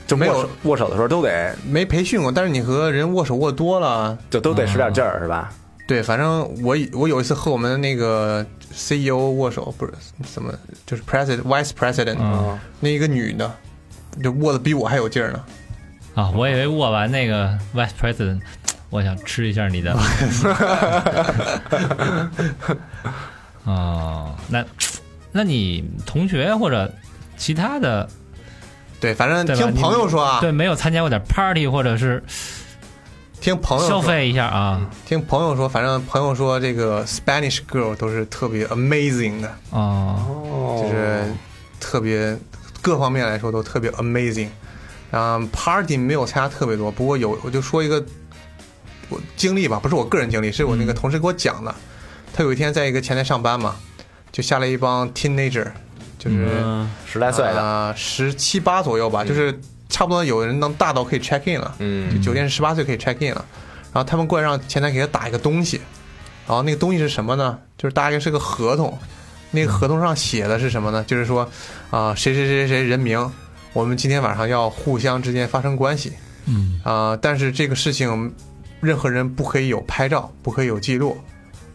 [SPEAKER 3] 就
[SPEAKER 5] 没有
[SPEAKER 3] 握手握手的时候都得
[SPEAKER 5] 没培训过，但是你和人握手握多了，
[SPEAKER 3] 就都得使点劲儿是吧？
[SPEAKER 5] 对，反正我我有一次和我们的那个 CEO 握手，不是怎么就是 President Vice President，、
[SPEAKER 4] 嗯
[SPEAKER 5] 那一个女的，就握的比我还有劲儿呢。
[SPEAKER 4] 啊，我以为握完那个 Vice President，我想吃一下你的， 哦，那那你同学或者其他的
[SPEAKER 5] 对，反正
[SPEAKER 4] 对吧
[SPEAKER 5] 听朋友说啊，
[SPEAKER 4] 对没有参加过点 party 或者是
[SPEAKER 5] 听朋友
[SPEAKER 4] 消
[SPEAKER 5] 说，
[SPEAKER 4] 费一下啊，
[SPEAKER 5] 听朋友说，反正朋友说这个 Spanish girl 都是特别 amazing 的，
[SPEAKER 4] 哦。
[SPEAKER 5] 就是特别各方面来说都特别 amazing。嗯，party 没有参加特别多，不过有我就说一个我经历吧，不是我个人经历，是我那个同事给我讲的。他有一天在一个前台上班嘛，就下来一帮 teenager，就是
[SPEAKER 2] 嗯，
[SPEAKER 3] 十来岁的，
[SPEAKER 5] 啊十七八左右吧，就是差不多有人能大到可以 check in 了。
[SPEAKER 3] 嗯，
[SPEAKER 5] 酒店是十八岁可以 check in 了，然后他们过来让前台给他打一个东西，然后那个东西是什么呢？就是大概是个合同，那个合同上写的是什么呢？就是说啊、谁谁谁谁谁人名，我们今天晚上要互相之间发生关系，嗯啊、但是这个事情。任何人不可以有拍照，不可以有记录，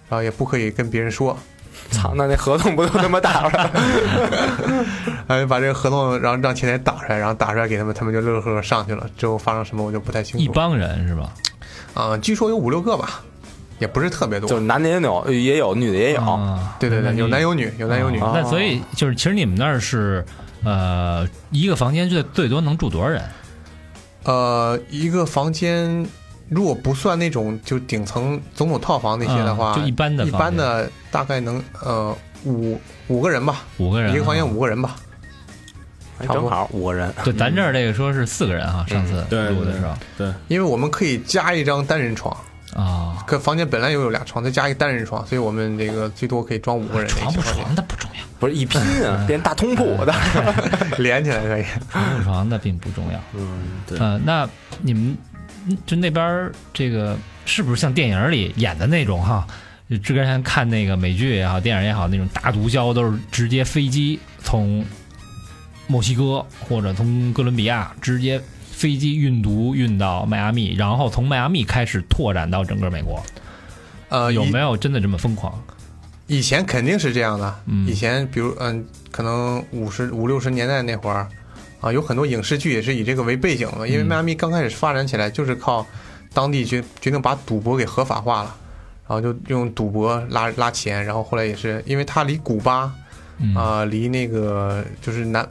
[SPEAKER 5] 然后也不可以跟别人说，
[SPEAKER 3] 操，那那合同不都他妈打了？
[SPEAKER 5] 哎，把这个合同，然后让前台打出来，然后打出来给他们，他们就乐呵呵上去了。之后发生什么我就不太清楚。
[SPEAKER 7] 一帮人是吧？
[SPEAKER 5] 啊、据说有五六个吧，也不是特别 多。
[SPEAKER 3] 就是男的也有，也有女的也有。
[SPEAKER 4] 嗯
[SPEAKER 7] 啊
[SPEAKER 5] 哦对对
[SPEAKER 7] 那
[SPEAKER 5] 对，
[SPEAKER 7] 你
[SPEAKER 5] 有男有女，有男有女。
[SPEAKER 3] 啊
[SPEAKER 7] 那所以就是，其实你们那儿是，呃，一个房间最最多能住多少人？
[SPEAKER 5] 呃，一个房间如果不算那种就顶层总统套房那些的话，
[SPEAKER 7] 嗯就一般的
[SPEAKER 5] 一般
[SPEAKER 7] 房间
[SPEAKER 5] 的大概能呃五五个人吧，
[SPEAKER 7] 五个人啊，
[SPEAKER 5] 一个房间五个人吧。
[SPEAKER 3] 哎
[SPEAKER 5] 差不
[SPEAKER 3] 正
[SPEAKER 5] 多
[SPEAKER 3] 好五个人，
[SPEAKER 7] 对，
[SPEAKER 5] 嗯
[SPEAKER 7] 咱这儿这个说是四个人啊，上次
[SPEAKER 2] 对
[SPEAKER 7] 录的时候
[SPEAKER 2] 对，
[SPEAKER 5] 因为我们可以加一张单人床，
[SPEAKER 7] 啊，
[SPEAKER 5] 可房间本来又有俩床，再加一个单人床，所以我们这个最多可以装五个人。
[SPEAKER 7] 啊床不床的不重要，
[SPEAKER 3] 不是一拼啊，变大通铺的。
[SPEAKER 5] 连起来可以。
[SPEAKER 7] 床不床的并不重要。
[SPEAKER 2] 嗯，对，
[SPEAKER 7] 呃，那你们就那边儿这个是不是像电影里演的那种哈？就之前看那个美剧也好，电影也好，那种大毒枭都是直接飞机从墨西哥或者从哥伦比亚直接飞机运毒运到迈阿密，然后从迈阿密开始拓展到整个美国。
[SPEAKER 2] 啊
[SPEAKER 5] 呃，
[SPEAKER 7] 有
[SPEAKER 5] 以
[SPEAKER 7] 没有真的这么疯狂？
[SPEAKER 5] 以前肯定是这样的，
[SPEAKER 7] 嗯
[SPEAKER 5] 以前比如嗯、可能五十五六十年代那会儿，啊，有很多影视剧也是以这个为背景的，因为迈阿密刚开始发展起来就是靠当地决决定把赌博给合法化了，然后就用赌博拉拉钱，然后后来也是因为它离古巴
[SPEAKER 7] 嗯
[SPEAKER 5] 啊、离那个就是南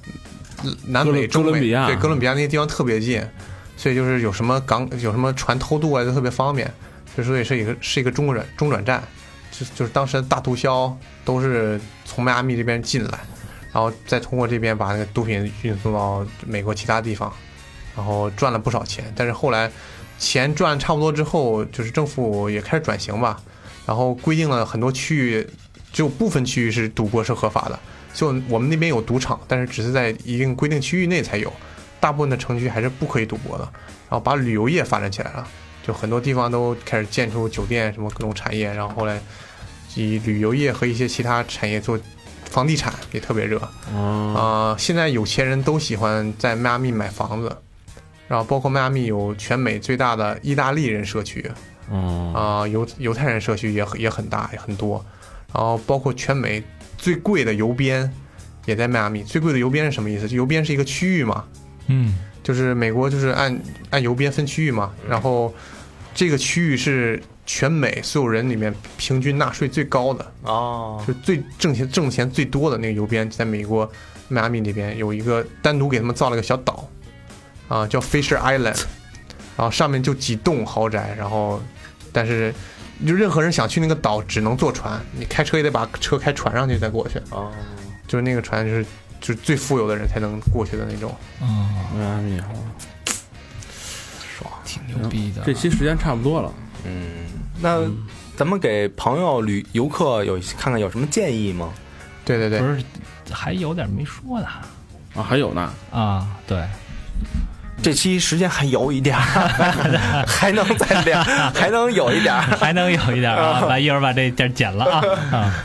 [SPEAKER 5] 南
[SPEAKER 2] 哥
[SPEAKER 5] 美
[SPEAKER 2] 伦
[SPEAKER 5] 中
[SPEAKER 2] 哥伦
[SPEAKER 5] 美
[SPEAKER 2] 比亚
[SPEAKER 5] 对哥伦比亚那些地方特别近，所以就是有什么港有什么船偷渡啊，就特别方便。所以说也是一个是一个中转中转站，就就是当时的大毒枭都是从迈阿密这边进来，然后再通过这边把那个毒品运送到美国其他地方，然后赚了不少钱。但是后来钱赚差不多之后，就是政府也开始转型吧，然后规定了很多区域，只有部分区域是赌博是合法的。就我们那边有赌场，但是只是在一定规定区域内才有，大部分的城区还是不可以赌博的。然后把旅游业发展起来了，就很多地方都开始建出酒店什么各种产业，然后后来以旅游业和一些其他产业做。房地产也特别热啊、
[SPEAKER 2] 哦，
[SPEAKER 5] 现在有钱人都喜欢在迈阿密买房子，然后包括迈阿密有全美最大的意大利人社区，
[SPEAKER 2] 嗯，
[SPEAKER 5] 啊、犹犹太人社区也很也很大，也很多。然后包括全美最贵的邮编也在迈阿密。最贵的邮编是什么意思？就邮编是一个区域嘛，
[SPEAKER 7] 嗯，
[SPEAKER 5] 就是美国就是按按邮编分区域嘛。
[SPEAKER 3] 嗯
[SPEAKER 5] 然后这个区域是全美所有人里面平均纳税最高的，
[SPEAKER 3] 哦
[SPEAKER 5] 就是最挣钱挣钱最多的那个邮编，在美国迈阿密那边有一个单独给他们造了个小岛，啊，叫 Fisher Island，然后上面就几栋豪宅，然后但是就任何人想去那个岛只能坐船，你开车也得把车开船上去再过去，
[SPEAKER 3] 哦，
[SPEAKER 5] 就是那个船就是就是最富有的人才能过去的那种。
[SPEAKER 7] 哦，
[SPEAKER 2] 迈阿密，
[SPEAKER 7] 挺牛逼的。
[SPEAKER 2] 这期时间差不多了，
[SPEAKER 3] 嗯，那咱们给朋友旅游客有看看有什么建议吗？
[SPEAKER 5] 对对对
[SPEAKER 7] 不，是还有点没说呢
[SPEAKER 2] 啊，还有呢，
[SPEAKER 7] 啊？对，
[SPEAKER 3] 这期时间还有一点 儿，还能再聊，还能有一点 儿。
[SPEAKER 7] 还能有一点 啊，把一会儿把这点剪了啊啊。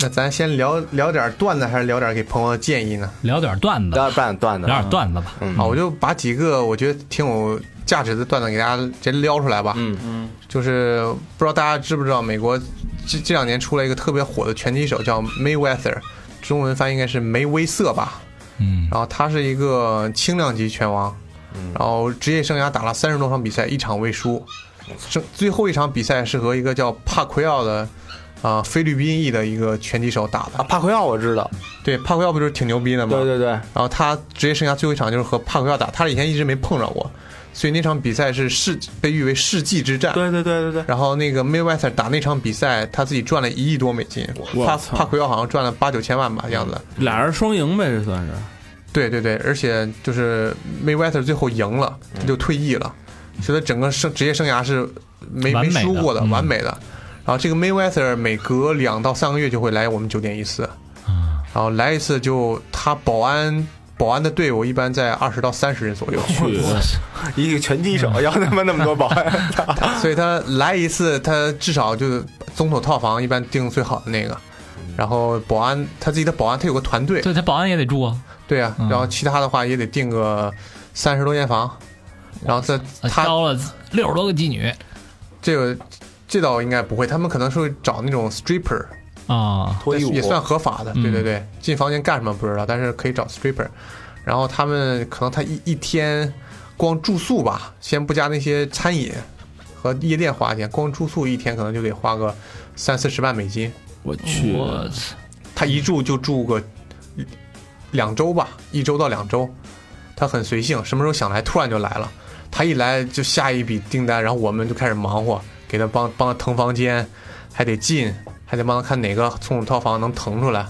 [SPEAKER 5] 那咱先聊聊点段子，还是聊点给朋友的建议呢？
[SPEAKER 7] 聊点段子，
[SPEAKER 3] 聊点半段
[SPEAKER 7] 聊
[SPEAKER 3] 的，
[SPEAKER 7] 点段子吧。
[SPEAKER 5] 好，我就把几个我觉得挺有价值的段子给大家直接撩出来吧。
[SPEAKER 3] 嗯
[SPEAKER 5] 嗯，就是不知道大家知不知道，美国这这两年出了一个特别火的拳击手叫 Mayweather，中文翻译应该是梅威瑟吧。
[SPEAKER 7] 嗯，
[SPEAKER 5] 然后他是一个轻量级拳王，然后职业生涯打了三十多场比赛，一场未输。这最后一场比赛是和一个叫帕奎奥的，啊、菲律宾裔的一个拳击手打
[SPEAKER 3] 啊，
[SPEAKER 5] 的。
[SPEAKER 3] 帕奎奥我知道，
[SPEAKER 5] 对，帕奎奥不就是挺牛逼的吗？
[SPEAKER 3] 对对对，
[SPEAKER 5] 然后他职业生涯最后一场就是和帕奎奥打，他以前一直没碰着过，所以那场比赛是世被誉为世纪之战。
[SPEAKER 3] 对对对对对，
[SPEAKER 5] 然后那个 Mayweather 打那场比赛，他自己赚了一亿多美金，
[SPEAKER 2] 哇
[SPEAKER 5] 帕
[SPEAKER 2] 操
[SPEAKER 5] 帕奎奥好像赚了八九千万吧样子。
[SPEAKER 2] 俩人双赢呗，这算是，
[SPEAKER 5] 对对对，而且就是 Mayweather 最后赢了，
[SPEAKER 7] 嗯
[SPEAKER 5] 他就退役了，所以他整个生职业生涯是没
[SPEAKER 7] 完
[SPEAKER 5] 没
[SPEAKER 7] 美的
[SPEAKER 5] 输过的，
[SPEAKER 7] 嗯
[SPEAKER 5] 完美的。然后这个 Mayweather 每隔两到三个月就会来我们酒店一
[SPEAKER 7] 啊
[SPEAKER 5] 次，然后来一次就他保安保安的队伍一般在二十到三十人左右，
[SPEAKER 2] 去，
[SPEAKER 3] 一个拳击手要他妈那么 多保安，
[SPEAKER 5] 所以他来一次，他至少就是总统套房一般订最好的那个，然后保安他自己的保安他有个团队，
[SPEAKER 7] 对他保安也得住啊。
[SPEAKER 5] 对啊，
[SPEAKER 7] 嗯
[SPEAKER 5] 然后其他的话也得订个三十多间房，然后在
[SPEAKER 7] 呃
[SPEAKER 5] 他
[SPEAKER 7] 招了六十多个妓女
[SPEAKER 5] 这个这倒应该不会，他们可能是会找那种 stripper，
[SPEAKER 7] 啊，
[SPEAKER 3] 脱衣舞
[SPEAKER 5] 也算合法的，
[SPEAKER 7] 嗯
[SPEAKER 5] 对对对，进房间干什么不知道，但是可以找 stripper，然后他们可能他一一天光住宿吧，先不加那些餐饮和夜店花钱，光住宿一天可能就得花个三四十万美金，
[SPEAKER 2] 我去，
[SPEAKER 7] 我
[SPEAKER 5] 他一住就住个一两周吧，一周到两周，他很随性，什么时候想来突然就来了，他一来就下一笔订单，然后我们就开始忙活，给他帮帮他腾房间，还得进，还得帮他看哪个从套房能腾出来。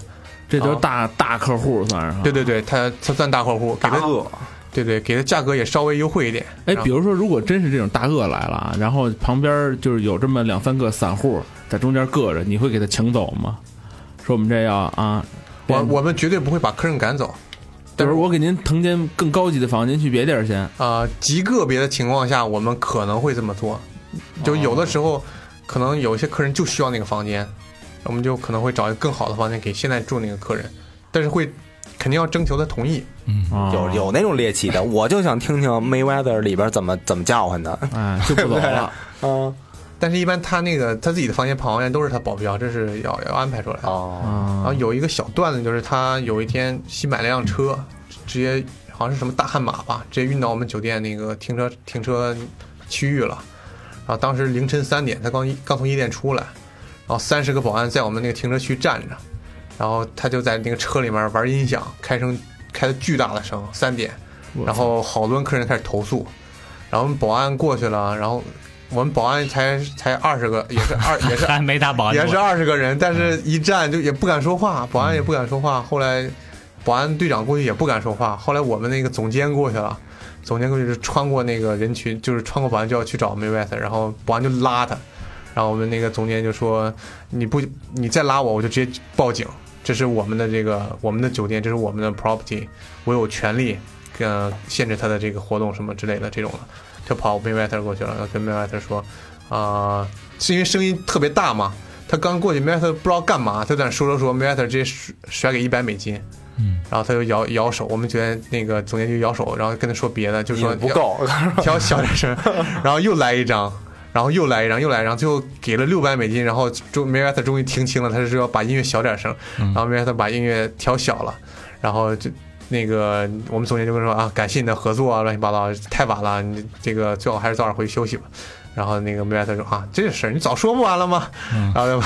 [SPEAKER 2] 这都是大大客户算是哈
[SPEAKER 5] 对。对对，他他算大客户，给
[SPEAKER 1] 大
[SPEAKER 5] 他
[SPEAKER 1] 鳄，
[SPEAKER 5] 对对给他价格也稍微优惠一点。
[SPEAKER 2] 哦哎，
[SPEAKER 5] 然后
[SPEAKER 2] 比如说，如果真是这种大鳄来了啊，然后旁边就是有这么两三个散户在中间硌着，你会给他请走吗？说我们这要啊，
[SPEAKER 5] 我我们绝对不会把客人赶走，
[SPEAKER 2] 就
[SPEAKER 5] 但
[SPEAKER 2] 是
[SPEAKER 5] 是
[SPEAKER 2] 我给您腾间更高级的房，您去别地儿先。
[SPEAKER 5] 啊，极个别的情况下，我们可能会这么做，就有的时候、可能有一些客人就需要那个房间，我们就可能会找一个更好的房间给现在住那个客人，但是会肯定要征求他同意。
[SPEAKER 2] 啊
[SPEAKER 3] 有，有那种猎奇 的，我就想听听 Mayweather 里边怎么怎么叫唤的。
[SPEAKER 2] 哎，就不走了。
[SPEAKER 3] 嗯，
[SPEAKER 5] 但是，一般他那个他自己的房间旁边都是他保镖，这是要要安排出来的。
[SPEAKER 3] 哦，
[SPEAKER 5] 然
[SPEAKER 2] 啊
[SPEAKER 5] 后，有一个小段子，就是他有一天新买了辆车，直接好像是什么大悍马吧，直接运到我们酒店那个停车停车区域了。然后当时凌晨三点，他刚一刚从夜店出来，然后三十个保安在我们那个停车区站着，然后他就在那个车里面玩音响，开声开的巨大的声，三点，然后好多客人开始投诉，然后我们保安过去了，然后我们保安才才二十个，也是二也是
[SPEAKER 7] 还没打保安
[SPEAKER 5] 也是二十个人，但是一站就也不敢说话，保安也不敢说话。后来，保安队长过去也不敢说话。后来我们那个总监过去了，总监过去就穿过那个人群，就是穿过保安就要去找 Mayweather，然后保安就拉他，然后我们那个总监就说：“你不，你再拉我，我就直接报警。这是我们的这个我们的酒店，这是我们的 property，我有权利呃限制他的这个活动什么之类的这种的。”就跑 Mayweather 过去了，然后跟 Mayweather 说：“啊、是因为声音特别大嘛。他刚过去，Matter 不知道干嘛，他在那说说说，Matter 直接甩甩给一百美金，嗯，然后他就摇摇手，我们觉得那个总监就摇手，然后跟他说别的，就
[SPEAKER 3] 你
[SPEAKER 5] 说
[SPEAKER 3] 不够，
[SPEAKER 5] 调小点声，然后又来一张，然后又来一张，又来一张，最后给了六百美金，然后终 Mayweather 终于听清了，他是说要把音乐小点声，然后 Mayweather 把音乐调小了，然后就那个我们总监就跟他说啊，感谢你的合作啊，乱七八糟，太晚了，你这个最好还是早点回去休息吧。然后那个 Mayweather 说啊，这事儿你早说不完了吗？然后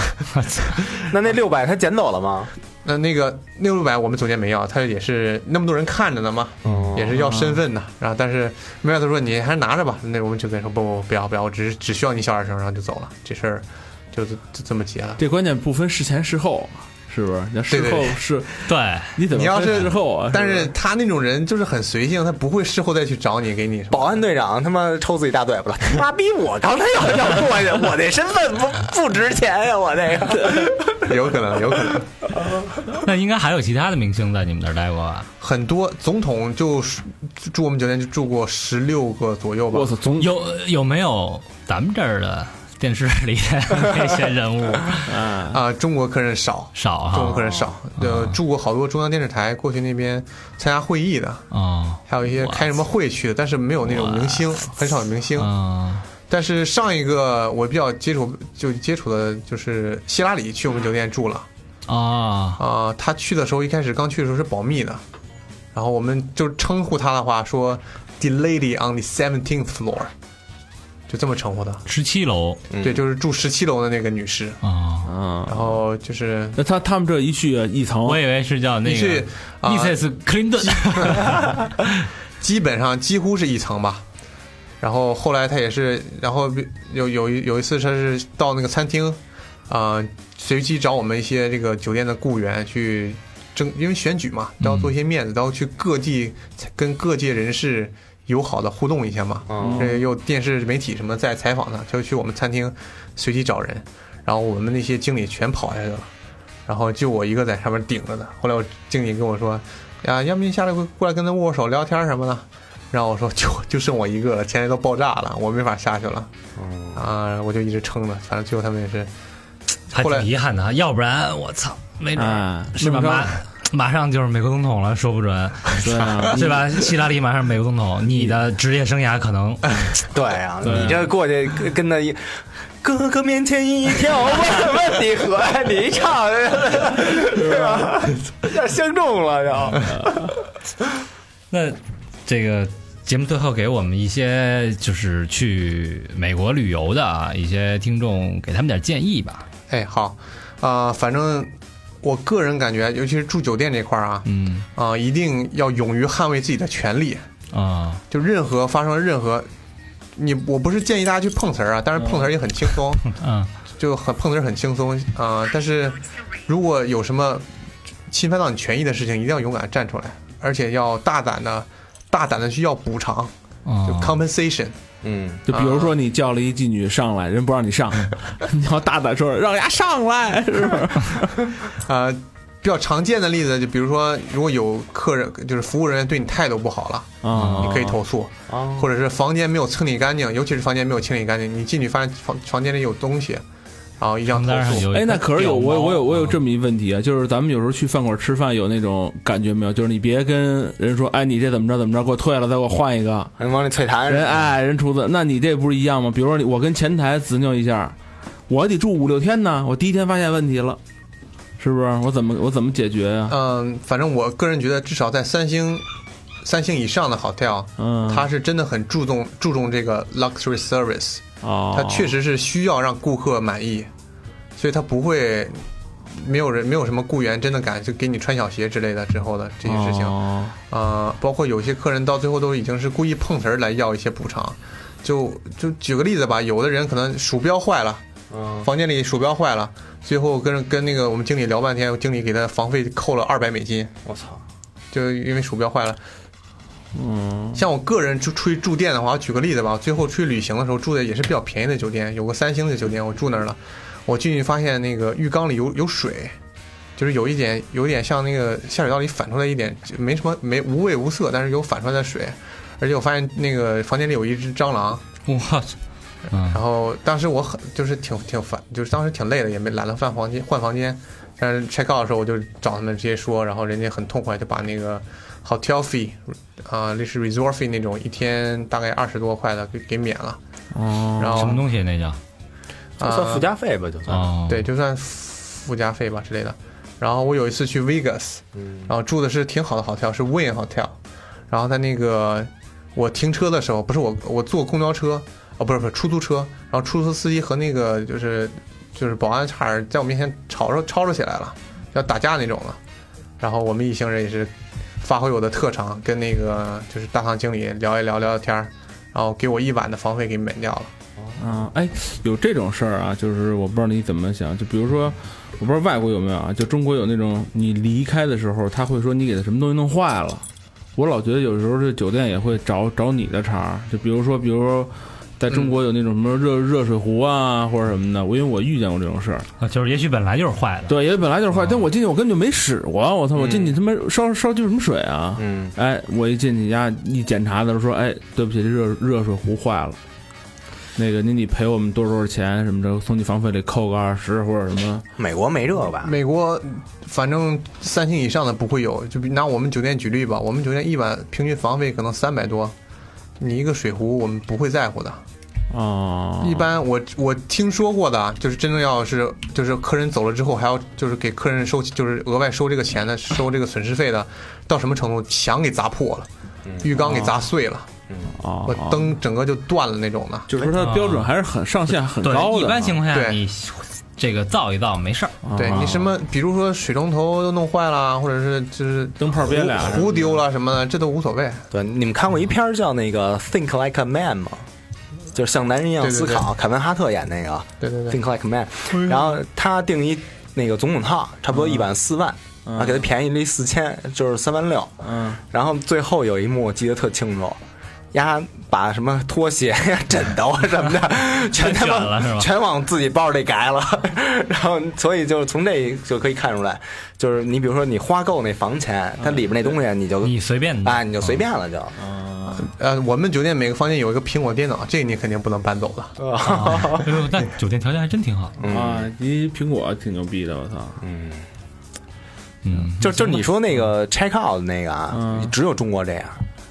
[SPEAKER 3] 那那六百他捡走了吗？
[SPEAKER 5] 那那个六六百我们总监没要，他也是那么多人看着呢嘛，也是要身份的。然后但是没有他说你还是拿着吧。那我们总监说不不不要不要，我只是只需要你小点声，然后就走了。这事儿就就就这么结了。
[SPEAKER 2] 这关键不分事前事后，是不是？那事
[SPEAKER 5] 对对
[SPEAKER 2] 后
[SPEAKER 5] 对
[SPEAKER 2] 是
[SPEAKER 7] 对，
[SPEAKER 2] 你怎么
[SPEAKER 5] 你要
[SPEAKER 2] 分
[SPEAKER 5] 是
[SPEAKER 2] 事后啊？
[SPEAKER 5] 但
[SPEAKER 2] 是
[SPEAKER 5] 是
[SPEAKER 2] 吧
[SPEAKER 5] 他那种人就是很随性，他不会事后再去找你给你什么
[SPEAKER 3] 保 安队长他妈抽自己大嘴巴了，妈逼！我刚才要要过去，我这身份不不值钱呀，我这 个。
[SPEAKER 5] 有可能有可能
[SPEAKER 7] 那应该还有其他的明星在你们那儿待过吧？
[SPEAKER 5] 很多总统就是住我们酒店就住过十六个左右吧
[SPEAKER 2] 我。操，总
[SPEAKER 7] 有有没有咱们这儿的电视里的那些人 物
[SPEAKER 2] 啊，
[SPEAKER 5] 啊、中国客人少，
[SPEAKER 7] 少
[SPEAKER 5] 中国
[SPEAKER 7] 哈？
[SPEAKER 5] 客人少。呃，住过好多中央电视台过去那边参加会议的，
[SPEAKER 7] 哦，
[SPEAKER 5] 还有一些开什么会去的，但是没有那种明星，很少有明星。
[SPEAKER 7] 嗯，
[SPEAKER 5] 但是上一个我比较接触就接触的就是希拉里去我们酒店住了
[SPEAKER 7] 哦，
[SPEAKER 5] 啊、他去的时候一开始刚去的时候是保密的，然后我们就称呼他的话说 “the lady on the seventeenth floor”，就这么称呼的。
[SPEAKER 7] 十七楼
[SPEAKER 5] 对，就是住十七楼的那个女士，
[SPEAKER 7] 哦，
[SPEAKER 2] 啊，
[SPEAKER 5] 然后就是
[SPEAKER 2] 那他他们这一去一层，
[SPEAKER 7] 我以为是叫那
[SPEAKER 5] 你
[SPEAKER 7] 个
[SPEAKER 5] 是啊
[SPEAKER 7] 伊塞斯克林顿，
[SPEAKER 5] 基本上几乎是一层吧。然后后来他也是，然后有有一有一次他是到那个餐厅，啊、随机找我们一些这个酒店的雇员去争，因为选举嘛，都要做一些面子，都要去各地跟各界人士友好的互动一下嘛。
[SPEAKER 3] 嗯
[SPEAKER 5] 这又电视媒体什么在采访他，就去我们餐厅随机找人，然后我们那些经理全跑下去了，然后就我一个在上面顶着呢。后来我经理跟我说：“啊，要不你下来过过来跟他握握手、聊天什么的。”然后我说：“就就剩我一个了，前台都爆炸了，我没法下去了。”啊，我就一直撑着，反正最后他们也是
[SPEAKER 7] 还
[SPEAKER 5] 后
[SPEAKER 7] 啊
[SPEAKER 5] 来啊
[SPEAKER 7] 挺遗憾的哈，要不然我操，没准儿
[SPEAKER 2] 哎
[SPEAKER 7] 是吧？
[SPEAKER 2] 弄
[SPEAKER 7] 马
[SPEAKER 2] 张
[SPEAKER 7] 马上就是美国总统了，说 不准，
[SPEAKER 2] 对啊，
[SPEAKER 7] 对吧？希拉里马上美国总统，你的职业生涯可能
[SPEAKER 3] 对啊，
[SPEAKER 2] 对啊
[SPEAKER 3] 你这过去跟跟那一。哥哥面前一跳，问问你和你一唱， 对吧？有点相中了就。
[SPEAKER 7] 那这个节目最后给我们一些就是去美国旅游的啊一些听众，给他们点建议吧。
[SPEAKER 5] 哎，好，啊、反正我个人感觉，尤其是住酒店这块儿啊，
[SPEAKER 7] 嗯
[SPEAKER 5] 啊、一定要勇于捍卫自己的权利。
[SPEAKER 7] 啊，
[SPEAKER 5] 就任何发生任何，你我不是建议大家去碰瓷儿啊，但是碰瓷儿也很轻松，
[SPEAKER 7] 嗯
[SPEAKER 5] 就很碰瓷儿很轻松啊、但是如果有什么侵犯到你权益的事情，一定要勇敢站出来，而且要大胆的、大胆的去要补偿，就
[SPEAKER 7] 啊，
[SPEAKER 5] compensation。
[SPEAKER 3] 嗯，
[SPEAKER 2] 就比如说你叫了一妓女上来，人不让你上，
[SPEAKER 7] 嗯
[SPEAKER 2] 你要大胆说让人家 上来，是不是？
[SPEAKER 5] 呃，比较常见的例子，就比如说，如果有客人就是服务人员对你态度不好了，
[SPEAKER 2] 啊，
[SPEAKER 5] 你可以投诉，
[SPEAKER 3] 哦
[SPEAKER 5] 或者是房间没有清理干净，尤其是房间没有清理干净，你进去发现房房间里有东西，然后一定要
[SPEAKER 7] 床单
[SPEAKER 5] 投
[SPEAKER 7] 上
[SPEAKER 5] 诉。
[SPEAKER 7] 有嗯
[SPEAKER 2] 哎，那可是有我我有我有
[SPEAKER 7] 这
[SPEAKER 2] 这么一问题啊，就是咱们有时候去饭馆吃饭有那种感觉没有？就是你别跟人说，哎，你这怎么着怎么着，给我退了，再给我换一个。
[SPEAKER 3] 人往里脆痰，
[SPEAKER 2] 人哎，人厨子，那你这不是一样吗？比如说你我跟前台执拗一下，我还得住五六天呢，我第一天发现问题了，是不是？我怎么我怎么解决呀、
[SPEAKER 5] 嗯，反正我个人觉得，至少在三星、三星以上的 hotel，
[SPEAKER 2] 嗯，
[SPEAKER 5] 它是真的很注重注重这个 luxury service，
[SPEAKER 2] 哦，
[SPEAKER 5] 它确实是需要让顾客满意，所以它不会没有人没有什么雇员真的敢就给你穿小鞋之类的之后的这些事情。
[SPEAKER 2] 哦
[SPEAKER 5] 呃，包括有些客人到最后都已经是故意碰瓷儿来要一些补偿。就就举个例子吧，有的人可能鼠标坏了，
[SPEAKER 3] 嗯
[SPEAKER 5] 房间里鼠标坏了，最后跟跟那个我们经理聊半天，经理给他房费扣了二百美金，
[SPEAKER 3] 我操，
[SPEAKER 5] 就因为鼠标坏了。
[SPEAKER 2] 嗯
[SPEAKER 5] 像我个人出出去住店的话，我举个例子吧，我最后出去旅行的时候住的也是比较便宜的酒店，有个三星的酒店，我住那儿了，我进去发现那个浴缸里有有水，就是有一点有点像那个下水道里反出来一点，没什么没无味无色，但是有反出来的水，而且我发现那个房间里有一只蟑螂，
[SPEAKER 7] 我操，嗯
[SPEAKER 5] 然后当时我很就是挺挺烦，就是当时挺累的，也没懒得换房间换房间。但是 check out 的时候，我就找他们直接说，然后人家很痛快就把那个 hotel fee 啊、类似 resort fee 那种一天大概二十多块的给给免了。
[SPEAKER 2] 哦，
[SPEAKER 5] 然后
[SPEAKER 7] 什么东西那叫
[SPEAKER 3] 就算附加费吧，就算。
[SPEAKER 7] 哦，
[SPEAKER 5] 对，就算附加费吧之类的。然后我有一次去 Vegas，
[SPEAKER 3] 嗯
[SPEAKER 5] 然后住的是挺好的 hotel，是 Win hotel。然后在那个我停车的时候，不是我我坐公交车，哦不是不是出租车，然后出租车司机和那个就是就是保安差点在我面前吵吵吵吵起来了，要打架那种了。然后我们一行人也是发挥我的特长，跟那个就是大堂经理聊一聊聊聊天儿，然后给我一晚的房费给免掉了。
[SPEAKER 2] 啊，哎，有这种事儿啊，就是我不知道你怎么想，就比如说，我不知道外国有没有啊，就中国有那种你离开的时候，他会说你给他什么东西弄坏了。我老觉得有时候这酒店也会找找你的茬儿，就比如说，比如说，在中国有那种什么热、热水壶啊或者什么的，我因为我遇见过这种事儿。
[SPEAKER 7] 啊就是也许本来就是坏的，
[SPEAKER 2] 对，因为本来就是坏，但我进去我根本就没使过，我操，我进去他妈烧烧鸡什么水啊？
[SPEAKER 3] 嗯，
[SPEAKER 2] 哎，我一进去家一检查的时候说，哎，对不起，这热热水壶坏了，那个您得赔我们多少多少钱什么的，从你房费里扣个二十或者什么。
[SPEAKER 3] 美国没这个吧？
[SPEAKER 5] 美国反正三星以上的不会有，就比拿我们酒店举例吧，我们酒店一晚平均房费可能三百多，你一个水壶我们不会在乎的。
[SPEAKER 2] 哦，
[SPEAKER 5] 一般我我听说过的啊，就是真正要是就是客人走了之后还要就是给客人收就是额外收这个钱的，收这个损失费的，到什么程度？墙给砸破了，浴缸给砸碎了，
[SPEAKER 2] 嗯哦，
[SPEAKER 5] 我灯整个就断了那种的。
[SPEAKER 2] 就是说它的标准还是很上限很高的。
[SPEAKER 7] 一般情况下
[SPEAKER 5] 对
[SPEAKER 7] 你这个造一造没事儿，
[SPEAKER 2] 况
[SPEAKER 5] 对你什么，比如说水龙头都弄坏了，或者是就是
[SPEAKER 2] 哦灯泡憋俩
[SPEAKER 5] 壶壶丢了什么的，这都无所谓。
[SPEAKER 3] 对，你们看过一片儿叫那个《Think Like a Man》吗？就是像男人一样
[SPEAKER 5] 对对
[SPEAKER 3] 思
[SPEAKER 5] 对
[SPEAKER 3] 考，凯文哈特演那个
[SPEAKER 5] 对对
[SPEAKER 3] 《
[SPEAKER 5] 对
[SPEAKER 3] Think Like a Man》，然
[SPEAKER 7] 啊
[SPEAKER 3] 后他定一那个总统套，差
[SPEAKER 7] 嗯
[SPEAKER 3] 不多一晚四万，啊，给他便宜了一四千，就是三万六。
[SPEAKER 2] 嗯，
[SPEAKER 3] 然后最后有一幕我记得特清楚，丫把什么拖鞋、呀、枕头啊什 么的，全他
[SPEAKER 7] 全卷了是吧
[SPEAKER 3] 妈全往自己包里改了。 然后，所以就是从这就可以看出来，就是你比如说你花够那房钱，它里边那东西你就
[SPEAKER 7] 你随便
[SPEAKER 3] 啊你就随便了就。
[SPEAKER 5] 呃，我们酒店每个房间有一个苹果电脑，这个你肯定不能搬走的。
[SPEAKER 7] 哎呦那
[SPEAKER 2] 嗯
[SPEAKER 7] 嗯酒店条件还真挺好。
[SPEAKER 2] 啊，你苹果挺牛逼的，我操！
[SPEAKER 4] 嗯，
[SPEAKER 3] 就就是你说那个 check out 的那个啊
[SPEAKER 2] 嗯，
[SPEAKER 3] 只有中国这样，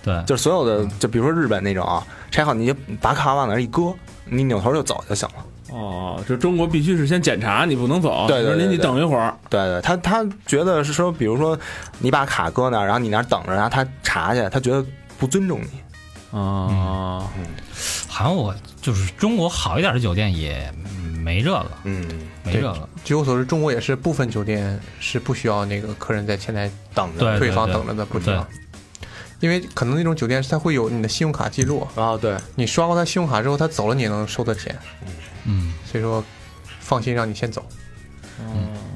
[SPEAKER 4] 对，
[SPEAKER 3] 就是所有的，就比如说日本那种啊，check out 你就把卡往那儿一搁，你扭头就走就行了。
[SPEAKER 2] 哦，就中国必须是先检查，你不能走。
[SPEAKER 3] 对对对
[SPEAKER 2] 就是您你
[SPEAKER 3] 对
[SPEAKER 2] 等一会儿。
[SPEAKER 3] 对对，他他觉得是说，比如说你把卡搁那儿，然后你那儿等着，然后他查去，他觉得不尊重你。
[SPEAKER 7] 嗯
[SPEAKER 2] 啊，
[SPEAKER 4] 好像我就是中国好一点的酒店也没这个，
[SPEAKER 3] 嗯，
[SPEAKER 4] 没这
[SPEAKER 5] 对
[SPEAKER 4] 个，
[SPEAKER 5] 据我所知，中国也是部分酒店是不需要那个客人在前台
[SPEAKER 3] 等着。
[SPEAKER 4] 对
[SPEAKER 5] 退房等着的，不需要。因为可能那种酒店它会有你的信用卡记录，
[SPEAKER 3] 啊，对，
[SPEAKER 5] 你刷过他信用卡之后，他走了你也能收到钱，
[SPEAKER 4] 嗯，
[SPEAKER 5] 所以说放心让你先走。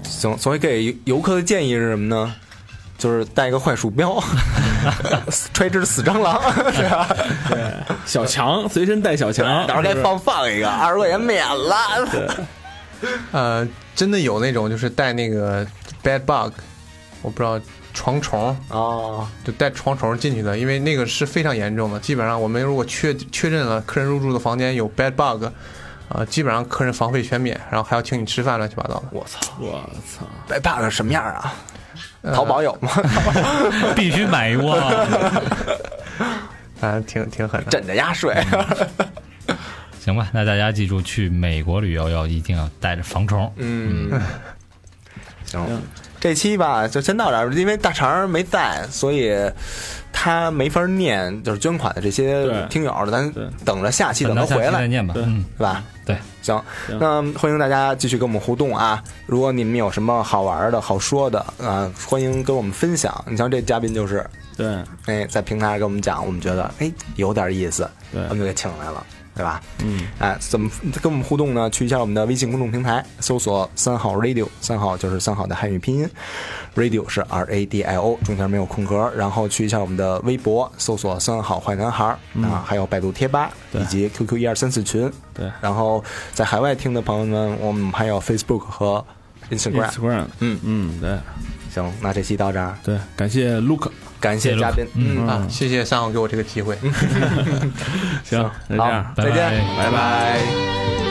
[SPEAKER 3] 行，所以给游客的建议是什么呢？就是带一个坏鼠标， 揣只死蟑螂， 对吧？
[SPEAKER 2] 对，小强随身带小强，
[SPEAKER 3] 嗯到时候该
[SPEAKER 2] 啊是不是
[SPEAKER 3] 放放一个，二十块钱免了。
[SPEAKER 5] 呃，真的有那种就是带那个 bed bug，我不知道床虫，
[SPEAKER 3] 哦，
[SPEAKER 5] 就带床虫进去的，因为那个是非常严重的。基本上我们如果确确认了客人入住的房间有 bed bug，呃，基本上客人房费全免，然后还要请你吃饭，乱七八糟的。
[SPEAKER 3] 我操，
[SPEAKER 2] 我操，
[SPEAKER 3] 白爸是什么样啊？淘宝有吗？
[SPEAKER 4] 必须买一窝。啊
[SPEAKER 5] 反正挺挺狠的。
[SPEAKER 3] 枕着压睡。
[SPEAKER 4] 行吧，那大家记住，去美国旅游要一定要带着防虫。
[SPEAKER 3] 嗯， 行，这期吧就先到这儿，因为大肠没在，所以他没法念，就是捐款的这些
[SPEAKER 2] 对
[SPEAKER 3] 听友，咱
[SPEAKER 2] 对
[SPEAKER 3] 等着下期等
[SPEAKER 4] 到
[SPEAKER 3] 他
[SPEAKER 4] 下期
[SPEAKER 3] 回
[SPEAKER 4] 再
[SPEAKER 3] 来，
[SPEAKER 4] 见吧。
[SPEAKER 2] 对
[SPEAKER 4] 嗯，
[SPEAKER 3] 是吧？
[SPEAKER 4] 对，
[SPEAKER 3] 行，
[SPEAKER 2] 行
[SPEAKER 3] 那欢迎大家继续跟我们互动啊！如果你们有什么好玩的、好说的啊、欢迎跟我们分享。你像这嘉宾就是，
[SPEAKER 2] 对
[SPEAKER 3] 哎，在平台上跟我们讲，我们觉得哎有点意思，
[SPEAKER 2] 对
[SPEAKER 3] 我们就给请来了，对吧？
[SPEAKER 2] 嗯，
[SPEAKER 3] 哎，怎么跟我们互动呢？去一下我们的微信公众平台，搜索“三好 radio”，三好就是三好的汉语拼音，radio 是 R A D I O，中间没有空格。然后去一下我们的微博，搜索“三好坏男孩儿”
[SPEAKER 2] 嗯
[SPEAKER 3] 啊，还有百度贴吧以及 QQ 一二三四群。
[SPEAKER 2] 对
[SPEAKER 3] 然后在海外听的朋友们，我们还有 Facebook 和 Instagram。
[SPEAKER 2] ，Instagram，
[SPEAKER 3] 嗯
[SPEAKER 2] 嗯，对
[SPEAKER 3] 行，那这期到这儿，
[SPEAKER 2] 对，感谢 Luke，
[SPEAKER 3] 感谢嘉宾，嗯，
[SPEAKER 5] 啊，谢谢三号给我这个机会。
[SPEAKER 2] 行，那这样，
[SPEAKER 3] 再见，
[SPEAKER 4] 拜拜
[SPEAKER 3] 拜拜